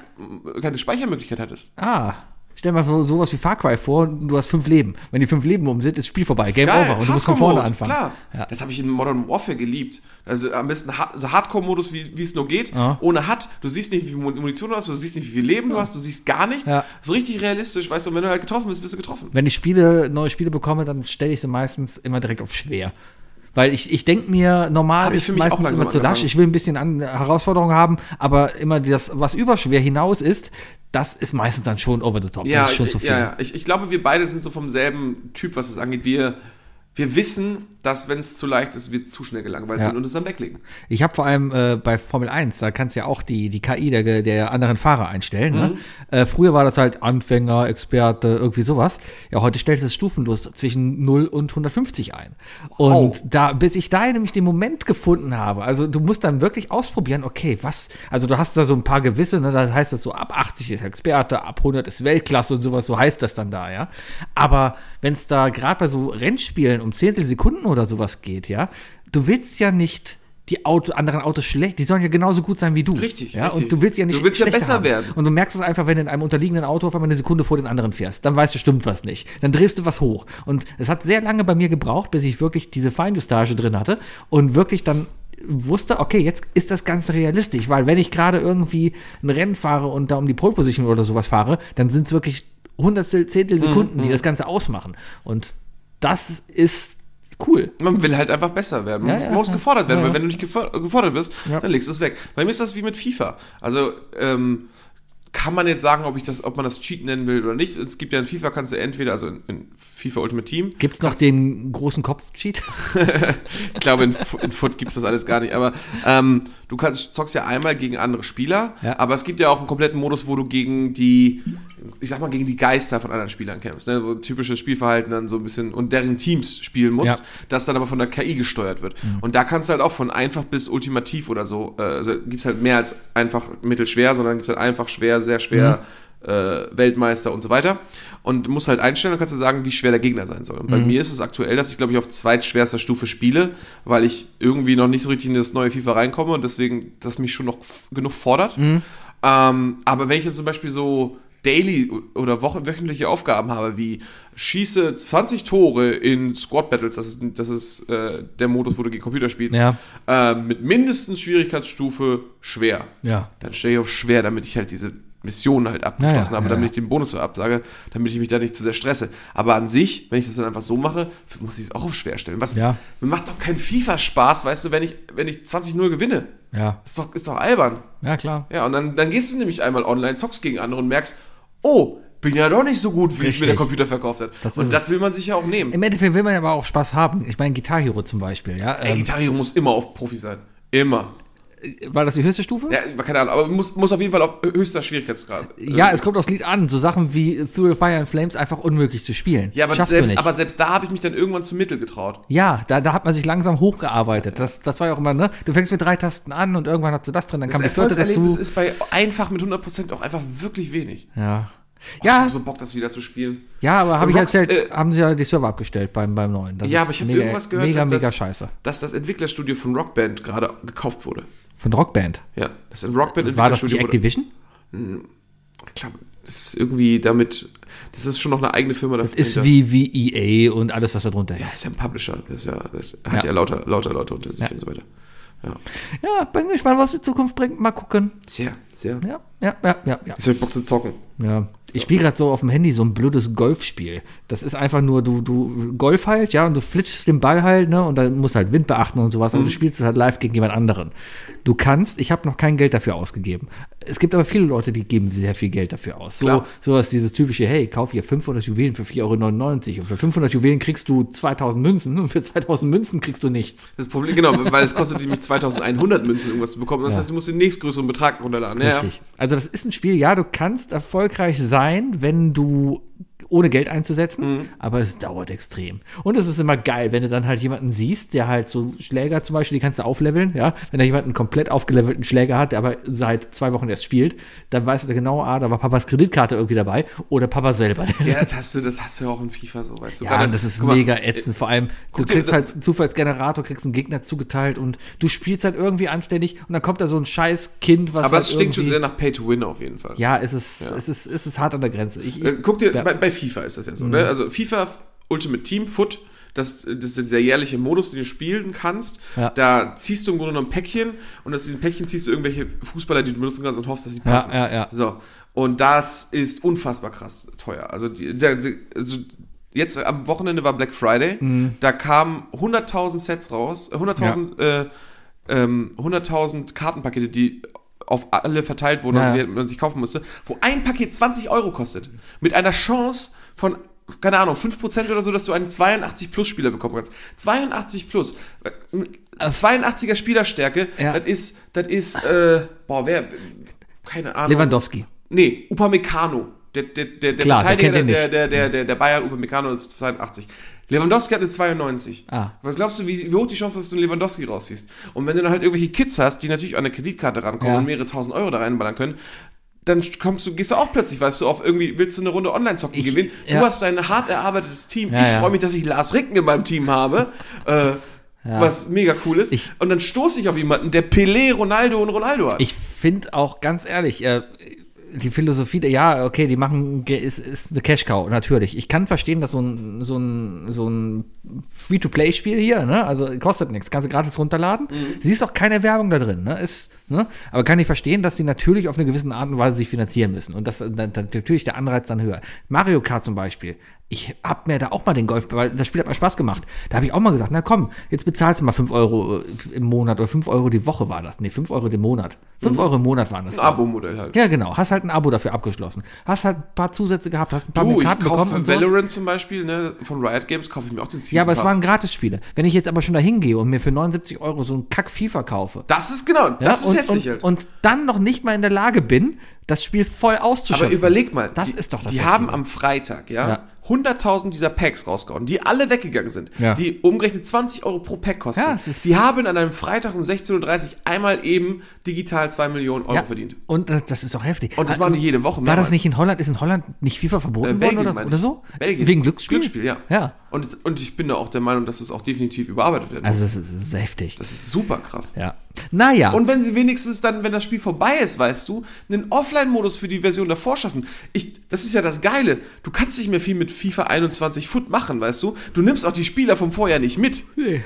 [SPEAKER 3] keine Speichermöglichkeit hattest.
[SPEAKER 2] Ah. Stell mal so, sowas wie Far Cry vor und du hast fünf Leben. Wenn die fünf Leben um sind, ist Spiel vorbei. Game
[SPEAKER 3] Geil,
[SPEAKER 2] over. Und du musst von
[SPEAKER 3] Hardcore-Mode,
[SPEAKER 2] vorne anfangen.
[SPEAKER 3] Klar.
[SPEAKER 2] Ja.
[SPEAKER 3] Das habe ich in Modern Warfare geliebt. Also am besten ha so Hardcore-Modus, wie wie es nur geht.
[SPEAKER 2] Ja.
[SPEAKER 3] Ohne HUD. Du siehst nicht, wie viel Mun- Munition du hast, du siehst nicht, wie viel Leben du hast, du siehst gar nichts.
[SPEAKER 2] Ja.
[SPEAKER 3] So richtig realistisch, weißt du, und wenn du halt getroffen bist, bist du getroffen.
[SPEAKER 2] Wenn ich Spiele, neue Spiele bekomme, dann stelle ich sie meistens immer direkt auf schwer. Weil ich, ich denke mir, normal
[SPEAKER 3] Hab ich
[SPEAKER 2] ist
[SPEAKER 3] für mich auch
[SPEAKER 2] meistens
[SPEAKER 3] langsam
[SPEAKER 2] immer zu lasch.
[SPEAKER 3] angefangen.
[SPEAKER 2] Ich will ein bisschen an äh, Herausforderungen haben, aber immer das, was über schwer hinaus ist, das ist meistens dann schon over the top. das ist schon
[SPEAKER 3] ich-
[SPEAKER 2] zu viel.
[SPEAKER 3] Ja, ja. Ich, ich glaube, wir beide sind so vom selben Typ, was es angeht. Wir, wir wissen, dass, wenn es zu leicht ist, wir zu schnell gelangweilt
[SPEAKER 2] Ja.
[SPEAKER 3] sind und es dann weglegen.
[SPEAKER 2] Ich habe vor allem äh, bei Formel 1, da kannst du ja auch die, die KI der, ge- der anderen Fahrer einstellen. Ne? Äh, früher war das halt Anfänger, Experte, irgendwie sowas. Ja, heute stellst du es stufenlos zwischen 0 und 150 ein. Und da, bis ich da nämlich den Moment gefunden habe, also du musst dann wirklich ausprobieren, okay, was, also du hast da so ein paar gewisse, ne, das heißt das so, ab 80 ist Experte, ab 100 ist Weltklasse und sowas, so heißt das dann da, ja. Aber wenn es da gerade bei so Rennspielen um Zehntelsekunden oder sowas geht, ja, du willst ja nicht die Auto, anderen Autos schlecht, die sollen ja genauso gut sein wie du.
[SPEAKER 3] Richtig,
[SPEAKER 2] ja?
[SPEAKER 3] richtig.
[SPEAKER 2] Und du willst ja nicht
[SPEAKER 3] Du willst ja
[SPEAKER 2] schlechter
[SPEAKER 3] besser
[SPEAKER 2] haben.
[SPEAKER 3] werden.
[SPEAKER 2] Und du merkst es einfach, wenn du in einem unterliegenden Auto auf einmal eine Sekunde vor den anderen fährst. Dann weißt du, stimmt was nicht. Dann drehst du was hoch. Und es hat sehr lange bei mir gebraucht, bis ich wirklich diese Feinjustage drin hatte und wirklich dann wusste, okay, jetzt ist das Ganze realistisch, weil wenn ich gerade irgendwie ein Rennen fahre und da um die Pole Position oder sowas fahre, dann sind es wirklich Hundertstel, Zehntel Sekunden,
[SPEAKER 3] Mhm,
[SPEAKER 2] die das Ganze ausmachen. Und das ist cool.
[SPEAKER 3] Man will halt einfach besser werden. Man
[SPEAKER 2] Ja,
[SPEAKER 3] muss,
[SPEAKER 2] ja,
[SPEAKER 3] man muss
[SPEAKER 2] ja.
[SPEAKER 3] gefordert werden,
[SPEAKER 2] Ja, ja.
[SPEAKER 3] weil wenn du nicht gefor- gefordert wirst,
[SPEAKER 2] Ja.
[SPEAKER 3] dann legst du es weg. Bei mir ist das wie mit FIFA. Also, ähm, kann man jetzt sagen, ob ich das, ob man das Cheat nennen will oder nicht? Es gibt ja in FIFA kannst du entweder, also in, in FIFA Ultimate Team,
[SPEAKER 2] Gibt es noch den großen Kopfcheat?
[SPEAKER 3] ich glaube, in, Fu- in Foot gibt's das alles gar nicht, aber ähm, du kannst, zockst ja einmal gegen andere Spieler,
[SPEAKER 2] Ja.
[SPEAKER 3] aber es gibt ja auch einen kompletten Modus, wo du gegen die, ich sag mal, gegen die Geister von anderen Spielern kämpfst, ne? wo typisches Spielverhalten dann so ein bisschen und deren Teams spielen musst,
[SPEAKER 2] Ja. Mhm.
[SPEAKER 3] das dann aber von der KI gesteuert wird. Und da kannst du halt auch von einfach bis ultimativ oder so, äh, also gibt's halt mehr als einfach mittelschwer, sondern gibt's halt einfach schwer, sehr schwer.
[SPEAKER 2] Mhm.
[SPEAKER 3] Äh, Weltmeister und so weiter. Und musst halt einstellen und kannst du sagen, wie schwer der Gegner sein soll. Und
[SPEAKER 2] Mhm.
[SPEAKER 3] bei mir ist es aktuell, dass ich, glaube ich, auf zweitschwerster Stufe spiele, weil ich irgendwie noch nicht so richtig in das neue FIFA reinkomme und deswegen das mich schon noch f- genug fordert.
[SPEAKER 2] Mhm.
[SPEAKER 3] Ähm, aber wenn ich jetzt zum Beispiel so daily oder woche, wöchentliche Aufgaben habe, wie schieße 20 Tore in Squad Battles, das ist, das ist äh, der Modus, wo du gegen Computer spielst,
[SPEAKER 2] Ja.
[SPEAKER 3] ähm, mit mindestens Schwierigkeitsstufe schwer.
[SPEAKER 2] Ja.
[SPEAKER 3] Dann stelle ich auf schwer, damit ich halt diese Missionen halt abgeschlossen
[SPEAKER 2] Ja, ja,
[SPEAKER 3] habe,
[SPEAKER 2] ja,
[SPEAKER 3] damit
[SPEAKER 2] ja.
[SPEAKER 3] ich den Bonus absage, damit ich mich da nicht zu sehr stresse. Aber an sich, wenn ich das dann einfach so mache, muss ich es auch auf schwer stellen. Was,
[SPEAKER 2] Ja.
[SPEAKER 3] Mir macht doch kein FIFA-Spaß, weißt du, wenn ich, wenn ich 20-0 gewinne.
[SPEAKER 2] Ja.
[SPEAKER 3] Ist doch, ist doch albern.
[SPEAKER 2] Ja, klar.
[SPEAKER 3] Ja, und dann, dann gehst du nämlich einmal online, zockst gegen andere und merkst, oh, bin ja doch nicht so gut, wie es mir
[SPEAKER 2] Richtig.
[SPEAKER 3] der Computer verkauft hat.
[SPEAKER 2] Das ist
[SPEAKER 3] und das
[SPEAKER 2] es.
[SPEAKER 3] will man sich ja auch nehmen.
[SPEAKER 2] Im Endeffekt will man aber auch Spaß haben. Ich meine, Guitar Hero zum Beispiel, ja.
[SPEAKER 3] Ey,
[SPEAKER 2] Ähm,
[SPEAKER 3] Gitarre Hero muss immer auf Profi sein. Immer.
[SPEAKER 2] war das die höchste Stufe?
[SPEAKER 3] Ja, keine Ahnung, aber muss, muss auf jeden Fall auf höchster Schwierigkeitsgrad.
[SPEAKER 2] Ja, es kommt aufs Lied an. So Sachen wie Through the Fire and Flames einfach unmöglich zu spielen.
[SPEAKER 3] Ja, aber
[SPEAKER 2] Schaffst du
[SPEAKER 3] selbst,
[SPEAKER 2] nicht.
[SPEAKER 3] aber selbst da habe ich mich dann irgendwann zum Mittel getraut.
[SPEAKER 2] ja, da, da hat man sich langsam hochgearbeitet. Das, das war ja auch immer, ne? Du fängst mit drei Tasten an und irgendwann hast du das drin, dann kam die vierte
[SPEAKER 3] Erfolgserlebnis
[SPEAKER 2] dazu.
[SPEAKER 3] ist bei einfach mit 100% auch einfach wirklich wenig.
[SPEAKER 2] Ja. Ja,
[SPEAKER 3] Ich hab so Bock, das wieder zu spielen.
[SPEAKER 2] ja, aber habe ich
[SPEAKER 3] Rocks-
[SPEAKER 2] erzählt,
[SPEAKER 3] äh,
[SPEAKER 2] haben sie ja die Server abgestellt beim, beim neuen. Das
[SPEAKER 3] Ja,
[SPEAKER 2] ist
[SPEAKER 3] aber ich habe
[SPEAKER 2] mega-
[SPEAKER 3] irgendwas gehört,
[SPEAKER 2] Mega,
[SPEAKER 3] dass,
[SPEAKER 2] mega
[SPEAKER 3] das,
[SPEAKER 2] scheiße.
[SPEAKER 3] dass das Entwicklerstudio von Rockband gerade gekauft wurde.
[SPEAKER 2] Von Rockband.
[SPEAKER 3] Ja, das Rockband
[SPEAKER 2] War das die
[SPEAKER 3] Entwicklerstudio wurde-
[SPEAKER 2] Activision?
[SPEAKER 3] Ich glaube, das ist irgendwie damit. Das ist schon noch eine eigene Firma dafür.
[SPEAKER 2] Ist wie, wie EA und alles, was da drunter hängt.
[SPEAKER 3] Ja, ist ja ein Publisher. Das ist ja, das hat
[SPEAKER 2] Ja.
[SPEAKER 3] ja, lauter, lauter Leute unter sich
[SPEAKER 2] Ja.
[SPEAKER 3] und so weiter. Ja.
[SPEAKER 2] Ja, bin gespannt, was die Zukunft bringt. Mal gucken.
[SPEAKER 3] Sehr, sehr.
[SPEAKER 2] Ja, ja, ja, ja, ja.
[SPEAKER 3] Ich hab Bock zu zocken.
[SPEAKER 2] Ja, ich spiele gerade so auf dem Handy so ein blödes Golfspiel. Das ist einfach nur, du, du Golf halt, ja, und du flitschst den Ball halt, ne, und dann musst du halt Wind beachten und sowas, aber du spielst es halt live gegen jemand anderen. Du kannst, ich habe noch kein Geld dafür ausgegeben. Es gibt aber viele Leute, die geben sehr viel Geld dafür aus. So,
[SPEAKER 3] Klar.
[SPEAKER 2] sowas, dieses typische, hey, kauf hier 500 Juwelen für 4,99 Euro und für 500 Juwelen kriegst du 2000 Münzen und für 2000 Münzen kriegst du nichts.
[SPEAKER 3] Das Problem, genau, weil es kostet nämlich 2100 Münzen, irgendwas zu bekommen. Das
[SPEAKER 2] Ja.
[SPEAKER 3] heißt, du musst den nächstgrößeren Betrag runterladen. Ja,
[SPEAKER 2] Richtig. Also das ist ein Spiel, ja, du kannst erfolgreich sein, wenn du ohne Geld einzusetzen,
[SPEAKER 3] Mhm.
[SPEAKER 2] aber es dauert extrem. Und es ist immer geil, wenn du dann halt jemanden siehst, der halt so Schläger zum Beispiel, die kannst du aufleveln, ja. Wenn da jemand einen komplett aufgelevelten Schläger hat, der aber seit zwei Wochen erst spielt, dann weißt du genau, ah, da war Papas Kreditkarte irgendwie dabei oder Papa selber.
[SPEAKER 3] Ja, ja das, hast du, das hast du ja auch in FIFA so, weißt du.
[SPEAKER 2] Ja,
[SPEAKER 3] Gerade-
[SPEAKER 2] und das ist
[SPEAKER 3] guck mal, äh,
[SPEAKER 2] mega ätzend. Vor allem, du
[SPEAKER 3] dir-
[SPEAKER 2] kriegst halt einen Zufallsgenerator, kriegst einen Gegner zugeteilt und du spielst halt irgendwie anständig und dann kommt da so ein scheiß Kind, was
[SPEAKER 3] Aber
[SPEAKER 2] halt
[SPEAKER 3] es stinkt schon
[SPEAKER 2] irgendwie-
[SPEAKER 3] sehr nach Pay to Win auf jeden Fall.
[SPEAKER 2] ja, es ist, Es, ist, es ist hart an der Grenze. Ich, ich,
[SPEAKER 3] Äh, Guck dir,
[SPEAKER 2] ja. Mhm.
[SPEAKER 3] bei, bei FIFA ist das ja so. Ne? Also FIFA Ultimate Team Foot, das, das ist dieser jährliche Modus, den du spielen kannst.
[SPEAKER 2] Ja.
[SPEAKER 3] Da ziehst du im Grunde genommen ein Päckchen und aus diesem Päckchen ziehst du irgendwelche Fußballer, die du benutzen kannst und hoffst, dass die passen.
[SPEAKER 2] ja, ja.
[SPEAKER 3] So. Und das ist unfassbar krass teuer. Also, die, der, die, also jetzt am Wochenende war Black Friday,
[SPEAKER 2] Mhm.
[SPEAKER 3] da kamen 100.000 Sets raus, äh, 100.000 äh, ähm, 100.000 Kartenpakete, die auf alle verteilt wurden,
[SPEAKER 2] Ja.
[SPEAKER 3] also die man sich kaufen musste, wo ein Paket 20 Euro kostet. Mit einer Chance von keine Ahnung, 5% oder so, dass du einen 82-Plus-Spieler bekommen kannst. 82 plus. äh, 82er Spielerstärke,
[SPEAKER 2] Ja.
[SPEAKER 3] das ist, das ist, äh, boah, wer, keine Ahnung.
[SPEAKER 2] Lewandowski.
[SPEAKER 3] Nee, Upamecano. Der, der, der, der
[SPEAKER 2] Klar, der
[SPEAKER 3] Verteidiger
[SPEAKER 2] kennt ihn
[SPEAKER 3] der,
[SPEAKER 2] nicht.
[SPEAKER 3] der, der, der, der Bayern, Upamecano ist 82. Lewandowski hat eine 92.
[SPEAKER 2] Ah.
[SPEAKER 3] Was glaubst du, wie, wie hoch die Chance ist, dass du einen Lewandowski rausziehst? Und wenn du dann halt irgendwelche Kids hast, die natürlich an eine Kreditkarte rankommen
[SPEAKER 2] Ja.
[SPEAKER 3] und mehrere tausend Euro da reinballern können, dann kommst du, gehst du auch plötzlich, weißt du, auf irgendwie, willst du eine Runde Online-Zocken
[SPEAKER 2] Ich-
[SPEAKER 3] gewinnen?
[SPEAKER 2] ja.
[SPEAKER 3] Du hast ein hart erarbeitetes Team.
[SPEAKER 2] Ja,
[SPEAKER 3] ich
[SPEAKER 2] ja.
[SPEAKER 3] freue mich, dass ich Lars Ricken in meinem Team habe. Äh, Was mega cool ist.
[SPEAKER 2] Ich-
[SPEAKER 3] und dann stoße ich auf jemanden, der Pelé, Ronaldo und Ronaldo hat.
[SPEAKER 2] Ich finde auch ganz ehrlich, äh, die Philosophie, der- ja, okay, die machen, ge- ist, ist eine Cash-Cow, natürlich. Ich kann verstehen, dass so ein, so ein, so ein Free-to-Play-Spiel hier, ne, also kostet nichts, kannst du gratis runterladen.
[SPEAKER 3] Mhm.
[SPEAKER 2] Siehst auch keine Werbung da drin, ne, ist, ne, aber kann ich verstehen, dass die natürlich auf eine gewisse Art und Weise sich finanzieren müssen und dass dann, dann, natürlich der Anreiz dann höher. Mario Kart zum Beispiel. Ich hab mir da auch mal den Golf, weil das Spiel hat mir Spaß gemacht. Da habe ich auch mal gesagt, na komm, jetzt bezahlst du mal 5 Euro äh, im Monat oder 5 Euro die Woche war das. Nee, 5 Euro den Monat. 5
[SPEAKER 3] Mhm.
[SPEAKER 2] Euro im Monat waren das.
[SPEAKER 3] Ein Abo-Modell halt.
[SPEAKER 2] Ja, genau. Hast halt ein Abo dafür abgeschlossen. Hast halt ein paar Zusätze gehabt, hast ein paar
[SPEAKER 3] Du,
[SPEAKER 2] mehr
[SPEAKER 3] ich
[SPEAKER 2] Karten bekommen
[SPEAKER 3] kaufe
[SPEAKER 2] und sowas.
[SPEAKER 3] Valorant zum Beispiel, ne, von Riot Games kaufe ich mir auch den Season
[SPEAKER 2] Ja, aber es
[SPEAKER 3] Pass.
[SPEAKER 2] waren Gratisspiele. Wenn ich jetzt aber schon da hingehe und mir für 79 Euro so einen Kack FIFA kaufe,
[SPEAKER 3] Das ist genau, das
[SPEAKER 2] ja,
[SPEAKER 3] ist
[SPEAKER 2] und,
[SPEAKER 3] heftig
[SPEAKER 2] und,
[SPEAKER 3] halt.
[SPEAKER 2] und dann noch nicht mal in der Lage bin, das Spiel voll auszuschöpfen.
[SPEAKER 3] aber überleg mal,
[SPEAKER 2] Das
[SPEAKER 3] die,
[SPEAKER 2] ist doch das
[SPEAKER 3] die
[SPEAKER 2] Heftige.
[SPEAKER 3] haben am Freitag, ja,
[SPEAKER 2] Ja.
[SPEAKER 3] 100.000 dieser Packs rausgehauen, die alle weggegangen sind,
[SPEAKER 2] Ja.
[SPEAKER 3] die umgerechnet 20 Euro pro Pack kosten.
[SPEAKER 2] Ja, es ist-
[SPEAKER 3] die haben an einem Freitag um 16.30 Uhr einmal eben digital 2 Millionen Euro
[SPEAKER 2] ja.
[SPEAKER 3] verdient.
[SPEAKER 2] Und das, das ist doch heftig.
[SPEAKER 3] Und das machen die jede Woche
[SPEAKER 2] War
[SPEAKER 3] mehrmals.
[SPEAKER 2] das nicht in Holland? Ist in Holland nicht FIFA verboten
[SPEAKER 3] Äh,
[SPEAKER 2] worden oder,
[SPEAKER 3] meine
[SPEAKER 2] oder
[SPEAKER 3] ich.
[SPEAKER 2] so?
[SPEAKER 3] Belgien.
[SPEAKER 2] Wegen Glücksspiel?
[SPEAKER 3] Glücksspiel, ja.
[SPEAKER 2] Ja.
[SPEAKER 3] Und, und ich bin da auch der Meinung, dass es auch definitiv überarbeitet werden muss.
[SPEAKER 2] Also das ist, das ist heftig.
[SPEAKER 3] Das ist super krass.
[SPEAKER 2] ja. Naja.
[SPEAKER 3] Und wenn sie wenigstens dann, wenn das Spiel vorbei ist, weißt du, einen Offline-Modus für die Version davor schaffen. Ich, das ist ja das Geile. Du kannst nicht mehr viel mit FIFA 21 Foot machen, weißt du. Du nimmst auch die Spieler vom Vorjahr nicht mit.
[SPEAKER 2] Nee.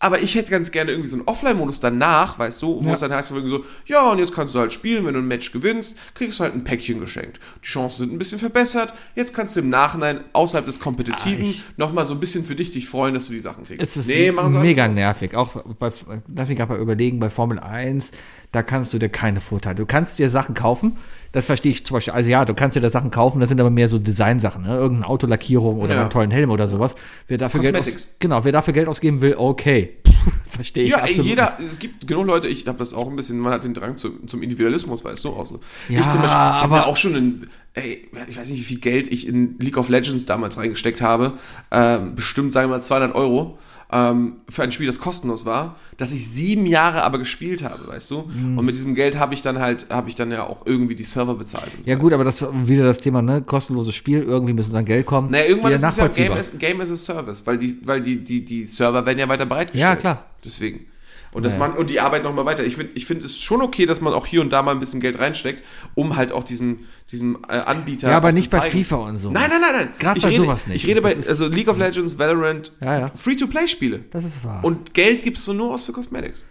[SPEAKER 3] Aber ich hätte ganz gerne irgendwie so einen Offline-Modus danach, weißt du, wo es dann heißt, von wegen so, ja, und jetzt kannst du halt spielen, wenn du ein Match gewinnst, kriegst du halt ein Päckchen geschenkt. Die Chancen sind ein bisschen verbessert. Jetzt kannst du im Nachhinein außerhalb des
[SPEAKER 2] Ah,
[SPEAKER 3] Kompetitiven
[SPEAKER 2] ich-
[SPEAKER 3] nochmal so ein bisschen für dich dich freuen, dass du die Sachen kriegst.
[SPEAKER 2] Es ist
[SPEAKER 3] sie
[SPEAKER 2] mega
[SPEAKER 3] anders.
[SPEAKER 2] nervig. Auch bei, darf ich gerade mal überlegen, bei Formel 1, da kannst du dir keine Vorteile. Du kannst dir Sachen kaufen, das verstehe ich zum Beispiel. Also ja, du kannst dir da Sachen kaufen, das sind aber mehr so Designsachen, ne? irgendeine Autolackierung oder
[SPEAKER 3] Ja.
[SPEAKER 2] einen tollen Helm oder sowas. Wer dafür Geld
[SPEAKER 3] Cosmetics.
[SPEAKER 2] aus, genau, wer dafür Geld ausgeben will, okay. [laughs] Puh, verstehe ich
[SPEAKER 3] Ja, ey,
[SPEAKER 2] absolut.
[SPEAKER 3] jeder, es gibt genug Leute, ich habe das auch ein bisschen, man hat den Drang zu, zum Individualismus, weißt du, auch so.
[SPEAKER 2] Ja,
[SPEAKER 3] ich zum Beispiel, ich habe
[SPEAKER 2] aber-
[SPEAKER 3] mir auch schon, in, ey, ich weiß nicht, wie viel Geld ich in League of Legends damals reingesteckt habe, ähm, bestimmt, sagen wir mal, 200 Euro ähm, für ein Spiel, das kostenlos war, das ich sieben Jahre aber gespielt habe, weißt du.
[SPEAKER 2] Mhm.
[SPEAKER 3] Und mit diesem Geld habe ich dann halt, habe ich dann ja auch irgendwie die Server bezahlt. Und so.
[SPEAKER 2] Ja gut, aber das war wieder das Thema, ne? Kostenloses Spiel, irgendwie müssen dann Geld kommen.
[SPEAKER 3] Naja, irgendwann
[SPEAKER 2] Wieder
[SPEAKER 3] ist es ja Game
[SPEAKER 2] nachvollziehbar.
[SPEAKER 3] as, Game as a Service, weil die, weil die, die, die Server werden ja weiter bereitgestellt.
[SPEAKER 2] Ja, klar.
[SPEAKER 3] Deswegen. Und, dass man, und die Arbeit nochmal weiter. Ich finde ich find es schon okay, dass man auch hier und da mal ein bisschen Geld reinsteckt, um halt auch diesem, diesem äh, Anbieter.
[SPEAKER 2] Ja, aber
[SPEAKER 3] auch zu
[SPEAKER 2] nicht bei
[SPEAKER 3] zeigen.
[SPEAKER 2] FIFA und so.
[SPEAKER 3] Nein, nein, nein, nein.
[SPEAKER 2] Gerade
[SPEAKER 3] Ich
[SPEAKER 2] bei
[SPEAKER 3] rede,
[SPEAKER 2] sowas nicht.
[SPEAKER 3] Ich rede bei
[SPEAKER 2] Das ist-
[SPEAKER 3] also League of Legends, Valorant,
[SPEAKER 2] Ja, ja.
[SPEAKER 3] Free-to-Play-Spiele.
[SPEAKER 2] Das ist wahr.
[SPEAKER 3] Und Geld gibst du nur aus für Cosmetics.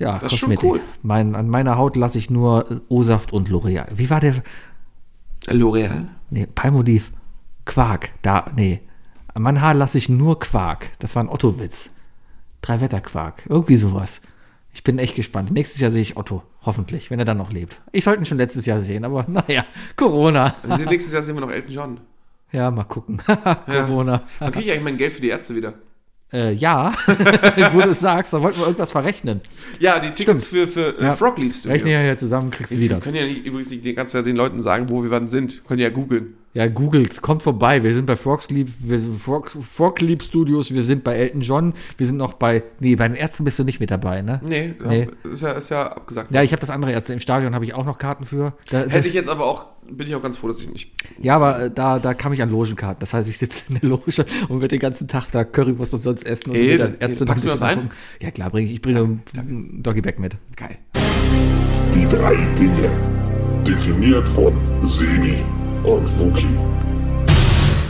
[SPEAKER 2] Ja,
[SPEAKER 3] Das ist schon
[SPEAKER 2] Kosmetik.
[SPEAKER 3] cool.
[SPEAKER 2] Mein, an meiner Haut lasse ich nur äh, O-Saft und L'Oreal. Wie war der?
[SPEAKER 3] L'Oreal?
[SPEAKER 2] Nee, Palmolive. Quark. Da, nee. An mein Haar lasse ich nur Quark. Das war ein Otto-Witz. Drei-Wetter-Quark. Irgendwie sowas. Ich bin echt gespannt. Nächstes Jahr sehe ich Otto. Hoffentlich, wenn er dann noch lebt. Ich sollte ihn schon letztes Jahr sehen, aber [laughs] naja, Corona.
[SPEAKER 3] Nächstes Jahr sehen wir noch Elton John.
[SPEAKER 2] Ja, mal gucken. [laughs] Corona. [laughs]
[SPEAKER 3] Dann kriege ich eigentlich mein Geld für die Ärzte wieder.
[SPEAKER 2] Äh, ja, [laughs] wo du es sagst, da wollten wir irgendwas verrechnen.
[SPEAKER 3] Ja, die Tickets für, für äh,
[SPEAKER 2] Ja.
[SPEAKER 3] Frog liebst du.
[SPEAKER 2] Rechne ja hier zusammen, kriegst du
[SPEAKER 3] Jetzt,
[SPEAKER 2] wieder.
[SPEAKER 3] wir können ja nicht, übrigens nicht die ganze Zeit den Leuten sagen, wo wir wann sind. Können ja googeln.
[SPEAKER 2] Ja, googelt, kommt vorbei. Wir sind bei Frogsleep, wir sind Frog, Frogleep Studios, wir sind bei Elton John, wir sind noch bei. Nee, bei den Ärzten bist du nicht mit dabei, ne?
[SPEAKER 3] Nee,
[SPEAKER 2] Nee.
[SPEAKER 3] Ist, ja, ist ja abgesagt.
[SPEAKER 2] Ja, ich habe das andere Ärzte. Im Stadion habe ich auch noch Karten für. Da, das,
[SPEAKER 3] Hätte ich jetzt aber auch, bin ich auch ganz froh, dass ich nicht.
[SPEAKER 2] ja, aber äh, da, da kam ich an Logenkarten. Das heißt, ich sitze in der Loge und werde den ganzen Tag da Currywurst umsonst essen und
[SPEAKER 3] Ey,
[SPEAKER 2] will
[SPEAKER 3] dann-
[SPEAKER 2] Ärzte
[SPEAKER 3] packst
[SPEAKER 2] noch
[SPEAKER 3] du mir was
[SPEAKER 2] bisschen
[SPEAKER 3] ein?
[SPEAKER 2] angucken. Ja, klar, bringe ich. Ich bringe ein Doggy mit.
[SPEAKER 3] Geil.
[SPEAKER 6] Die drei Dinge. Definiert von Semi und Wookie.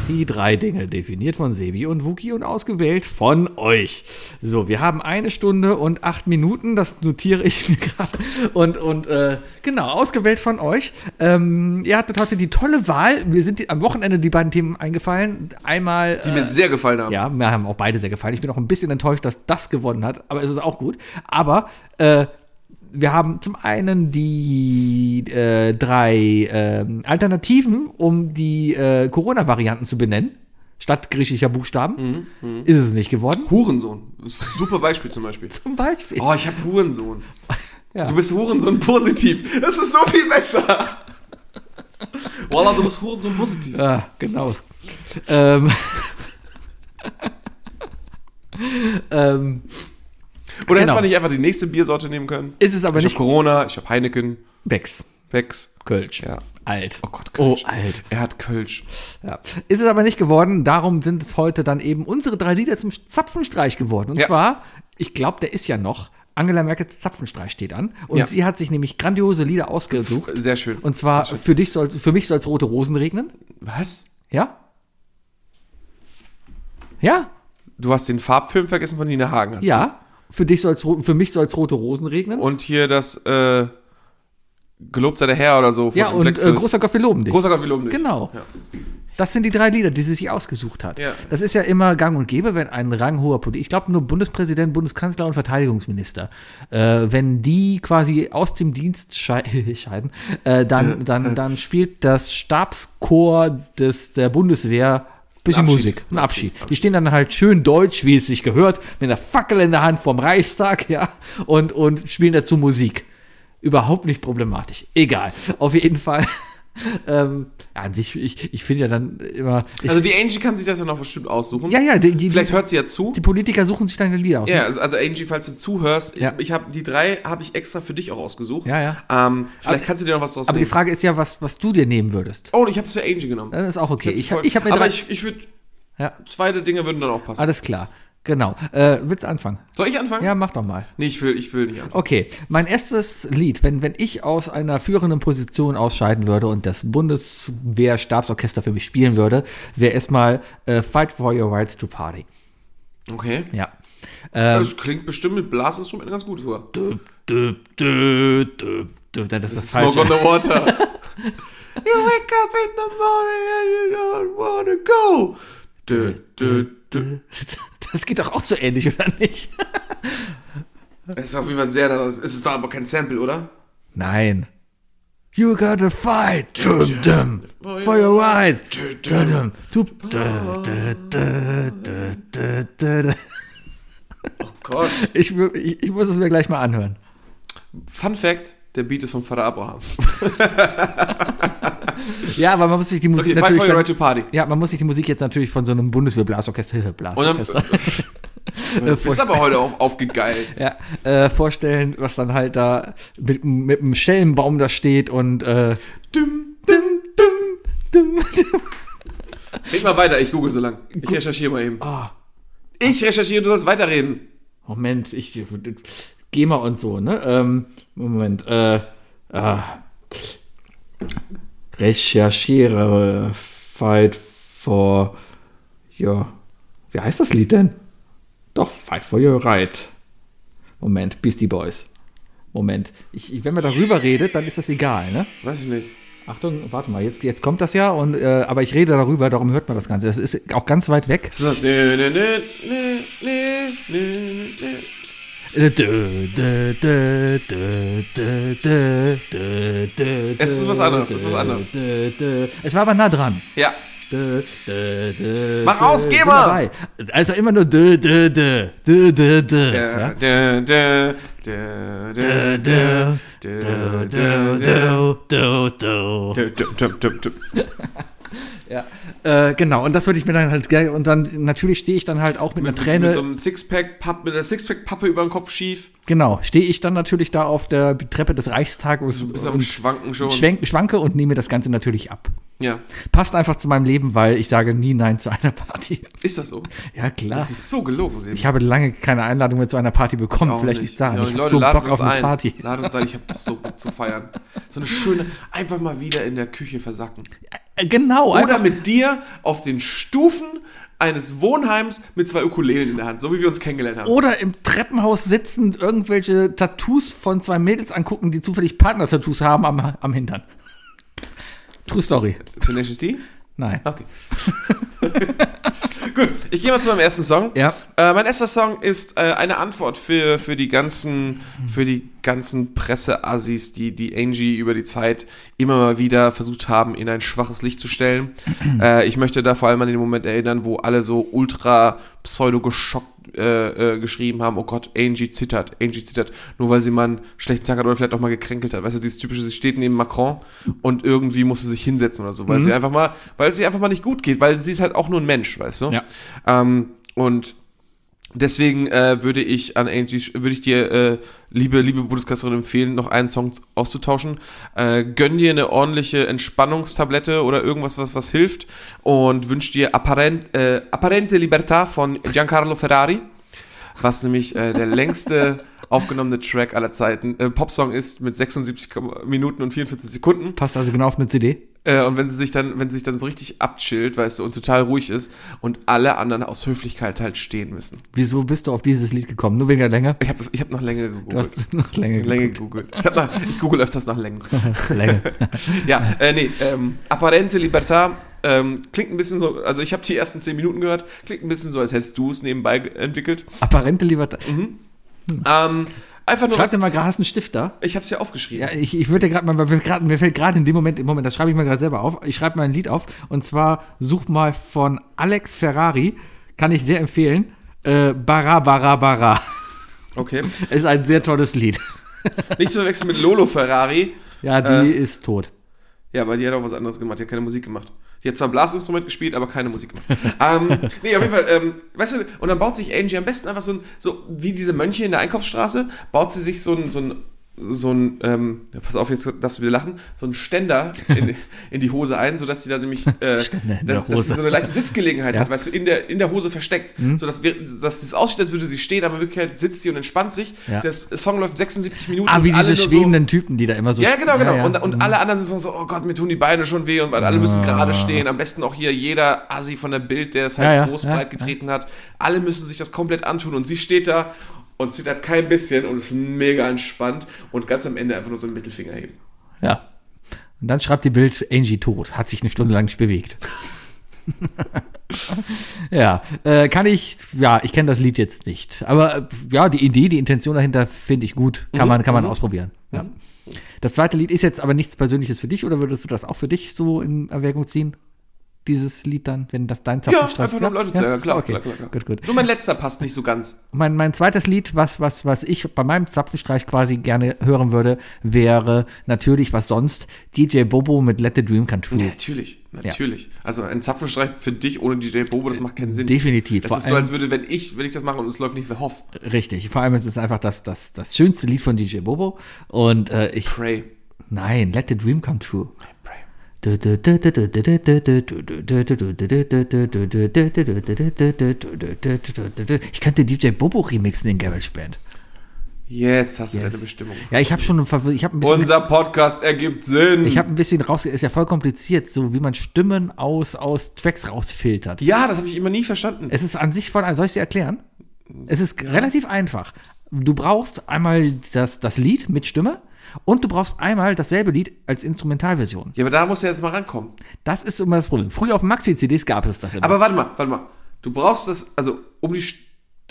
[SPEAKER 2] Die drei Dinge, definiert von Sebi und Wuki und ausgewählt von euch. So, wir haben eine Stunde und acht Minuten, das notiere ich [laughs] mir gerade. Und, und äh, genau, ausgewählt von euch. Ähm, ihr hattet heute die tolle Wahl. Mir sind die, am Wochenende die beiden Themen eingefallen. Einmal.
[SPEAKER 3] Die mir sehr gefallen haben.
[SPEAKER 2] Ja, mir haben auch beide sehr gefallen. Ich bin auch ein bisschen enttäuscht, dass das gewonnen hat, aber es ist auch gut. Aber äh, wir haben zum einen die äh, drei ähm, Alternativen, um die äh, Corona-Varianten zu benennen. statt griechischer Buchstaben.
[SPEAKER 3] Mhm,
[SPEAKER 2] Ist es nicht geworden.
[SPEAKER 3] Hurensohn. Das ist ein super Beispiel
[SPEAKER 2] [laughs]
[SPEAKER 3] zum Beispiel.
[SPEAKER 2] Zum Beispiel.
[SPEAKER 3] Oh, ich hab Hurensohn.
[SPEAKER 2] Ja.
[SPEAKER 3] Du bist Hurensohn positiv. Das ist so
[SPEAKER 2] [laughs]
[SPEAKER 3] viel besser. Wallah, du bist Hurensohn positiv.
[SPEAKER 2] Ah, genau. ähm. [laughs] ähm,
[SPEAKER 3] Oder hätte
[SPEAKER 2] genau.
[SPEAKER 3] man nicht einfach die nächste Biersorte nehmen können?
[SPEAKER 2] ist es aber
[SPEAKER 3] Ich hab
[SPEAKER 2] nicht
[SPEAKER 3] Corona, ich hab Heineken,
[SPEAKER 2] Becks.
[SPEAKER 3] Wex.
[SPEAKER 2] Kölsch.
[SPEAKER 3] Ja.
[SPEAKER 2] Alt.
[SPEAKER 3] Oh Gott, Kölsch.
[SPEAKER 2] Oh, alt.
[SPEAKER 3] Er hat Kölsch.
[SPEAKER 2] Ja. Ist es aber nicht geworden, darum sind es heute dann eben unsere drei Lieder zum Zapfenstreich geworden. Und
[SPEAKER 3] Ja.
[SPEAKER 2] zwar, ich glaube, der ist ja noch, Angela Merkels Zapfenstreich steht an. Und
[SPEAKER 3] Ja.
[SPEAKER 2] sie hat sich nämlich grandiose Lieder ausgesucht.
[SPEAKER 3] Sehr schön.
[SPEAKER 2] Und zwar, für, dich soll, für mich soll es Rote Rosen regnen.
[SPEAKER 3] was?
[SPEAKER 2] Ja? Ja?
[SPEAKER 3] Du hast den Farbfilm vergessen von Nina Hagen. hast
[SPEAKER 2] Ja. Für, dich soll's, ro- für mich soll es Rote Rosen
[SPEAKER 3] du?
[SPEAKER 2] regnen.
[SPEAKER 3] Und hier das, äh, Gelobt sei der Herr oder so. von
[SPEAKER 2] ja,
[SPEAKER 3] den
[SPEAKER 2] und äh,
[SPEAKER 3] Blackfills.
[SPEAKER 2] großer Gott, wir loben dich.
[SPEAKER 3] großer Gott, wir loben dich.
[SPEAKER 2] Genau.
[SPEAKER 3] Ja.
[SPEAKER 2] Das sind die drei Lieder, die sie sich ausgesucht hat.
[SPEAKER 3] Ja.
[SPEAKER 2] Das ist ja immer gang und gäbe, wenn ein ranghoher Politiker, ich glaube nur Bundespräsident, Bundeskanzler und Verteidigungsminister, äh, wenn die quasi aus dem Dienst schei [laughs] scheiden, äh, dann, dann, dann spielt das Stabschor des, der Bundeswehr ein bisschen
[SPEAKER 3] Ein Abschied.
[SPEAKER 2] Musik, ein Abschied. Die stehen dann halt schön deutsch, wie es sich gehört, mit einer Fackel in der Hand vom Reichstag, ja, und, und spielen dazu Musik. Überhaupt nicht problematisch. Egal. Auf jeden Fall. [laughs] Ähm, ja, an sich, ich, ich finde ja dann immer. Ich,
[SPEAKER 3] Also die Angie kann sich das ja noch bestimmt aussuchen.
[SPEAKER 2] ja, ja, die, die,
[SPEAKER 3] Vielleicht
[SPEAKER 2] die,
[SPEAKER 3] hört sie ja zu.
[SPEAKER 2] die Politiker suchen sich dann die Lieder aus.
[SPEAKER 3] Ja, also, also Angie, falls du zuhörst,
[SPEAKER 2] Ja.
[SPEAKER 3] ich, ich habe die drei habe ich extra für dich auch ausgesucht.
[SPEAKER 2] Ja, ja.
[SPEAKER 3] Ähm, vielleicht kannst du dir noch was draus
[SPEAKER 2] Aber die
[SPEAKER 3] nehmen.
[SPEAKER 2] Frage ist ja, was, was du dir nehmen würdest.
[SPEAKER 3] Oh, ich habe es für Angie genommen.
[SPEAKER 2] Das ist auch okay. Ich,
[SPEAKER 3] Voll-
[SPEAKER 2] ich habe mir
[SPEAKER 3] Aber
[SPEAKER 2] drei.
[SPEAKER 3] ich, ich würde
[SPEAKER 2] ja,
[SPEAKER 3] zwei der Dinge würden dann auch passen.
[SPEAKER 2] alles klar. Genau. Äh, willst du anfangen?
[SPEAKER 3] Soll ich anfangen?
[SPEAKER 2] Ja, mach doch mal.
[SPEAKER 3] Nee, ich will, ich will nicht anfangen.
[SPEAKER 2] Okay, mein erstes Lied, wenn, wenn ich aus einer führenden Position ausscheiden würde und das Bundeswehr-Stabsorchester für mich spielen würde, wäre erstmal äh, Fight for Your Rights to Party.
[SPEAKER 3] Okay.
[SPEAKER 2] Oh. Ja.
[SPEAKER 3] das klingt bestimmt mit Blasinstrumenten ganz gut sogar.
[SPEAKER 2] Dö, dö, dö, dö, das ist das falsch.
[SPEAKER 3] Smoke on the water. [laughs] you wake up in the morning and you don't wanna go. Dö, dö, dö.
[SPEAKER 2] Das geht doch auch so ähnlich, oder nicht?
[SPEAKER 3] Das ist auf jeden Fall sehr nah. Es ist doch aber kein Sample, oder?
[SPEAKER 2] Nein. You gotta fight dum, dum, for your right dum, dum, dum, dum, dum, dum, dum, dum.
[SPEAKER 3] Oh Gott.
[SPEAKER 2] Ich, mu- ich, ich muss es mir gleich mal anhören.
[SPEAKER 3] Fun Fact: Der Beat ist von Vater [laughs] Abraham.
[SPEAKER 2] Ja, aber man muss sich die
[SPEAKER 3] Okay,
[SPEAKER 2] Musik
[SPEAKER 3] Fight for
[SPEAKER 2] natürlich
[SPEAKER 3] your right
[SPEAKER 2] dann,
[SPEAKER 3] to party.
[SPEAKER 2] ja, man muss sich die Musik jetzt natürlich von so einem Bundeswehrblasorchester Blasorchester äh,
[SPEAKER 3] Du bist aber heute auch aufgegeilt.
[SPEAKER 2] ja, äh, vorstellen, was dann halt da mit, mit einem Schellenbaum da steht und äh, dum, dum, dum, dum, dum.
[SPEAKER 3] Red mal weiter, ich google so lang. Ich recherchiere mal eben. Ich recherchiere, du sollst weiterreden.
[SPEAKER 2] Moment, ich geh mal und so, ne? Ähm, Moment, äh, ah. recherchiere Fight for your. Wie heißt das Lied denn? Doch, Fight for your right. Moment, Beastie Boys. Moment, ich, ich, wenn man darüber redet, dann ist das egal, ne?
[SPEAKER 3] Weiß ich nicht.
[SPEAKER 2] Achtung, warte mal, jetzt, jetzt kommt das ja, und, äh, aber ich rede darüber, darum hört man das Ganze. Das ist auch ganz weit weg.
[SPEAKER 3] So. Nö, nö, nö, nö, nö, nö, nö.
[SPEAKER 2] Es ist
[SPEAKER 3] ist was anderes, es ist was anderes.
[SPEAKER 2] Es war aber nah dran.
[SPEAKER 3] Ja,
[SPEAKER 2] Mach
[SPEAKER 3] Mach aus, geh mal!
[SPEAKER 2] Also immer nur dö, dö, dö, dö, dö, dö.
[SPEAKER 3] Dö,
[SPEAKER 2] ja?
[SPEAKER 3] Äh, dö, dö, dö,
[SPEAKER 2] Dö,
[SPEAKER 3] dö,
[SPEAKER 2] dö, dö,
[SPEAKER 3] dö,
[SPEAKER 2] dö, dö, dö.
[SPEAKER 3] dö, dö, dö, dö, dö.
[SPEAKER 2] Ja, äh, genau, und das würde ich mir dann halt gerne, und dann natürlich stehe ich dann halt auch mit,
[SPEAKER 3] Mit,
[SPEAKER 2] einer
[SPEAKER 3] mit,
[SPEAKER 2] Träne,
[SPEAKER 3] mit so einem Sixpack-Papp, mit einer Sixpack-Pappe über den Kopf schief.
[SPEAKER 2] genau, stehe ich dann natürlich da auf der Treppe des Reichstages
[SPEAKER 3] Du bist am
[SPEAKER 2] und
[SPEAKER 3] Schwanken schon.
[SPEAKER 2] schwenk, schwanke und nehme das Ganze natürlich ab.
[SPEAKER 3] Ja.
[SPEAKER 2] passt einfach zu meinem Leben, weil ich sage nie Nein zu einer Party.
[SPEAKER 3] Ist das so?
[SPEAKER 2] Ja, klar.
[SPEAKER 3] Das ist so gelogen, Sebi.
[SPEAKER 2] Ich habe lange keine Einladung mehr zu einer Party bekommen.
[SPEAKER 3] Auch
[SPEAKER 2] Vielleicht
[SPEAKER 3] nicht.
[SPEAKER 2] liegt daran.
[SPEAKER 3] Ja,
[SPEAKER 2] Ich habe
[SPEAKER 3] Leute,
[SPEAKER 2] so
[SPEAKER 3] laden
[SPEAKER 2] Bock
[SPEAKER 3] uns
[SPEAKER 2] auf eine
[SPEAKER 3] ein.
[SPEAKER 2] Party.
[SPEAKER 3] Laden uns ein, ich habe auch so Bock zu feiern. So eine schöne, einfach mal wieder in der Küche versacken.
[SPEAKER 2] [laughs] Äh, Genau.
[SPEAKER 3] Oder
[SPEAKER 2] einfach-
[SPEAKER 3] mit dir auf den Stufen eines Wohnheims mit zwei Ukulelen in der Hand, so wie wir uns kennengelernt haben.
[SPEAKER 2] Oder im Treppenhaus sitzend irgendwelche Tattoos von zwei Mädels angucken, die zufällig Partner-Tattoos haben am, am Hintern. [laughs] True Story.
[SPEAKER 3] Tenacious D?
[SPEAKER 2] Nein.
[SPEAKER 3] Okay. [laughs] Gut, ich gehe mal zu meinem ersten Song.
[SPEAKER 2] Ja.
[SPEAKER 3] Äh, mein erster Song ist äh, eine Antwort für, für die ganzen, für die ganzen Presseassis, die die Angie über die Zeit immer mal wieder versucht haben, in ein schwaches Licht zu stellen. äh, ich möchte da vor allem an den Moment erinnern, wo alle so ultra pseudo geschockt äh, äh, geschrieben haben, oh Gott, Angie zittert, Angie zittert, nur weil sie mal einen schlechten Tag hat oder vielleicht auch mal gekränkelt hat. Weißt du, dieses typische, sie steht neben Macron und irgendwie muss sie sich hinsetzen oder so, weil sie einfach mal, weil sie einfach mal nicht gut geht, weil sie ist halt auch nur ein Mensch, weißt du?
[SPEAKER 2] Ja.
[SPEAKER 3] Ähm, und deswegen äh, würde ich an Angie, würde ich dir, äh, liebe, liebe Bundeskanzlerin, empfehlen, noch einen Song auszutauschen. Äh, gönn dir eine ordentliche Entspannungstablette oder irgendwas, was, was hilft und wünsch dir Apparent, äh, Apparente Libertà von Giancarlo Ferrari, was nämlich äh, der längste aufgenommene Track aller Zeiten, äh, Popsong ist mit 76 Minuten und 44 Sekunden.
[SPEAKER 2] Passt also genau auf eine CD.
[SPEAKER 3] Äh, und wenn sie sich dann, wenn sie sich dann so richtig abchillt, weißt du, und total ruhig ist und alle anderen aus Höflichkeit halt stehen müssen.
[SPEAKER 2] Wieso bist du auf dieses Lied gekommen? Nur weniger länger?
[SPEAKER 3] Ich habe ich hab nach Länge gegoogelt.
[SPEAKER 2] Du
[SPEAKER 3] [laughs]
[SPEAKER 2] hast noch [laughs] länger
[SPEAKER 3] Länge gegoogelt. Ich, hab nach, ich google öfters nach Längen. [laughs]
[SPEAKER 2] Länge.
[SPEAKER 3] ja, äh, nee, ähm, Apparente Libertà ähm, klingt ein bisschen so, also ich habe die ersten zehn Minuten gehört, klingt ein bisschen so, als hättest du es nebenbei ge- entwickelt.
[SPEAKER 2] Apparente Libertad.
[SPEAKER 3] Ähm, einfach nur,
[SPEAKER 2] Schreib
[SPEAKER 3] was,
[SPEAKER 2] dir mal gerade, hast du einen Stift da?
[SPEAKER 3] ich habe es ja aufgeschrieben.
[SPEAKER 2] Ja, ich, ich würde gerade mal, mir fällt grad- mir fällt gerade in dem Moment, im Moment, das schreibe ich mir gerade selber auf, ich schreibe mal ein Lied auf und zwar such mal von Alex Ferrari, kann ich sehr empfehlen, äh, Bara Bara Bara.
[SPEAKER 3] Okay.
[SPEAKER 2] [laughs] Ist ein sehr tolles Lied.
[SPEAKER 3] Nicht zu verwechseln mit Lolo Ferrari.
[SPEAKER 2] Ja, die ist tot.
[SPEAKER 3] Ja, aber die hat auch was anderes gemacht, die hat keine Musik gemacht. Die hat zwar ein Blasinstrument gespielt, aber keine Musik gemacht. [laughs] ähm, nee, auf jeden Fall, ähm, weißt du, und dann baut sich Angie am besten einfach so ein, so wie diese Mönche in der Einkaufsstraße, baut sie sich so ein, so ein, so ein, ähm, ja, pass auf, jetzt darfst du wieder lachen, so ein Ständer
[SPEAKER 2] [laughs]
[SPEAKER 3] in, in die Hose ein, sodass sie da nämlich, äh,
[SPEAKER 2] Ständer in
[SPEAKER 3] da,
[SPEAKER 2] der
[SPEAKER 3] dass sie
[SPEAKER 2] Hose.
[SPEAKER 3] so eine leichte
[SPEAKER 2] [laughs]
[SPEAKER 3] Sitzgelegenheit
[SPEAKER 2] Ja. Mhm.
[SPEAKER 3] hat, weißt du, in der, in der Hose versteckt, sodass wir, dass es aussieht, als würde sie stehen, aber in Wirklichkeit sitzt sie und entspannt sich.
[SPEAKER 2] Ja.
[SPEAKER 3] Das Song läuft 76 Minuten.
[SPEAKER 2] Ah, wie
[SPEAKER 3] und alle
[SPEAKER 2] diese
[SPEAKER 3] nur so-
[SPEAKER 2] schwebenden Typen, die da immer so.
[SPEAKER 3] ja, genau, genau.
[SPEAKER 2] ja. Mhm.
[SPEAKER 3] Und, und alle anderen sind so, oh Gott, mir tun die Beine schon weh und alle müssen gerade stehen. Am besten auch hier jeder Assi von der Bild, der es halt
[SPEAKER 2] Ja, ja,
[SPEAKER 3] groß
[SPEAKER 2] ja,
[SPEAKER 3] breit getreten hat. Alle müssen sich das komplett antun und sie steht da und zittert kein bisschen und ist mega entspannt und ganz am Ende einfach nur so einen Mittelfinger heben.
[SPEAKER 2] ja. Und dann schreibt die Bild Angie tot, hat sich eine Stunde lang nicht
[SPEAKER 3] [laughs]
[SPEAKER 2] bewegt. ja, äh, kann ich, ja, ich kenne das Lied jetzt nicht. Aber äh, ja, die Idee, die Intention dahinter finde ich gut.
[SPEAKER 3] Mhm.
[SPEAKER 2] Kann man, kann man ausprobieren. Ja. Das zweite Lied ist jetzt aber nichts Persönliches für dich oder würdest du das auch für dich so in Erwägung ziehen? Dieses Lied dann, wenn das dein
[SPEAKER 3] Ja,
[SPEAKER 2] Zapfenstreif
[SPEAKER 3] einfach nur um Leute zu ärgern. Klar,
[SPEAKER 2] okay.
[SPEAKER 3] klar, klar, klar.
[SPEAKER 2] Gut, gut.
[SPEAKER 3] Nur mein letzter passt nicht so ganz.
[SPEAKER 2] Mein, mein zweites Lied, was, was, was ich bei meinem Zapfenstreich quasi gerne hören würde, wäre natürlich was sonst. DJ Bobo mit Let the Dream Come True.
[SPEAKER 3] Natürlich, natürlich. Also ein Zapfenstreich für dich ohne DJ Bobo, das macht keinen Sinn.
[SPEAKER 2] Definitiv.
[SPEAKER 3] Das
[SPEAKER 2] Vor
[SPEAKER 3] ist so, als
[SPEAKER 2] allem,
[SPEAKER 3] würde, wenn ich, wenn ich das mache und es läuft nicht, wer Hoff.
[SPEAKER 2] richtig. Vor allem ist es einfach das, das, das schönste Lied von DJ Bobo. Und äh, ich.
[SPEAKER 3] Pray.
[SPEAKER 2] Nein, Let the Dream Come True.
[SPEAKER 3] Pray.
[SPEAKER 2] Ich könnte DJ Bobo remixen in GarageBand.
[SPEAKER 3] Jetzt hast du
[SPEAKER 2] Yes.
[SPEAKER 3] deine Bestimmung.
[SPEAKER 2] Ja, ich habe schon ver- ich hab ein bisschen
[SPEAKER 3] Unser Podcast ergibt Sinn.
[SPEAKER 2] Ich habe ein bisschen raus, ist ja voll kompliziert, so wie man Stimmen aus, aus Tracks rausfiltert.
[SPEAKER 3] ja, das habe ich immer nie verstanden.
[SPEAKER 2] Es ist an sich voll, soll ich dir erklären? Es ist relativ einfach. Du brauchst einmal das, das Lied mit Stimme und du brauchst einmal dasselbe Lied als Instrumentalversion.
[SPEAKER 3] Ja, aber da musst du jetzt mal rankommen.
[SPEAKER 2] Das ist immer das Problem. Früher auf Maxi-CDs gab es das immer.
[SPEAKER 3] Aber warte mal, warte mal. Du brauchst das, also um die. St-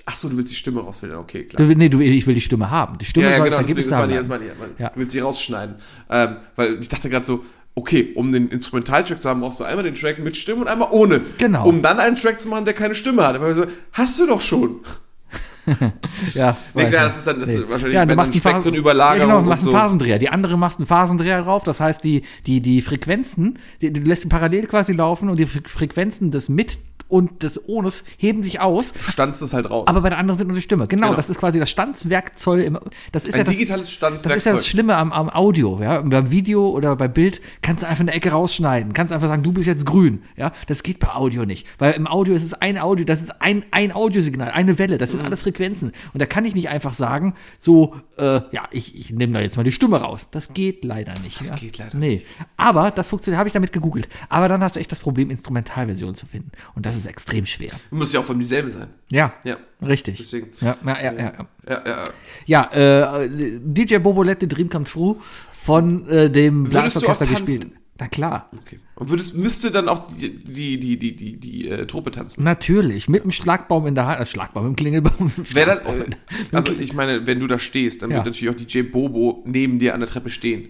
[SPEAKER 3] Ach so, du willst die Stimme rausfiltern, okay, klar.
[SPEAKER 2] du, nee, du, ich will die Stimme haben. Die Stimme
[SPEAKER 3] ja, ja,
[SPEAKER 2] soll
[SPEAKER 3] genau,
[SPEAKER 2] das Ergebnis
[SPEAKER 3] deswegen, das meine
[SPEAKER 2] haben.
[SPEAKER 3] ich, das meine ich. das meine ich.
[SPEAKER 2] Ja.
[SPEAKER 3] Du willst sie rausschneiden. Ähm, weil ich dachte gerade so, okay, um den Instrumentaltrack zu haben, brauchst du einmal den Track mit Stimme und einmal ohne.
[SPEAKER 2] Genau.
[SPEAKER 3] Um dann einen Track zu machen, der keine Stimme hat. Weil so, hast du doch schon.
[SPEAKER 2] Ja,
[SPEAKER 3] Nee,
[SPEAKER 2] weiß
[SPEAKER 3] klar,
[SPEAKER 2] nicht.
[SPEAKER 3] das ist dann- das ist wahrscheinlich
[SPEAKER 2] ja,
[SPEAKER 3] bei
[SPEAKER 2] du machst einen
[SPEAKER 3] den
[SPEAKER 2] Phasen-
[SPEAKER 3] Spektrenüberlagerung
[SPEAKER 2] Ja, genau, du
[SPEAKER 3] und
[SPEAKER 2] machst einen
[SPEAKER 3] so.
[SPEAKER 2] Phasendreher. Die andere machst einen Phasendreher drauf. Das heißt, die, die, die Frequenzen, die, die, du lässt sie parallel quasi laufen und die Fre Frequenzen des Mit- und des Ohnes heben sich aus.
[SPEAKER 3] Stanzt es halt raus.
[SPEAKER 2] Aber bei der anderen sind nur die Stimme. Genau,
[SPEAKER 3] Genau.
[SPEAKER 2] das ist quasi das Stanzwerkzeug. Im, das ist
[SPEAKER 3] Ein
[SPEAKER 2] ja das,
[SPEAKER 3] digitales
[SPEAKER 2] das ist ja
[SPEAKER 3] Stanzwerkzeug.
[SPEAKER 2] das Schlimme am, am Audio, ja. Beim Video oder beim Bild kannst du einfach eine Ecke rausschneiden. Kannst einfach sagen, du bist jetzt grün, ja. Das geht bei Audio nicht. Weil im Audio ist es ein Audio, das ist ein, ein Audiosignal, eine Welle, das sind alles Frequenzen. Und da kann ich nicht einfach sagen, so, äh, ja, ich, ich nehme da jetzt mal die Stimme raus. Das geht leider nicht. Das ja?
[SPEAKER 3] geht leider
[SPEAKER 2] nee. Aber das funktioniert, habe ich damit gegoogelt. Aber dann hast du echt das Problem, Instrumentalversionen zu finden. Und das ist extrem schwer.
[SPEAKER 3] Muss ja auch von dieselbe sein.
[SPEAKER 2] Ja.
[SPEAKER 3] Ja.
[SPEAKER 2] Richtig.
[SPEAKER 3] Deswegen.
[SPEAKER 2] Ja, ja, ja, ja. ja.
[SPEAKER 3] Ja, ja. ja.
[SPEAKER 2] Ja, äh, DJ Bobolette Dream Come True von äh, dem
[SPEAKER 3] Würdest du auch
[SPEAKER 2] Blasorchester
[SPEAKER 3] tanzen?
[SPEAKER 2] gespielt. Na klar.
[SPEAKER 3] Okay. Und würdest, müsste dann auch die, die, die, die, die, die äh, Truppe tanzen.
[SPEAKER 2] Natürlich, mit dem Schlagbaum in der Hand, äh, Schlagbaum, mit dem Klingelbaum. [laughs] Im
[SPEAKER 3] Wär das,
[SPEAKER 2] Schlagbaum
[SPEAKER 3] äh,
[SPEAKER 2] in der-
[SPEAKER 3] also ich meine, wenn du da stehst, dann
[SPEAKER 2] Ja.
[SPEAKER 3] wird natürlich auch DJ Bobo neben dir an der Treppe stehen.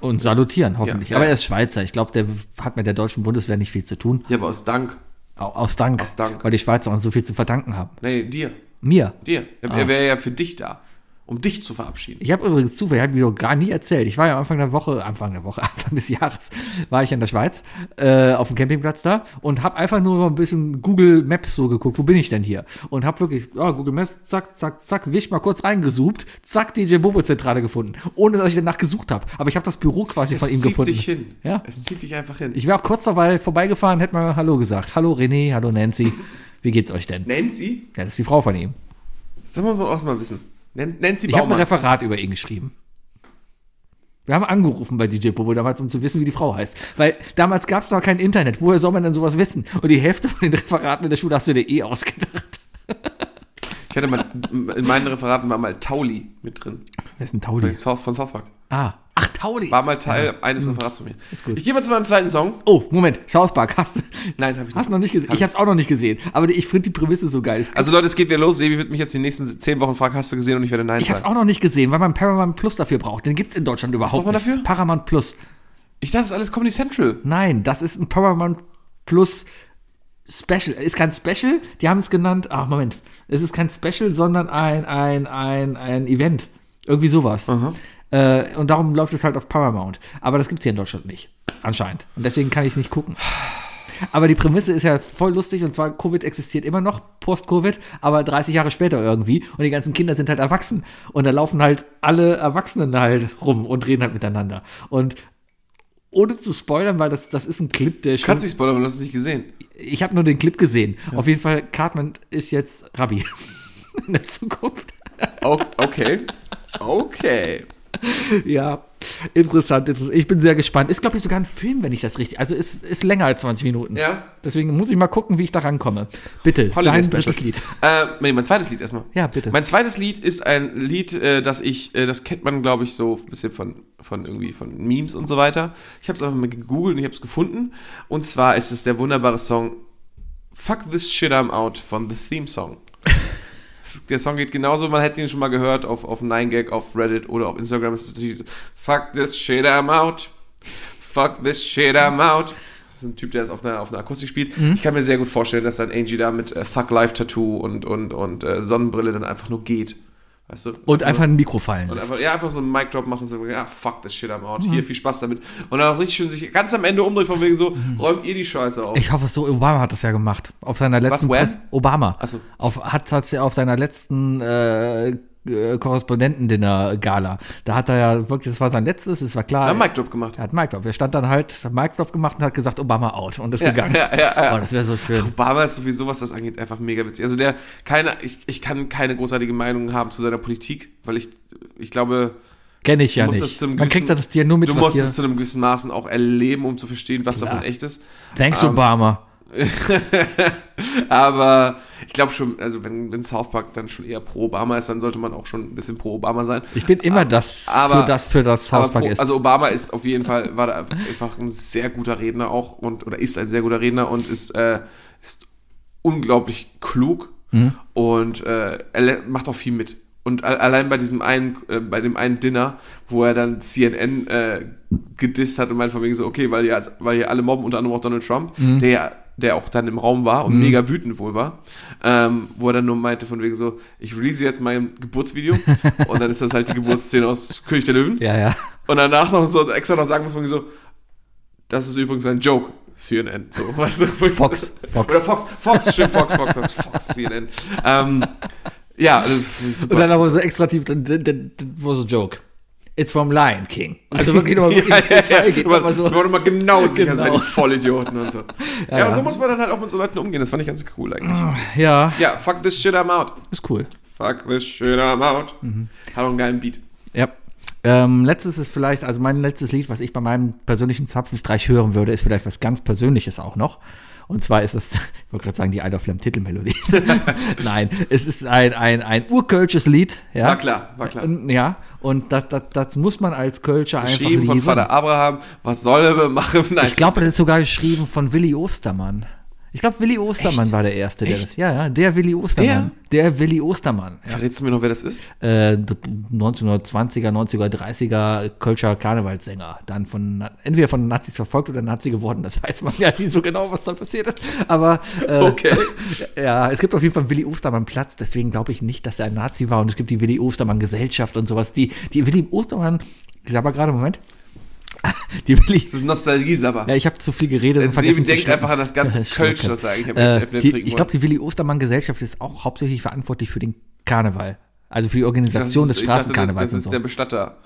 [SPEAKER 2] und salutieren, hoffentlich.
[SPEAKER 3] Ja, ja.
[SPEAKER 2] Aber er ist Schweizer. Ich glaube, der hat mit der deutschen Bundeswehr nicht viel zu tun.
[SPEAKER 3] Ja, aber aus Dank.
[SPEAKER 2] Au- Aus Dank.
[SPEAKER 3] Aus Dank.
[SPEAKER 2] Weil die Schweizer uns so viel zu verdanken haben.
[SPEAKER 3] Nee, dir.
[SPEAKER 2] Mir.
[SPEAKER 3] Dir. Er,
[SPEAKER 2] Ah.
[SPEAKER 3] er wäre ja für dich da, um dich zu verabschieden.
[SPEAKER 2] Ich habe übrigens Zufall, ich habe mir doch gar nie erzählt. Ich war ja am Anfang der Woche, Anfang der Woche, [laughs] Anfang des Jahres, war ich in der Schweiz äh, auf dem Campingplatz da und habe einfach nur mal ein bisschen Google Maps so geguckt, wo bin ich denn hier? Und habe wirklich, oh, Google Maps, zack, zack, zack, wisch mal kurz reingezoomt, zack, DJ Bobo Zentrale gefunden, ohne dass ich danach gesucht habe. Aber ich habe das Büro quasi von ihm gefunden.
[SPEAKER 3] dich hin.
[SPEAKER 2] Ja.
[SPEAKER 3] Es zieht dich einfach hin.
[SPEAKER 2] Ich wäre auch kurz dabei vorbeigefahren, hätte mal Hallo gesagt. Hallo René, hallo Nancy. Wie geht's euch denn?
[SPEAKER 3] Nancy?
[SPEAKER 2] Ja, das ist die Frau von ihm.
[SPEAKER 3] Das wollen wir auch mal wissen. Nan- Nancy
[SPEAKER 2] Ich habe ein
[SPEAKER 3] Baumann.
[SPEAKER 2] Referat über ihn geschrieben. Wir haben angerufen bei DJ Bobo damals, um zu wissen, wie die Frau heißt. Weil damals gab es noch kein Internet. Woher soll man denn sowas wissen? Und die Hälfte von den Referaten in der Schule hast du dir eh ausgedacht.
[SPEAKER 3] Ich hatte mal, in meinen Referaten war mal Tauli mit drin.
[SPEAKER 2] Wer ist ein
[SPEAKER 3] Von
[SPEAKER 2] Tauli?
[SPEAKER 3] South, von South Park.
[SPEAKER 2] Ah, ach, Tauli.
[SPEAKER 3] War mal Teil eines Referats von mir.
[SPEAKER 2] Mhm. gut.
[SPEAKER 3] Ich gehe mal zu meinem zweiten Song.
[SPEAKER 2] Oh, Moment, South Park, hast du
[SPEAKER 3] Nein, habe ich
[SPEAKER 2] hast du noch nicht gesehen? Ich habe es auch noch nicht gesehen. Aber die- ich finde die Prämisse so geil.
[SPEAKER 3] Also Leute, es geht wieder los. Sebi wird mich jetzt die nächsten zehn Wochen fragen, hast du gesehen und ich werde nein
[SPEAKER 2] Ich habe es
[SPEAKER 3] sagen.
[SPEAKER 2] auch noch nicht gesehen, weil man Paramount Plus dafür braucht. Den gibt es in Deutschland überhaupt
[SPEAKER 3] braucht man
[SPEAKER 2] nicht.
[SPEAKER 3] dafür?
[SPEAKER 2] Paramount Plus.
[SPEAKER 3] Ich dachte, das ist alles Comedy Central.
[SPEAKER 2] Nein, das ist ein Paramount Plus Special. Ist kein Special, die haben es genannt. Ach, Moment. Es ist kein Special, sondern ein, ein, ein, ein Event. Irgendwie sowas. Äh, und darum läuft es halt auf Paramount. Aber das gibt es hier in Deutschland nicht. Anscheinend. Und deswegen kann ich es nicht gucken. Aber die Prämisse ist ja voll lustig und zwar Covid existiert immer noch, Post-Covid, aber 30 Jahre später irgendwie und die ganzen Kinder sind halt erwachsen und da laufen halt alle Erwachsenen halt rum und reden halt miteinander. Und ohne zu spoilern, weil das, das ist ein Clip, der
[SPEAKER 3] Du
[SPEAKER 2] schon.
[SPEAKER 3] kannst nicht spoilern, weil du hast es nicht gesehen.
[SPEAKER 2] Ich habe nur den Clip gesehen. Auf jeden Fall, Cartman ist jetzt Rabbi [laughs] in der Zukunft.
[SPEAKER 3] Okay. Okay.
[SPEAKER 2] Ja, interessant. interessant. Ich bin sehr gespannt. Ist, glaube ich, sogar ein Film, wenn ich das richtig. Also ist, ist länger als 20 Minuten.
[SPEAKER 3] Ja.
[SPEAKER 2] Deswegen muss ich mal gucken, wie ich da rankomme. Bitte,
[SPEAKER 3] Holiday
[SPEAKER 2] dein
[SPEAKER 3] Special.
[SPEAKER 2] drittes Lied.
[SPEAKER 3] Äh, nee, mein zweites Lied erstmal.
[SPEAKER 2] Ja, bitte.
[SPEAKER 3] Mein zweites Lied ist ein Lied, äh, das ich, äh, das kennt man, glaube ich, so ein bisschen von, von irgendwie von Memes und so weiter. Ich habe es einfach mal gegoogelt und ich habe es gefunden. Und zwar ist es der wunderbare Song Fuck This Shit I'm Out von The Theme Song. Das- Der Song geht genauso, man hätte ihn schon mal gehört auf, auf 9gag, auf Reddit oder auf Instagram. Es ist natürlich Fuck this shit, I'm out. Fuck this shit, I'm out. Das ist ein Typ, der es auf einer, auf einer Akustik spielt.
[SPEAKER 2] Mhm.
[SPEAKER 3] Ich kann mir sehr gut vorstellen, dass dann Angie da mit äh, Thug Life Tattoo und, und, und äh, Sonnenbrille dann einfach nur geht. Weißt du?
[SPEAKER 2] Und einfach ein Mikro fallen
[SPEAKER 3] Also- Und
[SPEAKER 2] lässt.
[SPEAKER 3] einfach, ja, einfach so einen Mic Drop machen und sagen, ja, fuck this shit, I'm out.
[SPEAKER 2] Mhm.
[SPEAKER 3] Hier, viel Spaß damit. Und dann auch richtig schön sich ganz am Ende umdreht, von wegen so, räumt ihr die Scheiße auf.
[SPEAKER 2] Mhm. Ich hoffe es so, Obama hat das ja gemacht. Auf seiner letzten
[SPEAKER 3] wer?
[SPEAKER 2] Obama.
[SPEAKER 3] Ach so.
[SPEAKER 2] Auf, hat hat's ja auf seiner letzten äh, äh, Korrespondentendinner-Gala. Da hat er ja wirklich, das war sein letztes, es war klar.
[SPEAKER 3] Haben Mic Drop gemacht.
[SPEAKER 2] Er hat Mike Drop. Er stand dann halt, hat Mike Drop gemacht und hat gesagt, Obama out und ist gegangen.
[SPEAKER 3] ja, ja, ja.
[SPEAKER 2] Oh, das wäre so schön.
[SPEAKER 3] Obama ist sowieso, was das angeht, einfach mega witzig. Also der, keine, ich, ich kann keine großartige Meinung haben zu seiner Politik, weil ich, ich glaube,
[SPEAKER 2] Kenne ich ja
[SPEAKER 3] musst
[SPEAKER 2] nicht.
[SPEAKER 3] das zu einem
[SPEAKER 2] Man
[SPEAKER 3] gewissen-
[SPEAKER 2] kriegt das dir nur mit,
[SPEAKER 3] du
[SPEAKER 2] was
[SPEAKER 3] musst
[SPEAKER 2] hier.
[SPEAKER 3] es zu einem gewissen Maßen auch erleben, um zu verstehen, was davon echt ist. Ähm,
[SPEAKER 2] Thanks, Obama.
[SPEAKER 3] Aber ich glaube schon, also wenn, wenn South Park dann schon eher pro Obama ist, dann sollte man auch schon ein bisschen pro Obama sein.
[SPEAKER 2] Ich bin immer das,
[SPEAKER 3] ähm, aber-
[SPEAKER 2] für das, für das
[SPEAKER 3] Aber
[SPEAKER 2] Hauspark
[SPEAKER 3] pro-
[SPEAKER 2] ist.
[SPEAKER 3] Also Obama ist auf jeden Fall, war da einfach ein sehr guter Redner auch und oder ist ein sehr guter Redner und ist, äh, ist unglaublich klug und äh, er le- macht auch viel mit. Und a- allein bei diesem einen, äh, bei dem einen Dinner, wo er dann CNN äh, gedisst hat und meint von wegen so, okay, weil ihr, weil ihr alle mobben, unter anderem auch Donald Trump, der ja der auch dann im Raum war und mega wütend wohl war, ähm, wo er dann nur meinte von wegen so, ich release jetzt mein Geburtsvideo und dann ist das halt die Geburtsszene aus König der Löwen.
[SPEAKER 2] ja,
[SPEAKER 3] [laughs]
[SPEAKER 2] ja.
[SPEAKER 3] Und danach noch so extra noch sagen muss, irgendwie so, das ist übrigens ein Joke. CNN, so, [laughs] weißt du?
[SPEAKER 2] Fox, Fox.
[SPEAKER 3] Oder Fox, Fox, stimmt, Fox, Fox, Fox, Fox, CNN. Ähm, ja, also, super.
[SPEAKER 2] Und dann aber so extra tief, that, that, that was a joke. It's from Lion King. Also wirklich [laughs] nochmal
[SPEAKER 3] ja, [laughs] ja, ja.
[SPEAKER 2] geht,
[SPEAKER 3] Immer-
[SPEAKER 2] aber so-
[SPEAKER 3] Wir wollen mal genau sicher sein, die
[SPEAKER 2] Genau.
[SPEAKER 3] Vollidioten und so.
[SPEAKER 2] [laughs]
[SPEAKER 3] Ja, aber so muss man dann halt auch mit so Leuten umgehen. Das fand ich ganz cool eigentlich.
[SPEAKER 2] Ja,
[SPEAKER 3] Ja, fuck this shit, I'm out.
[SPEAKER 2] ist cool.
[SPEAKER 3] Fuck this shit, I'm out.
[SPEAKER 2] Mhm.
[SPEAKER 3] Hat auch einen geilen Beat.
[SPEAKER 2] Ja. Ähm, letztes ist vielleicht, also mein letztes Lied, was ich bei meinem persönlichen Zapfenstreich hören würde, ist vielleicht was ganz Persönliches auch noch. Und zwar ist es, [laughs] ich wollte gerade sagen, die Idle Flam
[SPEAKER 3] [laughs]
[SPEAKER 2] Titelmelodie. [laughs] Nein, es ist ein, ein, ein urkölsches Lied. Ja?
[SPEAKER 3] War klar, war klar.
[SPEAKER 2] Und, ja, und das, das, das muss man als Kölscher einfach
[SPEAKER 3] Geschrieben
[SPEAKER 2] lesen.
[SPEAKER 3] von Vater Abraham, was sollen wir machen? Nein,
[SPEAKER 2] Ich glaube, das ist sogar geschrieben von Willi Ostermann. Ich glaube, Willi Ostermann war der Erste, der das. Ja, ja, der Willi Ostermann. Der, Willi Ostermann.
[SPEAKER 3] verrätst du mir noch, wer das ist?
[SPEAKER 2] Äh, 1920er, 90er, 30er Kölscher Karnevalssänger. Dann von entweder von Nazis verfolgt oder Nazi geworden. Das [laughs] weiß man ja nie so genau, was da passiert ist. Aber äh,
[SPEAKER 3] Okay.
[SPEAKER 2] [laughs] ja, es gibt auf jeden Fall einen Willi Ostermann Platz, deswegen glaube ich nicht, dass er ein Nazi war. Und es gibt die Willi Ostermann Gesellschaft und sowas. Die, die Willi Ostermann, ich sag mal gerade, Moment. [laughs] Die Willi,
[SPEAKER 3] Das ist Nostalgie, Sabber.
[SPEAKER 2] ja, ich habe zu viel geredet und
[SPEAKER 3] Sebi
[SPEAKER 2] vergessen zu
[SPEAKER 3] denkt
[SPEAKER 2] schlucken.
[SPEAKER 3] einfach an
[SPEAKER 2] [laughs]
[SPEAKER 3] das ganze
[SPEAKER 2] Schlucken.
[SPEAKER 3] Kölsch, das sage ich. Ich hab
[SPEAKER 2] Äh,
[SPEAKER 3] echt F&F
[SPEAKER 2] die,
[SPEAKER 3] trinken
[SPEAKER 2] ich glaube, die Willy Ostermann Gesellschaft ist auch hauptsächlich verantwortlich für den Karneval. Also für die Organisation des Straßenkarnevals
[SPEAKER 3] Das ist der
[SPEAKER 2] und so.
[SPEAKER 3] Bestatter.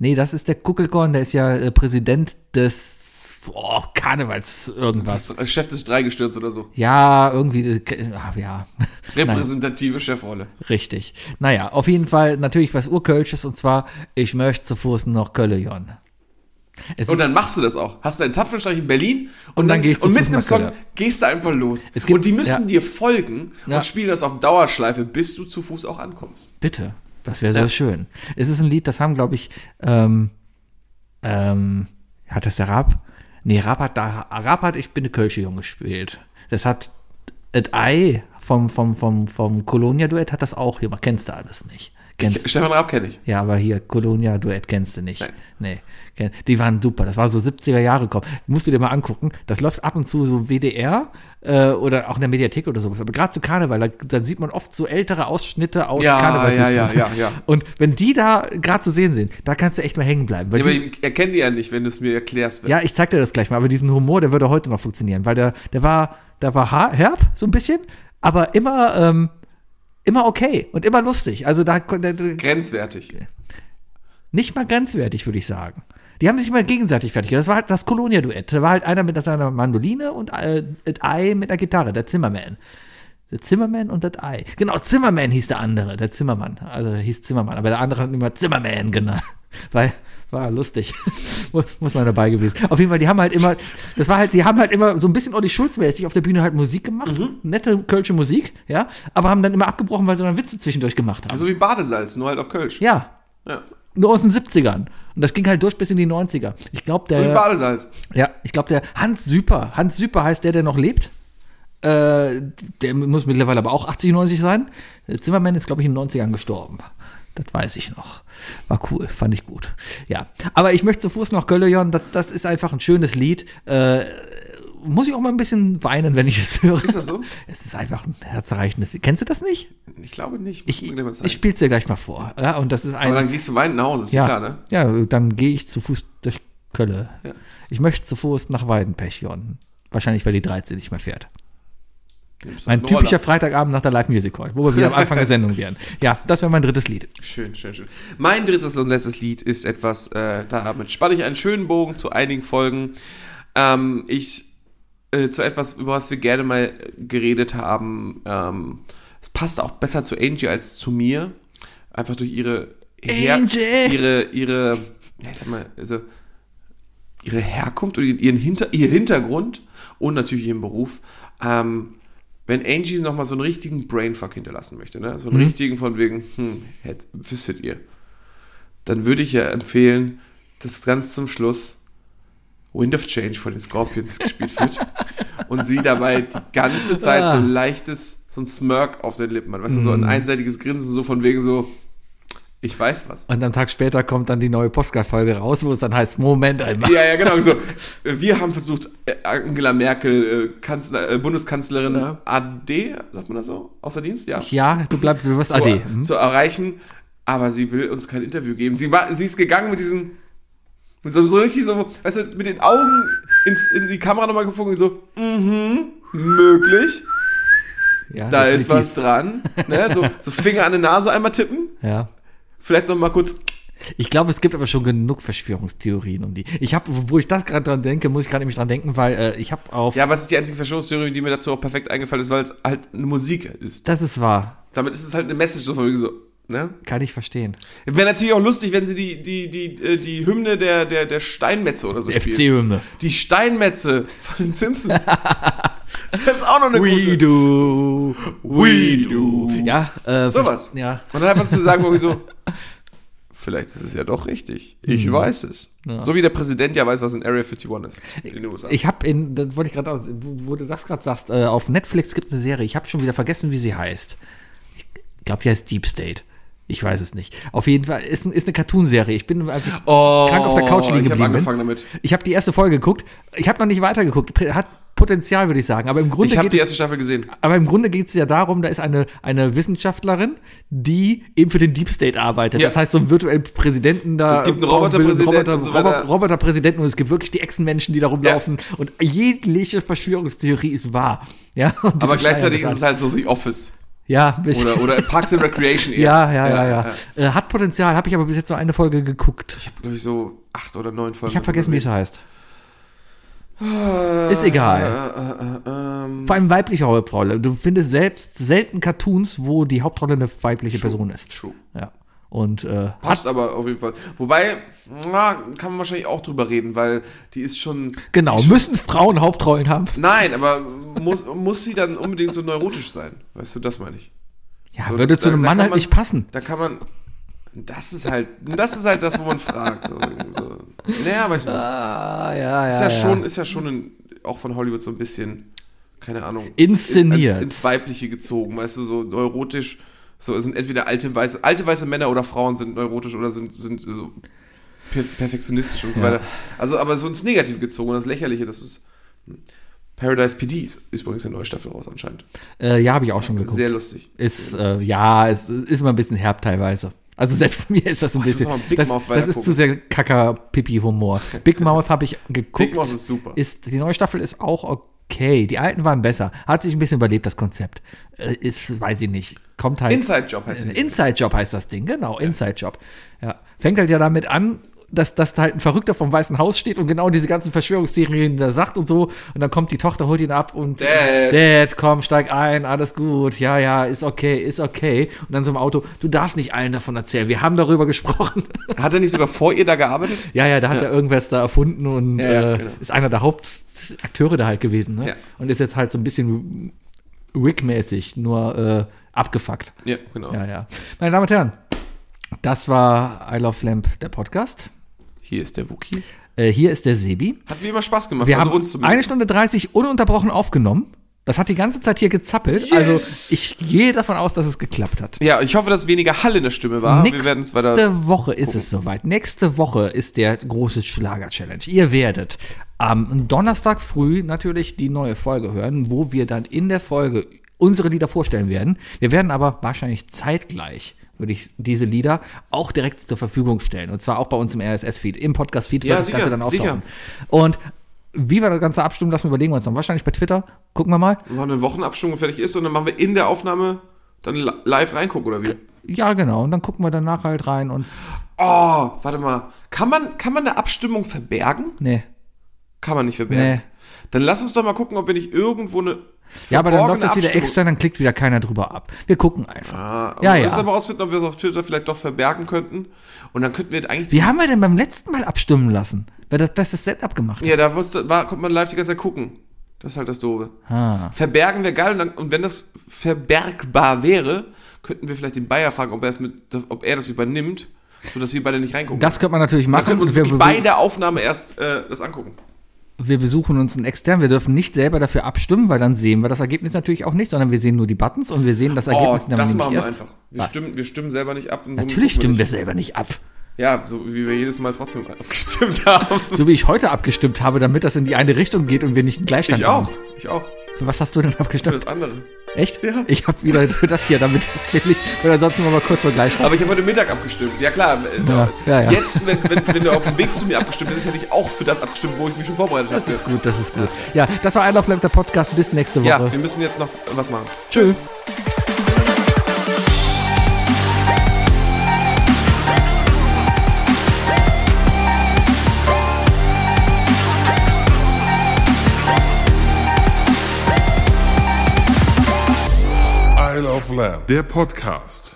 [SPEAKER 2] Nee, das ist der Kuckelkorn, der ist ja äh, Präsident des oh, Karnevals irgendwas.
[SPEAKER 3] Das ist Chef des Dreigestirns oder so.
[SPEAKER 2] Ja, irgendwie, äh, ke- ah, ja. [laughs] Nein.
[SPEAKER 3] Repräsentative Chefrolle.
[SPEAKER 2] Richtig. Naja, auf jeden Fall natürlich was Urkölsches und zwar, ich möchte zu Fuß nach Köllejon. Es
[SPEAKER 3] Und
[SPEAKER 2] ist,
[SPEAKER 3] dann machst du das auch. Hast deinen Zapfenstreich in Berlin und,
[SPEAKER 2] dann geh ich zu
[SPEAKER 3] und
[SPEAKER 2] Fuß
[SPEAKER 3] mit einem
[SPEAKER 2] nach
[SPEAKER 3] Song
[SPEAKER 2] Köln.
[SPEAKER 3] gehst du einfach los.
[SPEAKER 2] Es gibt-
[SPEAKER 3] und die müssen
[SPEAKER 2] ja.
[SPEAKER 3] dir folgen
[SPEAKER 2] Ja.
[SPEAKER 3] und spielen das auf Dauerschleife, bis du zu Fuß auch ankommst.
[SPEAKER 2] bitte, das wäre so schön. Es ist ein Lied, das haben, glaube ich, ähm, ähm, hat das der Rap? Nee, Rap hat, da, Rap hat Ich bin eine Kölsche Jung gespielt. Das hat Et Ei vom, vom, vom, vom Colonia-Duett hat das auch jemand. Kennst du alles nicht? Kennst,
[SPEAKER 3] Stefan Raab kenne ich.
[SPEAKER 2] Ja, aber hier, Colonia Duett kennst du nicht. Nee. Kenn- Die waren super. Das war so 70er Jahre Kopf. Musst du dir mal angucken. Das läuft ab und zu so WDR äh, oder auch in der Mediathek oder sowas. Aber gerade zu Karneval, da, dann sieht man oft so ältere Ausschnitte aus
[SPEAKER 3] Ja,
[SPEAKER 2] Karnevalssitzungen.
[SPEAKER 3] ja, ja, ja, ja.
[SPEAKER 2] Und wenn die da gerade zu sehen sind, da kannst du echt mal hängen bleiben. Weil
[SPEAKER 3] Ja,
[SPEAKER 2] ja,
[SPEAKER 3] aber
[SPEAKER 2] die,
[SPEAKER 3] ich erkenne die ja nicht, wenn du es mir erklärst.
[SPEAKER 2] ja, ich zeig dir das gleich mal. Aber diesen Humor, der würde heute noch funktionieren, weil der, der war, der war har- herb, so ein bisschen, aber immer, ähm, immer okay und immer lustig. Also da kon- der, der,
[SPEAKER 3] Grenzwertig.
[SPEAKER 2] Nicht mal grenzwertig, würde ich sagen. Die haben sich mal gegenseitig fertig gemacht. Das war halt das Colonia-Duett. Da war halt einer mit seiner Mandoline und äh, das Ei mit einer Gitarre, der Zimmerman. Der Zimmerman und das Ei. Genau, Zimmerman hieß der andere, der Zimmermann. Also hieß Zimmermann, aber der andere hat ihn immer Zimmerman genannt. [laughs] Weil, war lustig. [laughs] muss, muss man dabei gewesen. Auf jeden Fall, die haben halt immer, das war halt, die haben halt immer so ein bisschen Olli Schulz-mäßig auf der Bühne halt Musik gemacht. Nette kölsche Musik, ja. Aber haben dann immer abgebrochen, weil sie dann Witze zwischendurch gemacht haben.
[SPEAKER 3] So wie Badesalz, nur halt auf Kölsch.
[SPEAKER 2] Ja.
[SPEAKER 3] Ja.
[SPEAKER 2] Nur aus den 70ern. Und das ging halt durch bis in die 90er. Ich glaube,
[SPEAKER 3] So wie
[SPEAKER 2] der,
[SPEAKER 3] Badesalz.
[SPEAKER 2] ja, ich glaub, der Hans Süper, Hans Süper heißt der, der noch lebt. Äh, der muss mittlerweile aber auch 80, 90 sein. Der Zimmermann ist, glaube ich, in den 90ern gestorben. Das weiß ich noch. War cool, fand ich gut. Ja, aber ich möchte zu Fuß nach Köllejon. Das, das ist einfach ein schönes Lied. Äh, muss ich auch mal ein bisschen weinen, wenn ich es höre.
[SPEAKER 3] Ist das so?
[SPEAKER 2] Es ist einfach ein herzerreichendes Lied. Kennst du das nicht?
[SPEAKER 3] Ich glaube nicht. Muss
[SPEAKER 2] Ich,
[SPEAKER 3] mir gleich mal zeigen.
[SPEAKER 2] ich spiel's dir gleich mal vor. Ja, und das ist ein,
[SPEAKER 3] aber dann gehst du weinend nach Hause, ist
[SPEAKER 2] ja,
[SPEAKER 3] klar, ne?
[SPEAKER 2] ja, dann gehe ich zu Fuß durch Kölle.
[SPEAKER 3] Ja.
[SPEAKER 2] Ich möchte zu Fuß nach Weidenpechion. Wahrscheinlich, weil die 13 nicht mehr fährt.
[SPEAKER 3] Nimmst du
[SPEAKER 2] Mein
[SPEAKER 3] einen
[SPEAKER 2] typischer
[SPEAKER 3] Roller.
[SPEAKER 2] Freitagabend nach der Live Music Hall, wo wir wieder am Anfang der Sendung wären. Ja, das wäre mein drittes Lied.
[SPEAKER 3] Schön, schön, schön. Mein drittes und letztes Lied ist etwas, äh, damit spanne ich einen schönen Bogen zu einigen Folgen. Ähm, ich äh, zu etwas, über was wir gerne mal geredet haben. Ähm, es passt auch besser zu Angie als zu mir. Einfach durch ihre Her-
[SPEAKER 2] Angie!
[SPEAKER 3] ihre, ihre, ja, ich sag mal, also ihre Herkunft und ihren Hinter ihr Hintergrund und natürlich ihren Beruf. Ähm, wenn Angie nochmal so einen richtigen Brainfuck hinterlassen möchte, ne? so einen richtigen von wegen, hm, jetzt wüsstet ihr, dann würde ich ja empfehlen, dass ganz zum Schluss Wind of Change von den Scorpions gespielt wird und sie dabei die ganze Zeit so ein leichtes, so ein Smirk auf den Lippen hat, weißt du, so ein einseitiges Grinsen, so von wegen so, ich weiß
[SPEAKER 2] [laughs]
[SPEAKER 3] was.
[SPEAKER 2] Und am Tag später kommt dann die neue Postcard-Folge raus, wo es dann heißt, Moment einmal.
[SPEAKER 3] Ja, ja, genau. So, äh, wir haben versucht, äh, Angela Merkel, äh, Kanzler, äh, Bundeskanzlerin AD, sagt man das so? Außer Dienst, ja.
[SPEAKER 2] Ja, du bleibst, du wirst
[SPEAKER 3] zu,
[SPEAKER 2] AD. Hm?
[SPEAKER 3] zu erreichen, aber sie will uns kein Interview geben. Sie, war, sie ist gegangen mit diesem, mit so, so richtig so, weißt du, mit den Augen ins, in die Kamera nochmal gefunden, so, mhm, möglich,
[SPEAKER 2] Ja,
[SPEAKER 3] da
[SPEAKER 2] definitiv.
[SPEAKER 3] ist was dran. Ne? So, so Finger an der Nase einmal tippen,
[SPEAKER 2] Ja.
[SPEAKER 3] vielleicht nochmal kurz
[SPEAKER 2] Ich glaube, es gibt aber schon genug Verschwörungstheorien um die. Ich habe, wo ich das gerade dran denke, muss ich gerade nämlich dran denken, weil äh, ich habe auf.
[SPEAKER 3] Ja, aber es ist die einzige Verschwörungstheorie, die mir dazu auch perfekt eingefallen ist, weil es halt eine Musik ist.
[SPEAKER 2] Das ist wahr.
[SPEAKER 3] Damit ist es halt eine Message so von wegen so, Ne?
[SPEAKER 2] Kann ich verstehen.
[SPEAKER 3] Wäre natürlich auch lustig, wenn sie die, die, die, äh, die Hymne der, der, der Steinmetze oder so
[SPEAKER 2] FC-Hymne.
[SPEAKER 3] Die Steinmetze von
[SPEAKER 2] [laughs]
[SPEAKER 3] den Simpsons. das ist auch noch eine gute.
[SPEAKER 2] do.
[SPEAKER 3] We do.
[SPEAKER 2] Ja, äh,
[SPEAKER 3] Sowas.
[SPEAKER 2] Ja.
[SPEAKER 3] Und dann einfach zu sagen, irgendwie so,
[SPEAKER 2] [laughs]
[SPEAKER 3] vielleicht ist es ja doch richtig. Ich
[SPEAKER 2] Mhm.
[SPEAKER 3] weiß es. So wie der Präsident ja weiß, was in Area 51 ist. In den USA.
[SPEAKER 2] Ich habe in, das wollte ich gerade, aus- wo wo du das gerade sagst, äh, auf Netflix gibt es eine Serie. Ich habe schon wieder vergessen, wie sie heißt. Ich glaube, die heißt Deep State. Ich weiß es nicht. Auf jeden Fall ist, ist eine Cartoon-Serie. Ich bin, als ich
[SPEAKER 3] Oh,
[SPEAKER 2] krank auf der Couch liegen
[SPEAKER 3] ich hab
[SPEAKER 2] geblieben
[SPEAKER 3] angefangen
[SPEAKER 2] bin.
[SPEAKER 3] damit.
[SPEAKER 2] Ich habe die erste Folge geguckt. Ich habe noch nicht weitergeguckt. Hat Potenzial, würde ich sagen. Aber im Grunde
[SPEAKER 3] ich habe
[SPEAKER 2] geht
[SPEAKER 3] die
[SPEAKER 2] es-
[SPEAKER 3] erste Staffel gesehen.
[SPEAKER 2] Aber im Grunde geht es ja darum, da ist eine, eine Wissenschaftlerin, die eben für den Deep State arbeitet.
[SPEAKER 3] Ja.
[SPEAKER 2] Das heißt, so einen virtuellen Präsidenten da.
[SPEAKER 3] Es gibt einen
[SPEAKER 2] äh, brauchen will,
[SPEAKER 3] Roboterpräsidenten
[SPEAKER 2] Roboter,
[SPEAKER 3] und so weiter.
[SPEAKER 2] Robo- Roboterpräsidenten und es gibt wirklich die Echsenmenschen, die da rumlaufen. Und jegliche Verschwörungstheorie ist wahr. Ja, [laughs] und die
[SPEAKER 3] Aber
[SPEAKER 2] verschleiern
[SPEAKER 3] gleichzeitig
[SPEAKER 2] das
[SPEAKER 3] ist es
[SPEAKER 2] alles.
[SPEAKER 3] halt so The Office.
[SPEAKER 2] [laughs] Ja, bis,
[SPEAKER 3] Oder, oder Parks and Recreation
[SPEAKER 2] [laughs]
[SPEAKER 3] eher.
[SPEAKER 2] ja, ja, ja, ja. Äh, Hat Potenzial, habe ich aber bis jetzt nur eine Folge geguckt. Ich,
[SPEAKER 3] Glaube ich so acht oder neun Folgen.
[SPEAKER 2] habe vergessen, wie es
[SPEAKER 3] gesehen.
[SPEAKER 2] heißt. Ist egal.
[SPEAKER 3] Äh, äh, ähm,
[SPEAKER 2] Vor allem weibliche Hauptrolle. Du findest selbst selten Cartoons, wo die Hauptrolle eine weibliche Person ist.
[SPEAKER 3] True.
[SPEAKER 2] Ja. Und äh,
[SPEAKER 3] Passt aber auf jeden Fall. Wobei, na, kann man wahrscheinlich auch drüber reden, weil die ist schon.
[SPEAKER 2] Genau, müssen Frauen Hauptrollen haben?
[SPEAKER 3] Nein, aber muss, muss sie dann unbedingt so neurotisch sein? Weißt du, das meine ich.
[SPEAKER 2] Ja,
[SPEAKER 3] So,
[SPEAKER 2] würde
[SPEAKER 3] das-
[SPEAKER 2] zu einem Mann
[SPEAKER 3] da- da kann
[SPEAKER 2] halt
[SPEAKER 3] man-
[SPEAKER 2] nicht passen.
[SPEAKER 3] Da kann man. Das ist halt, das ist halt das, wo man fragt. So, so. Naja, weißt du,
[SPEAKER 2] Ah, ja, ja.
[SPEAKER 3] ist ja, schon, ist ja schon ein, auch von Hollywood so ein bisschen, keine Ahnung,
[SPEAKER 2] Inszeniert.
[SPEAKER 3] in, ins, ins Weibliche gezogen, weißt du, so neurotisch. So es sind entweder alte weiße, alte weiße Männer oder Frauen sind neurotisch oder sind, sind so per perfektionistisch und so weiter. Also, aber so ins Negative gezogen und das Lächerliche, das ist. hm. Paradise PD ist übrigens eine neue Staffel raus anscheinend.
[SPEAKER 2] Äh, ja, habe ich auch schon geguckt.
[SPEAKER 3] Sehr lustig.
[SPEAKER 2] ist, äh, ja, es ist immer ein bisschen herb teilweise. Also selbst [laughs] mir ist das ein
[SPEAKER 3] ich muss
[SPEAKER 2] bisschen.
[SPEAKER 3] noch mal Big
[SPEAKER 2] das
[SPEAKER 3] Mouth
[SPEAKER 2] das ist
[SPEAKER 3] weitergucken.
[SPEAKER 2] zu sehr
[SPEAKER 3] [laughs]
[SPEAKER 2] Kacker-Pipi-Humor. Big Mouth habe ich geguckt.
[SPEAKER 3] Big Mouth ist super.
[SPEAKER 2] Ist, die neue Staffel ist auch okay. Die alten waren besser. Hat sich ein bisschen überlebt, das Konzept. Äh, Ist, weiß ich nicht. Kommt halt.
[SPEAKER 3] Inside Job heißt sie.
[SPEAKER 2] Inside Job heißt das Ding, genau, Inside Job. Ja. Fängt halt ja damit an, dass, dass da halt ein Verrückter vom Weißen Haus steht und genau diese ganzen Verschwörungstheorien da sagt und so. Und dann kommt die Tochter, holt ihn ab und
[SPEAKER 3] Dad.
[SPEAKER 2] Dad, komm, steig ein, alles gut, ja, ja, ist okay, ist okay. Und dann so im Auto, du darfst nicht allen davon erzählen, wir haben darüber
[SPEAKER 3] [laughs]
[SPEAKER 2] gesprochen.
[SPEAKER 3] Hat er nicht sogar vor ihr da gearbeitet?
[SPEAKER 2] ja, ja, da hat ja, irgendwas da erfunden und
[SPEAKER 3] Ja, ja,
[SPEAKER 2] äh,
[SPEAKER 3] genau.
[SPEAKER 2] ist einer der Hauptakteure da halt gewesen. Ne?
[SPEAKER 3] Ja.
[SPEAKER 2] Und ist jetzt halt so ein bisschen Rick-mäßig, nur äh, abgefuckt.
[SPEAKER 3] Ja, genau.
[SPEAKER 2] Ja, ja. Meine Damen und Herren, das war I Love Lamp, der Podcast.
[SPEAKER 3] Hier ist der Wookie.
[SPEAKER 2] Äh, hier ist der Sebi.
[SPEAKER 3] Hat wie immer Spaß gemacht, also
[SPEAKER 2] Wir haben
[SPEAKER 3] uns
[SPEAKER 2] eine
[SPEAKER 3] zumindest.
[SPEAKER 2] Stunde 30 ununterbrochen aufgenommen. Das hat die ganze Zeit hier gezappelt. Also ich gehe davon aus, dass es geklappt hat.
[SPEAKER 3] ja, ich hoffe, dass weniger Hall in der Stimme war. Ah, Wir werden es weiter.
[SPEAKER 2] Nächste Woche ist es soweit. Nächste Woche ist der große Schlager-Challenge. Ihr werdet am Donnerstag früh natürlich die neue Folge hören, wo wir dann in der Folge unsere Lieder vorstellen werden. Wir werden aber wahrscheinlich zeitgleich würde ich diese Lieder auch direkt zur Verfügung stellen. Und zwar auch bei uns im RSS-Feed, im Podcast-Feed,
[SPEAKER 3] Ja,
[SPEAKER 2] wird das
[SPEAKER 3] sicher,
[SPEAKER 2] Ganze dann
[SPEAKER 3] sicher.
[SPEAKER 2] auftauchen. Und wie wir das Ganze abstimmen, lassen wir überlegen wir uns noch. Wahrscheinlich bei Twitter. Gucken wir mal.
[SPEAKER 3] Machen eine Wochenabstimmung fertig ist und dann machen wir in der Aufnahme dann li- live reingucken oder wie?
[SPEAKER 2] Ja, genau. Und dann gucken wir danach halt rein und.
[SPEAKER 3] Oh, warte mal. Kann man, kann man eine Abstimmung verbergen?
[SPEAKER 2] Nee.
[SPEAKER 3] Kann man nicht verbergen.
[SPEAKER 2] Nee.
[SPEAKER 3] Dann lass uns doch mal gucken, ob wir nicht irgendwo eine.
[SPEAKER 2] Ja, aber dann läuft das wieder
[SPEAKER 3] Abstimmung-
[SPEAKER 2] extern, dann klickt wieder keiner drüber ab. Wir gucken einfach.
[SPEAKER 3] Ah,
[SPEAKER 2] Ja,
[SPEAKER 3] ja, ja.
[SPEAKER 2] ja.
[SPEAKER 3] aber rausfinden, ob wir es auf Twitter vielleicht doch verbergen könnten. Und dann könnten wir eigentlich.
[SPEAKER 2] Wie haben wir denn beim letzten Mal abstimmen lassen? Wer das beste Setup gemacht hat?
[SPEAKER 3] Ja, da wusste, war, konnte man live die ganze Zeit gucken. Das ist halt das Doofe.
[SPEAKER 2] Ah.
[SPEAKER 3] Verbergen wäre geil und, dann, und wenn das verbergbar wäre, könnten wir vielleicht den Bayer fragen, ob er, es mit, ob er das übernimmt, sodass wir beide nicht reingucken.
[SPEAKER 2] Das könnte man natürlich
[SPEAKER 3] dann
[SPEAKER 2] machen.
[SPEAKER 3] können wir uns
[SPEAKER 2] wir,
[SPEAKER 3] wirklich bei der Aufnahme erst äh, das angucken.
[SPEAKER 2] wir besuchen uns einen extern. Wir dürfen nicht selber dafür abstimmen, weil dann sehen wir das Ergebnis natürlich auch nicht, sondern wir sehen nur die Buttons und wir sehen das
[SPEAKER 3] Oh,
[SPEAKER 2] Ergebnis dann
[SPEAKER 3] das
[SPEAKER 2] nämlich
[SPEAKER 3] machen wir
[SPEAKER 2] erst.
[SPEAKER 3] einfach. Wir stimmen, wir stimmen selber nicht ab. und somit
[SPEAKER 2] Natürlich
[SPEAKER 3] gucken
[SPEAKER 2] stimmen wir selber nicht ab.
[SPEAKER 3] nicht. Ja, so wie wir jedes Mal trotzdem [laughs] abgestimmt haben.
[SPEAKER 2] So wie ich heute abgestimmt habe, damit das in die eine Richtung geht und wir nicht einen Gleichstand
[SPEAKER 3] Ich auch.
[SPEAKER 2] haben.
[SPEAKER 3] Ich auch.
[SPEAKER 2] Für was hast du denn
[SPEAKER 3] Für
[SPEAKER 2] abgestimmt?
[SPEAKER 3] das andere.
[SPEAKER 2] Echt?
[SPEAKER 3] Ja.
[SPEAKER 2] Ich habe wieder für das hier, damit das nämlich, weil ansonsten machen wir mal kurz vor Gleichstand.
[SPEAKER 3] Aber ich habe heute Mittag abgestimmt. Ja klar. äh,
[SPEAKER 2] Ja, ja, ja.
[SPEAKER 3] Jetzt, wenn, wenn, wenn du auf dem Weg zu mir abgestimmt hättest, hätte ich auch für das abgestimmt, wo ich mich schon vorbereitet habe.
[SPEAKER 2] Das ist gut, das ist gut. Ja, das war Einlauf bleibt der Podcast. Bis nächste Woche.
[SPEAKER 3] Ja, wir müssen jetzt noch was machen.
[SPEAKER 2] Tschüss.
[SPEAKER 6] Isle of Lamb, der Podcast.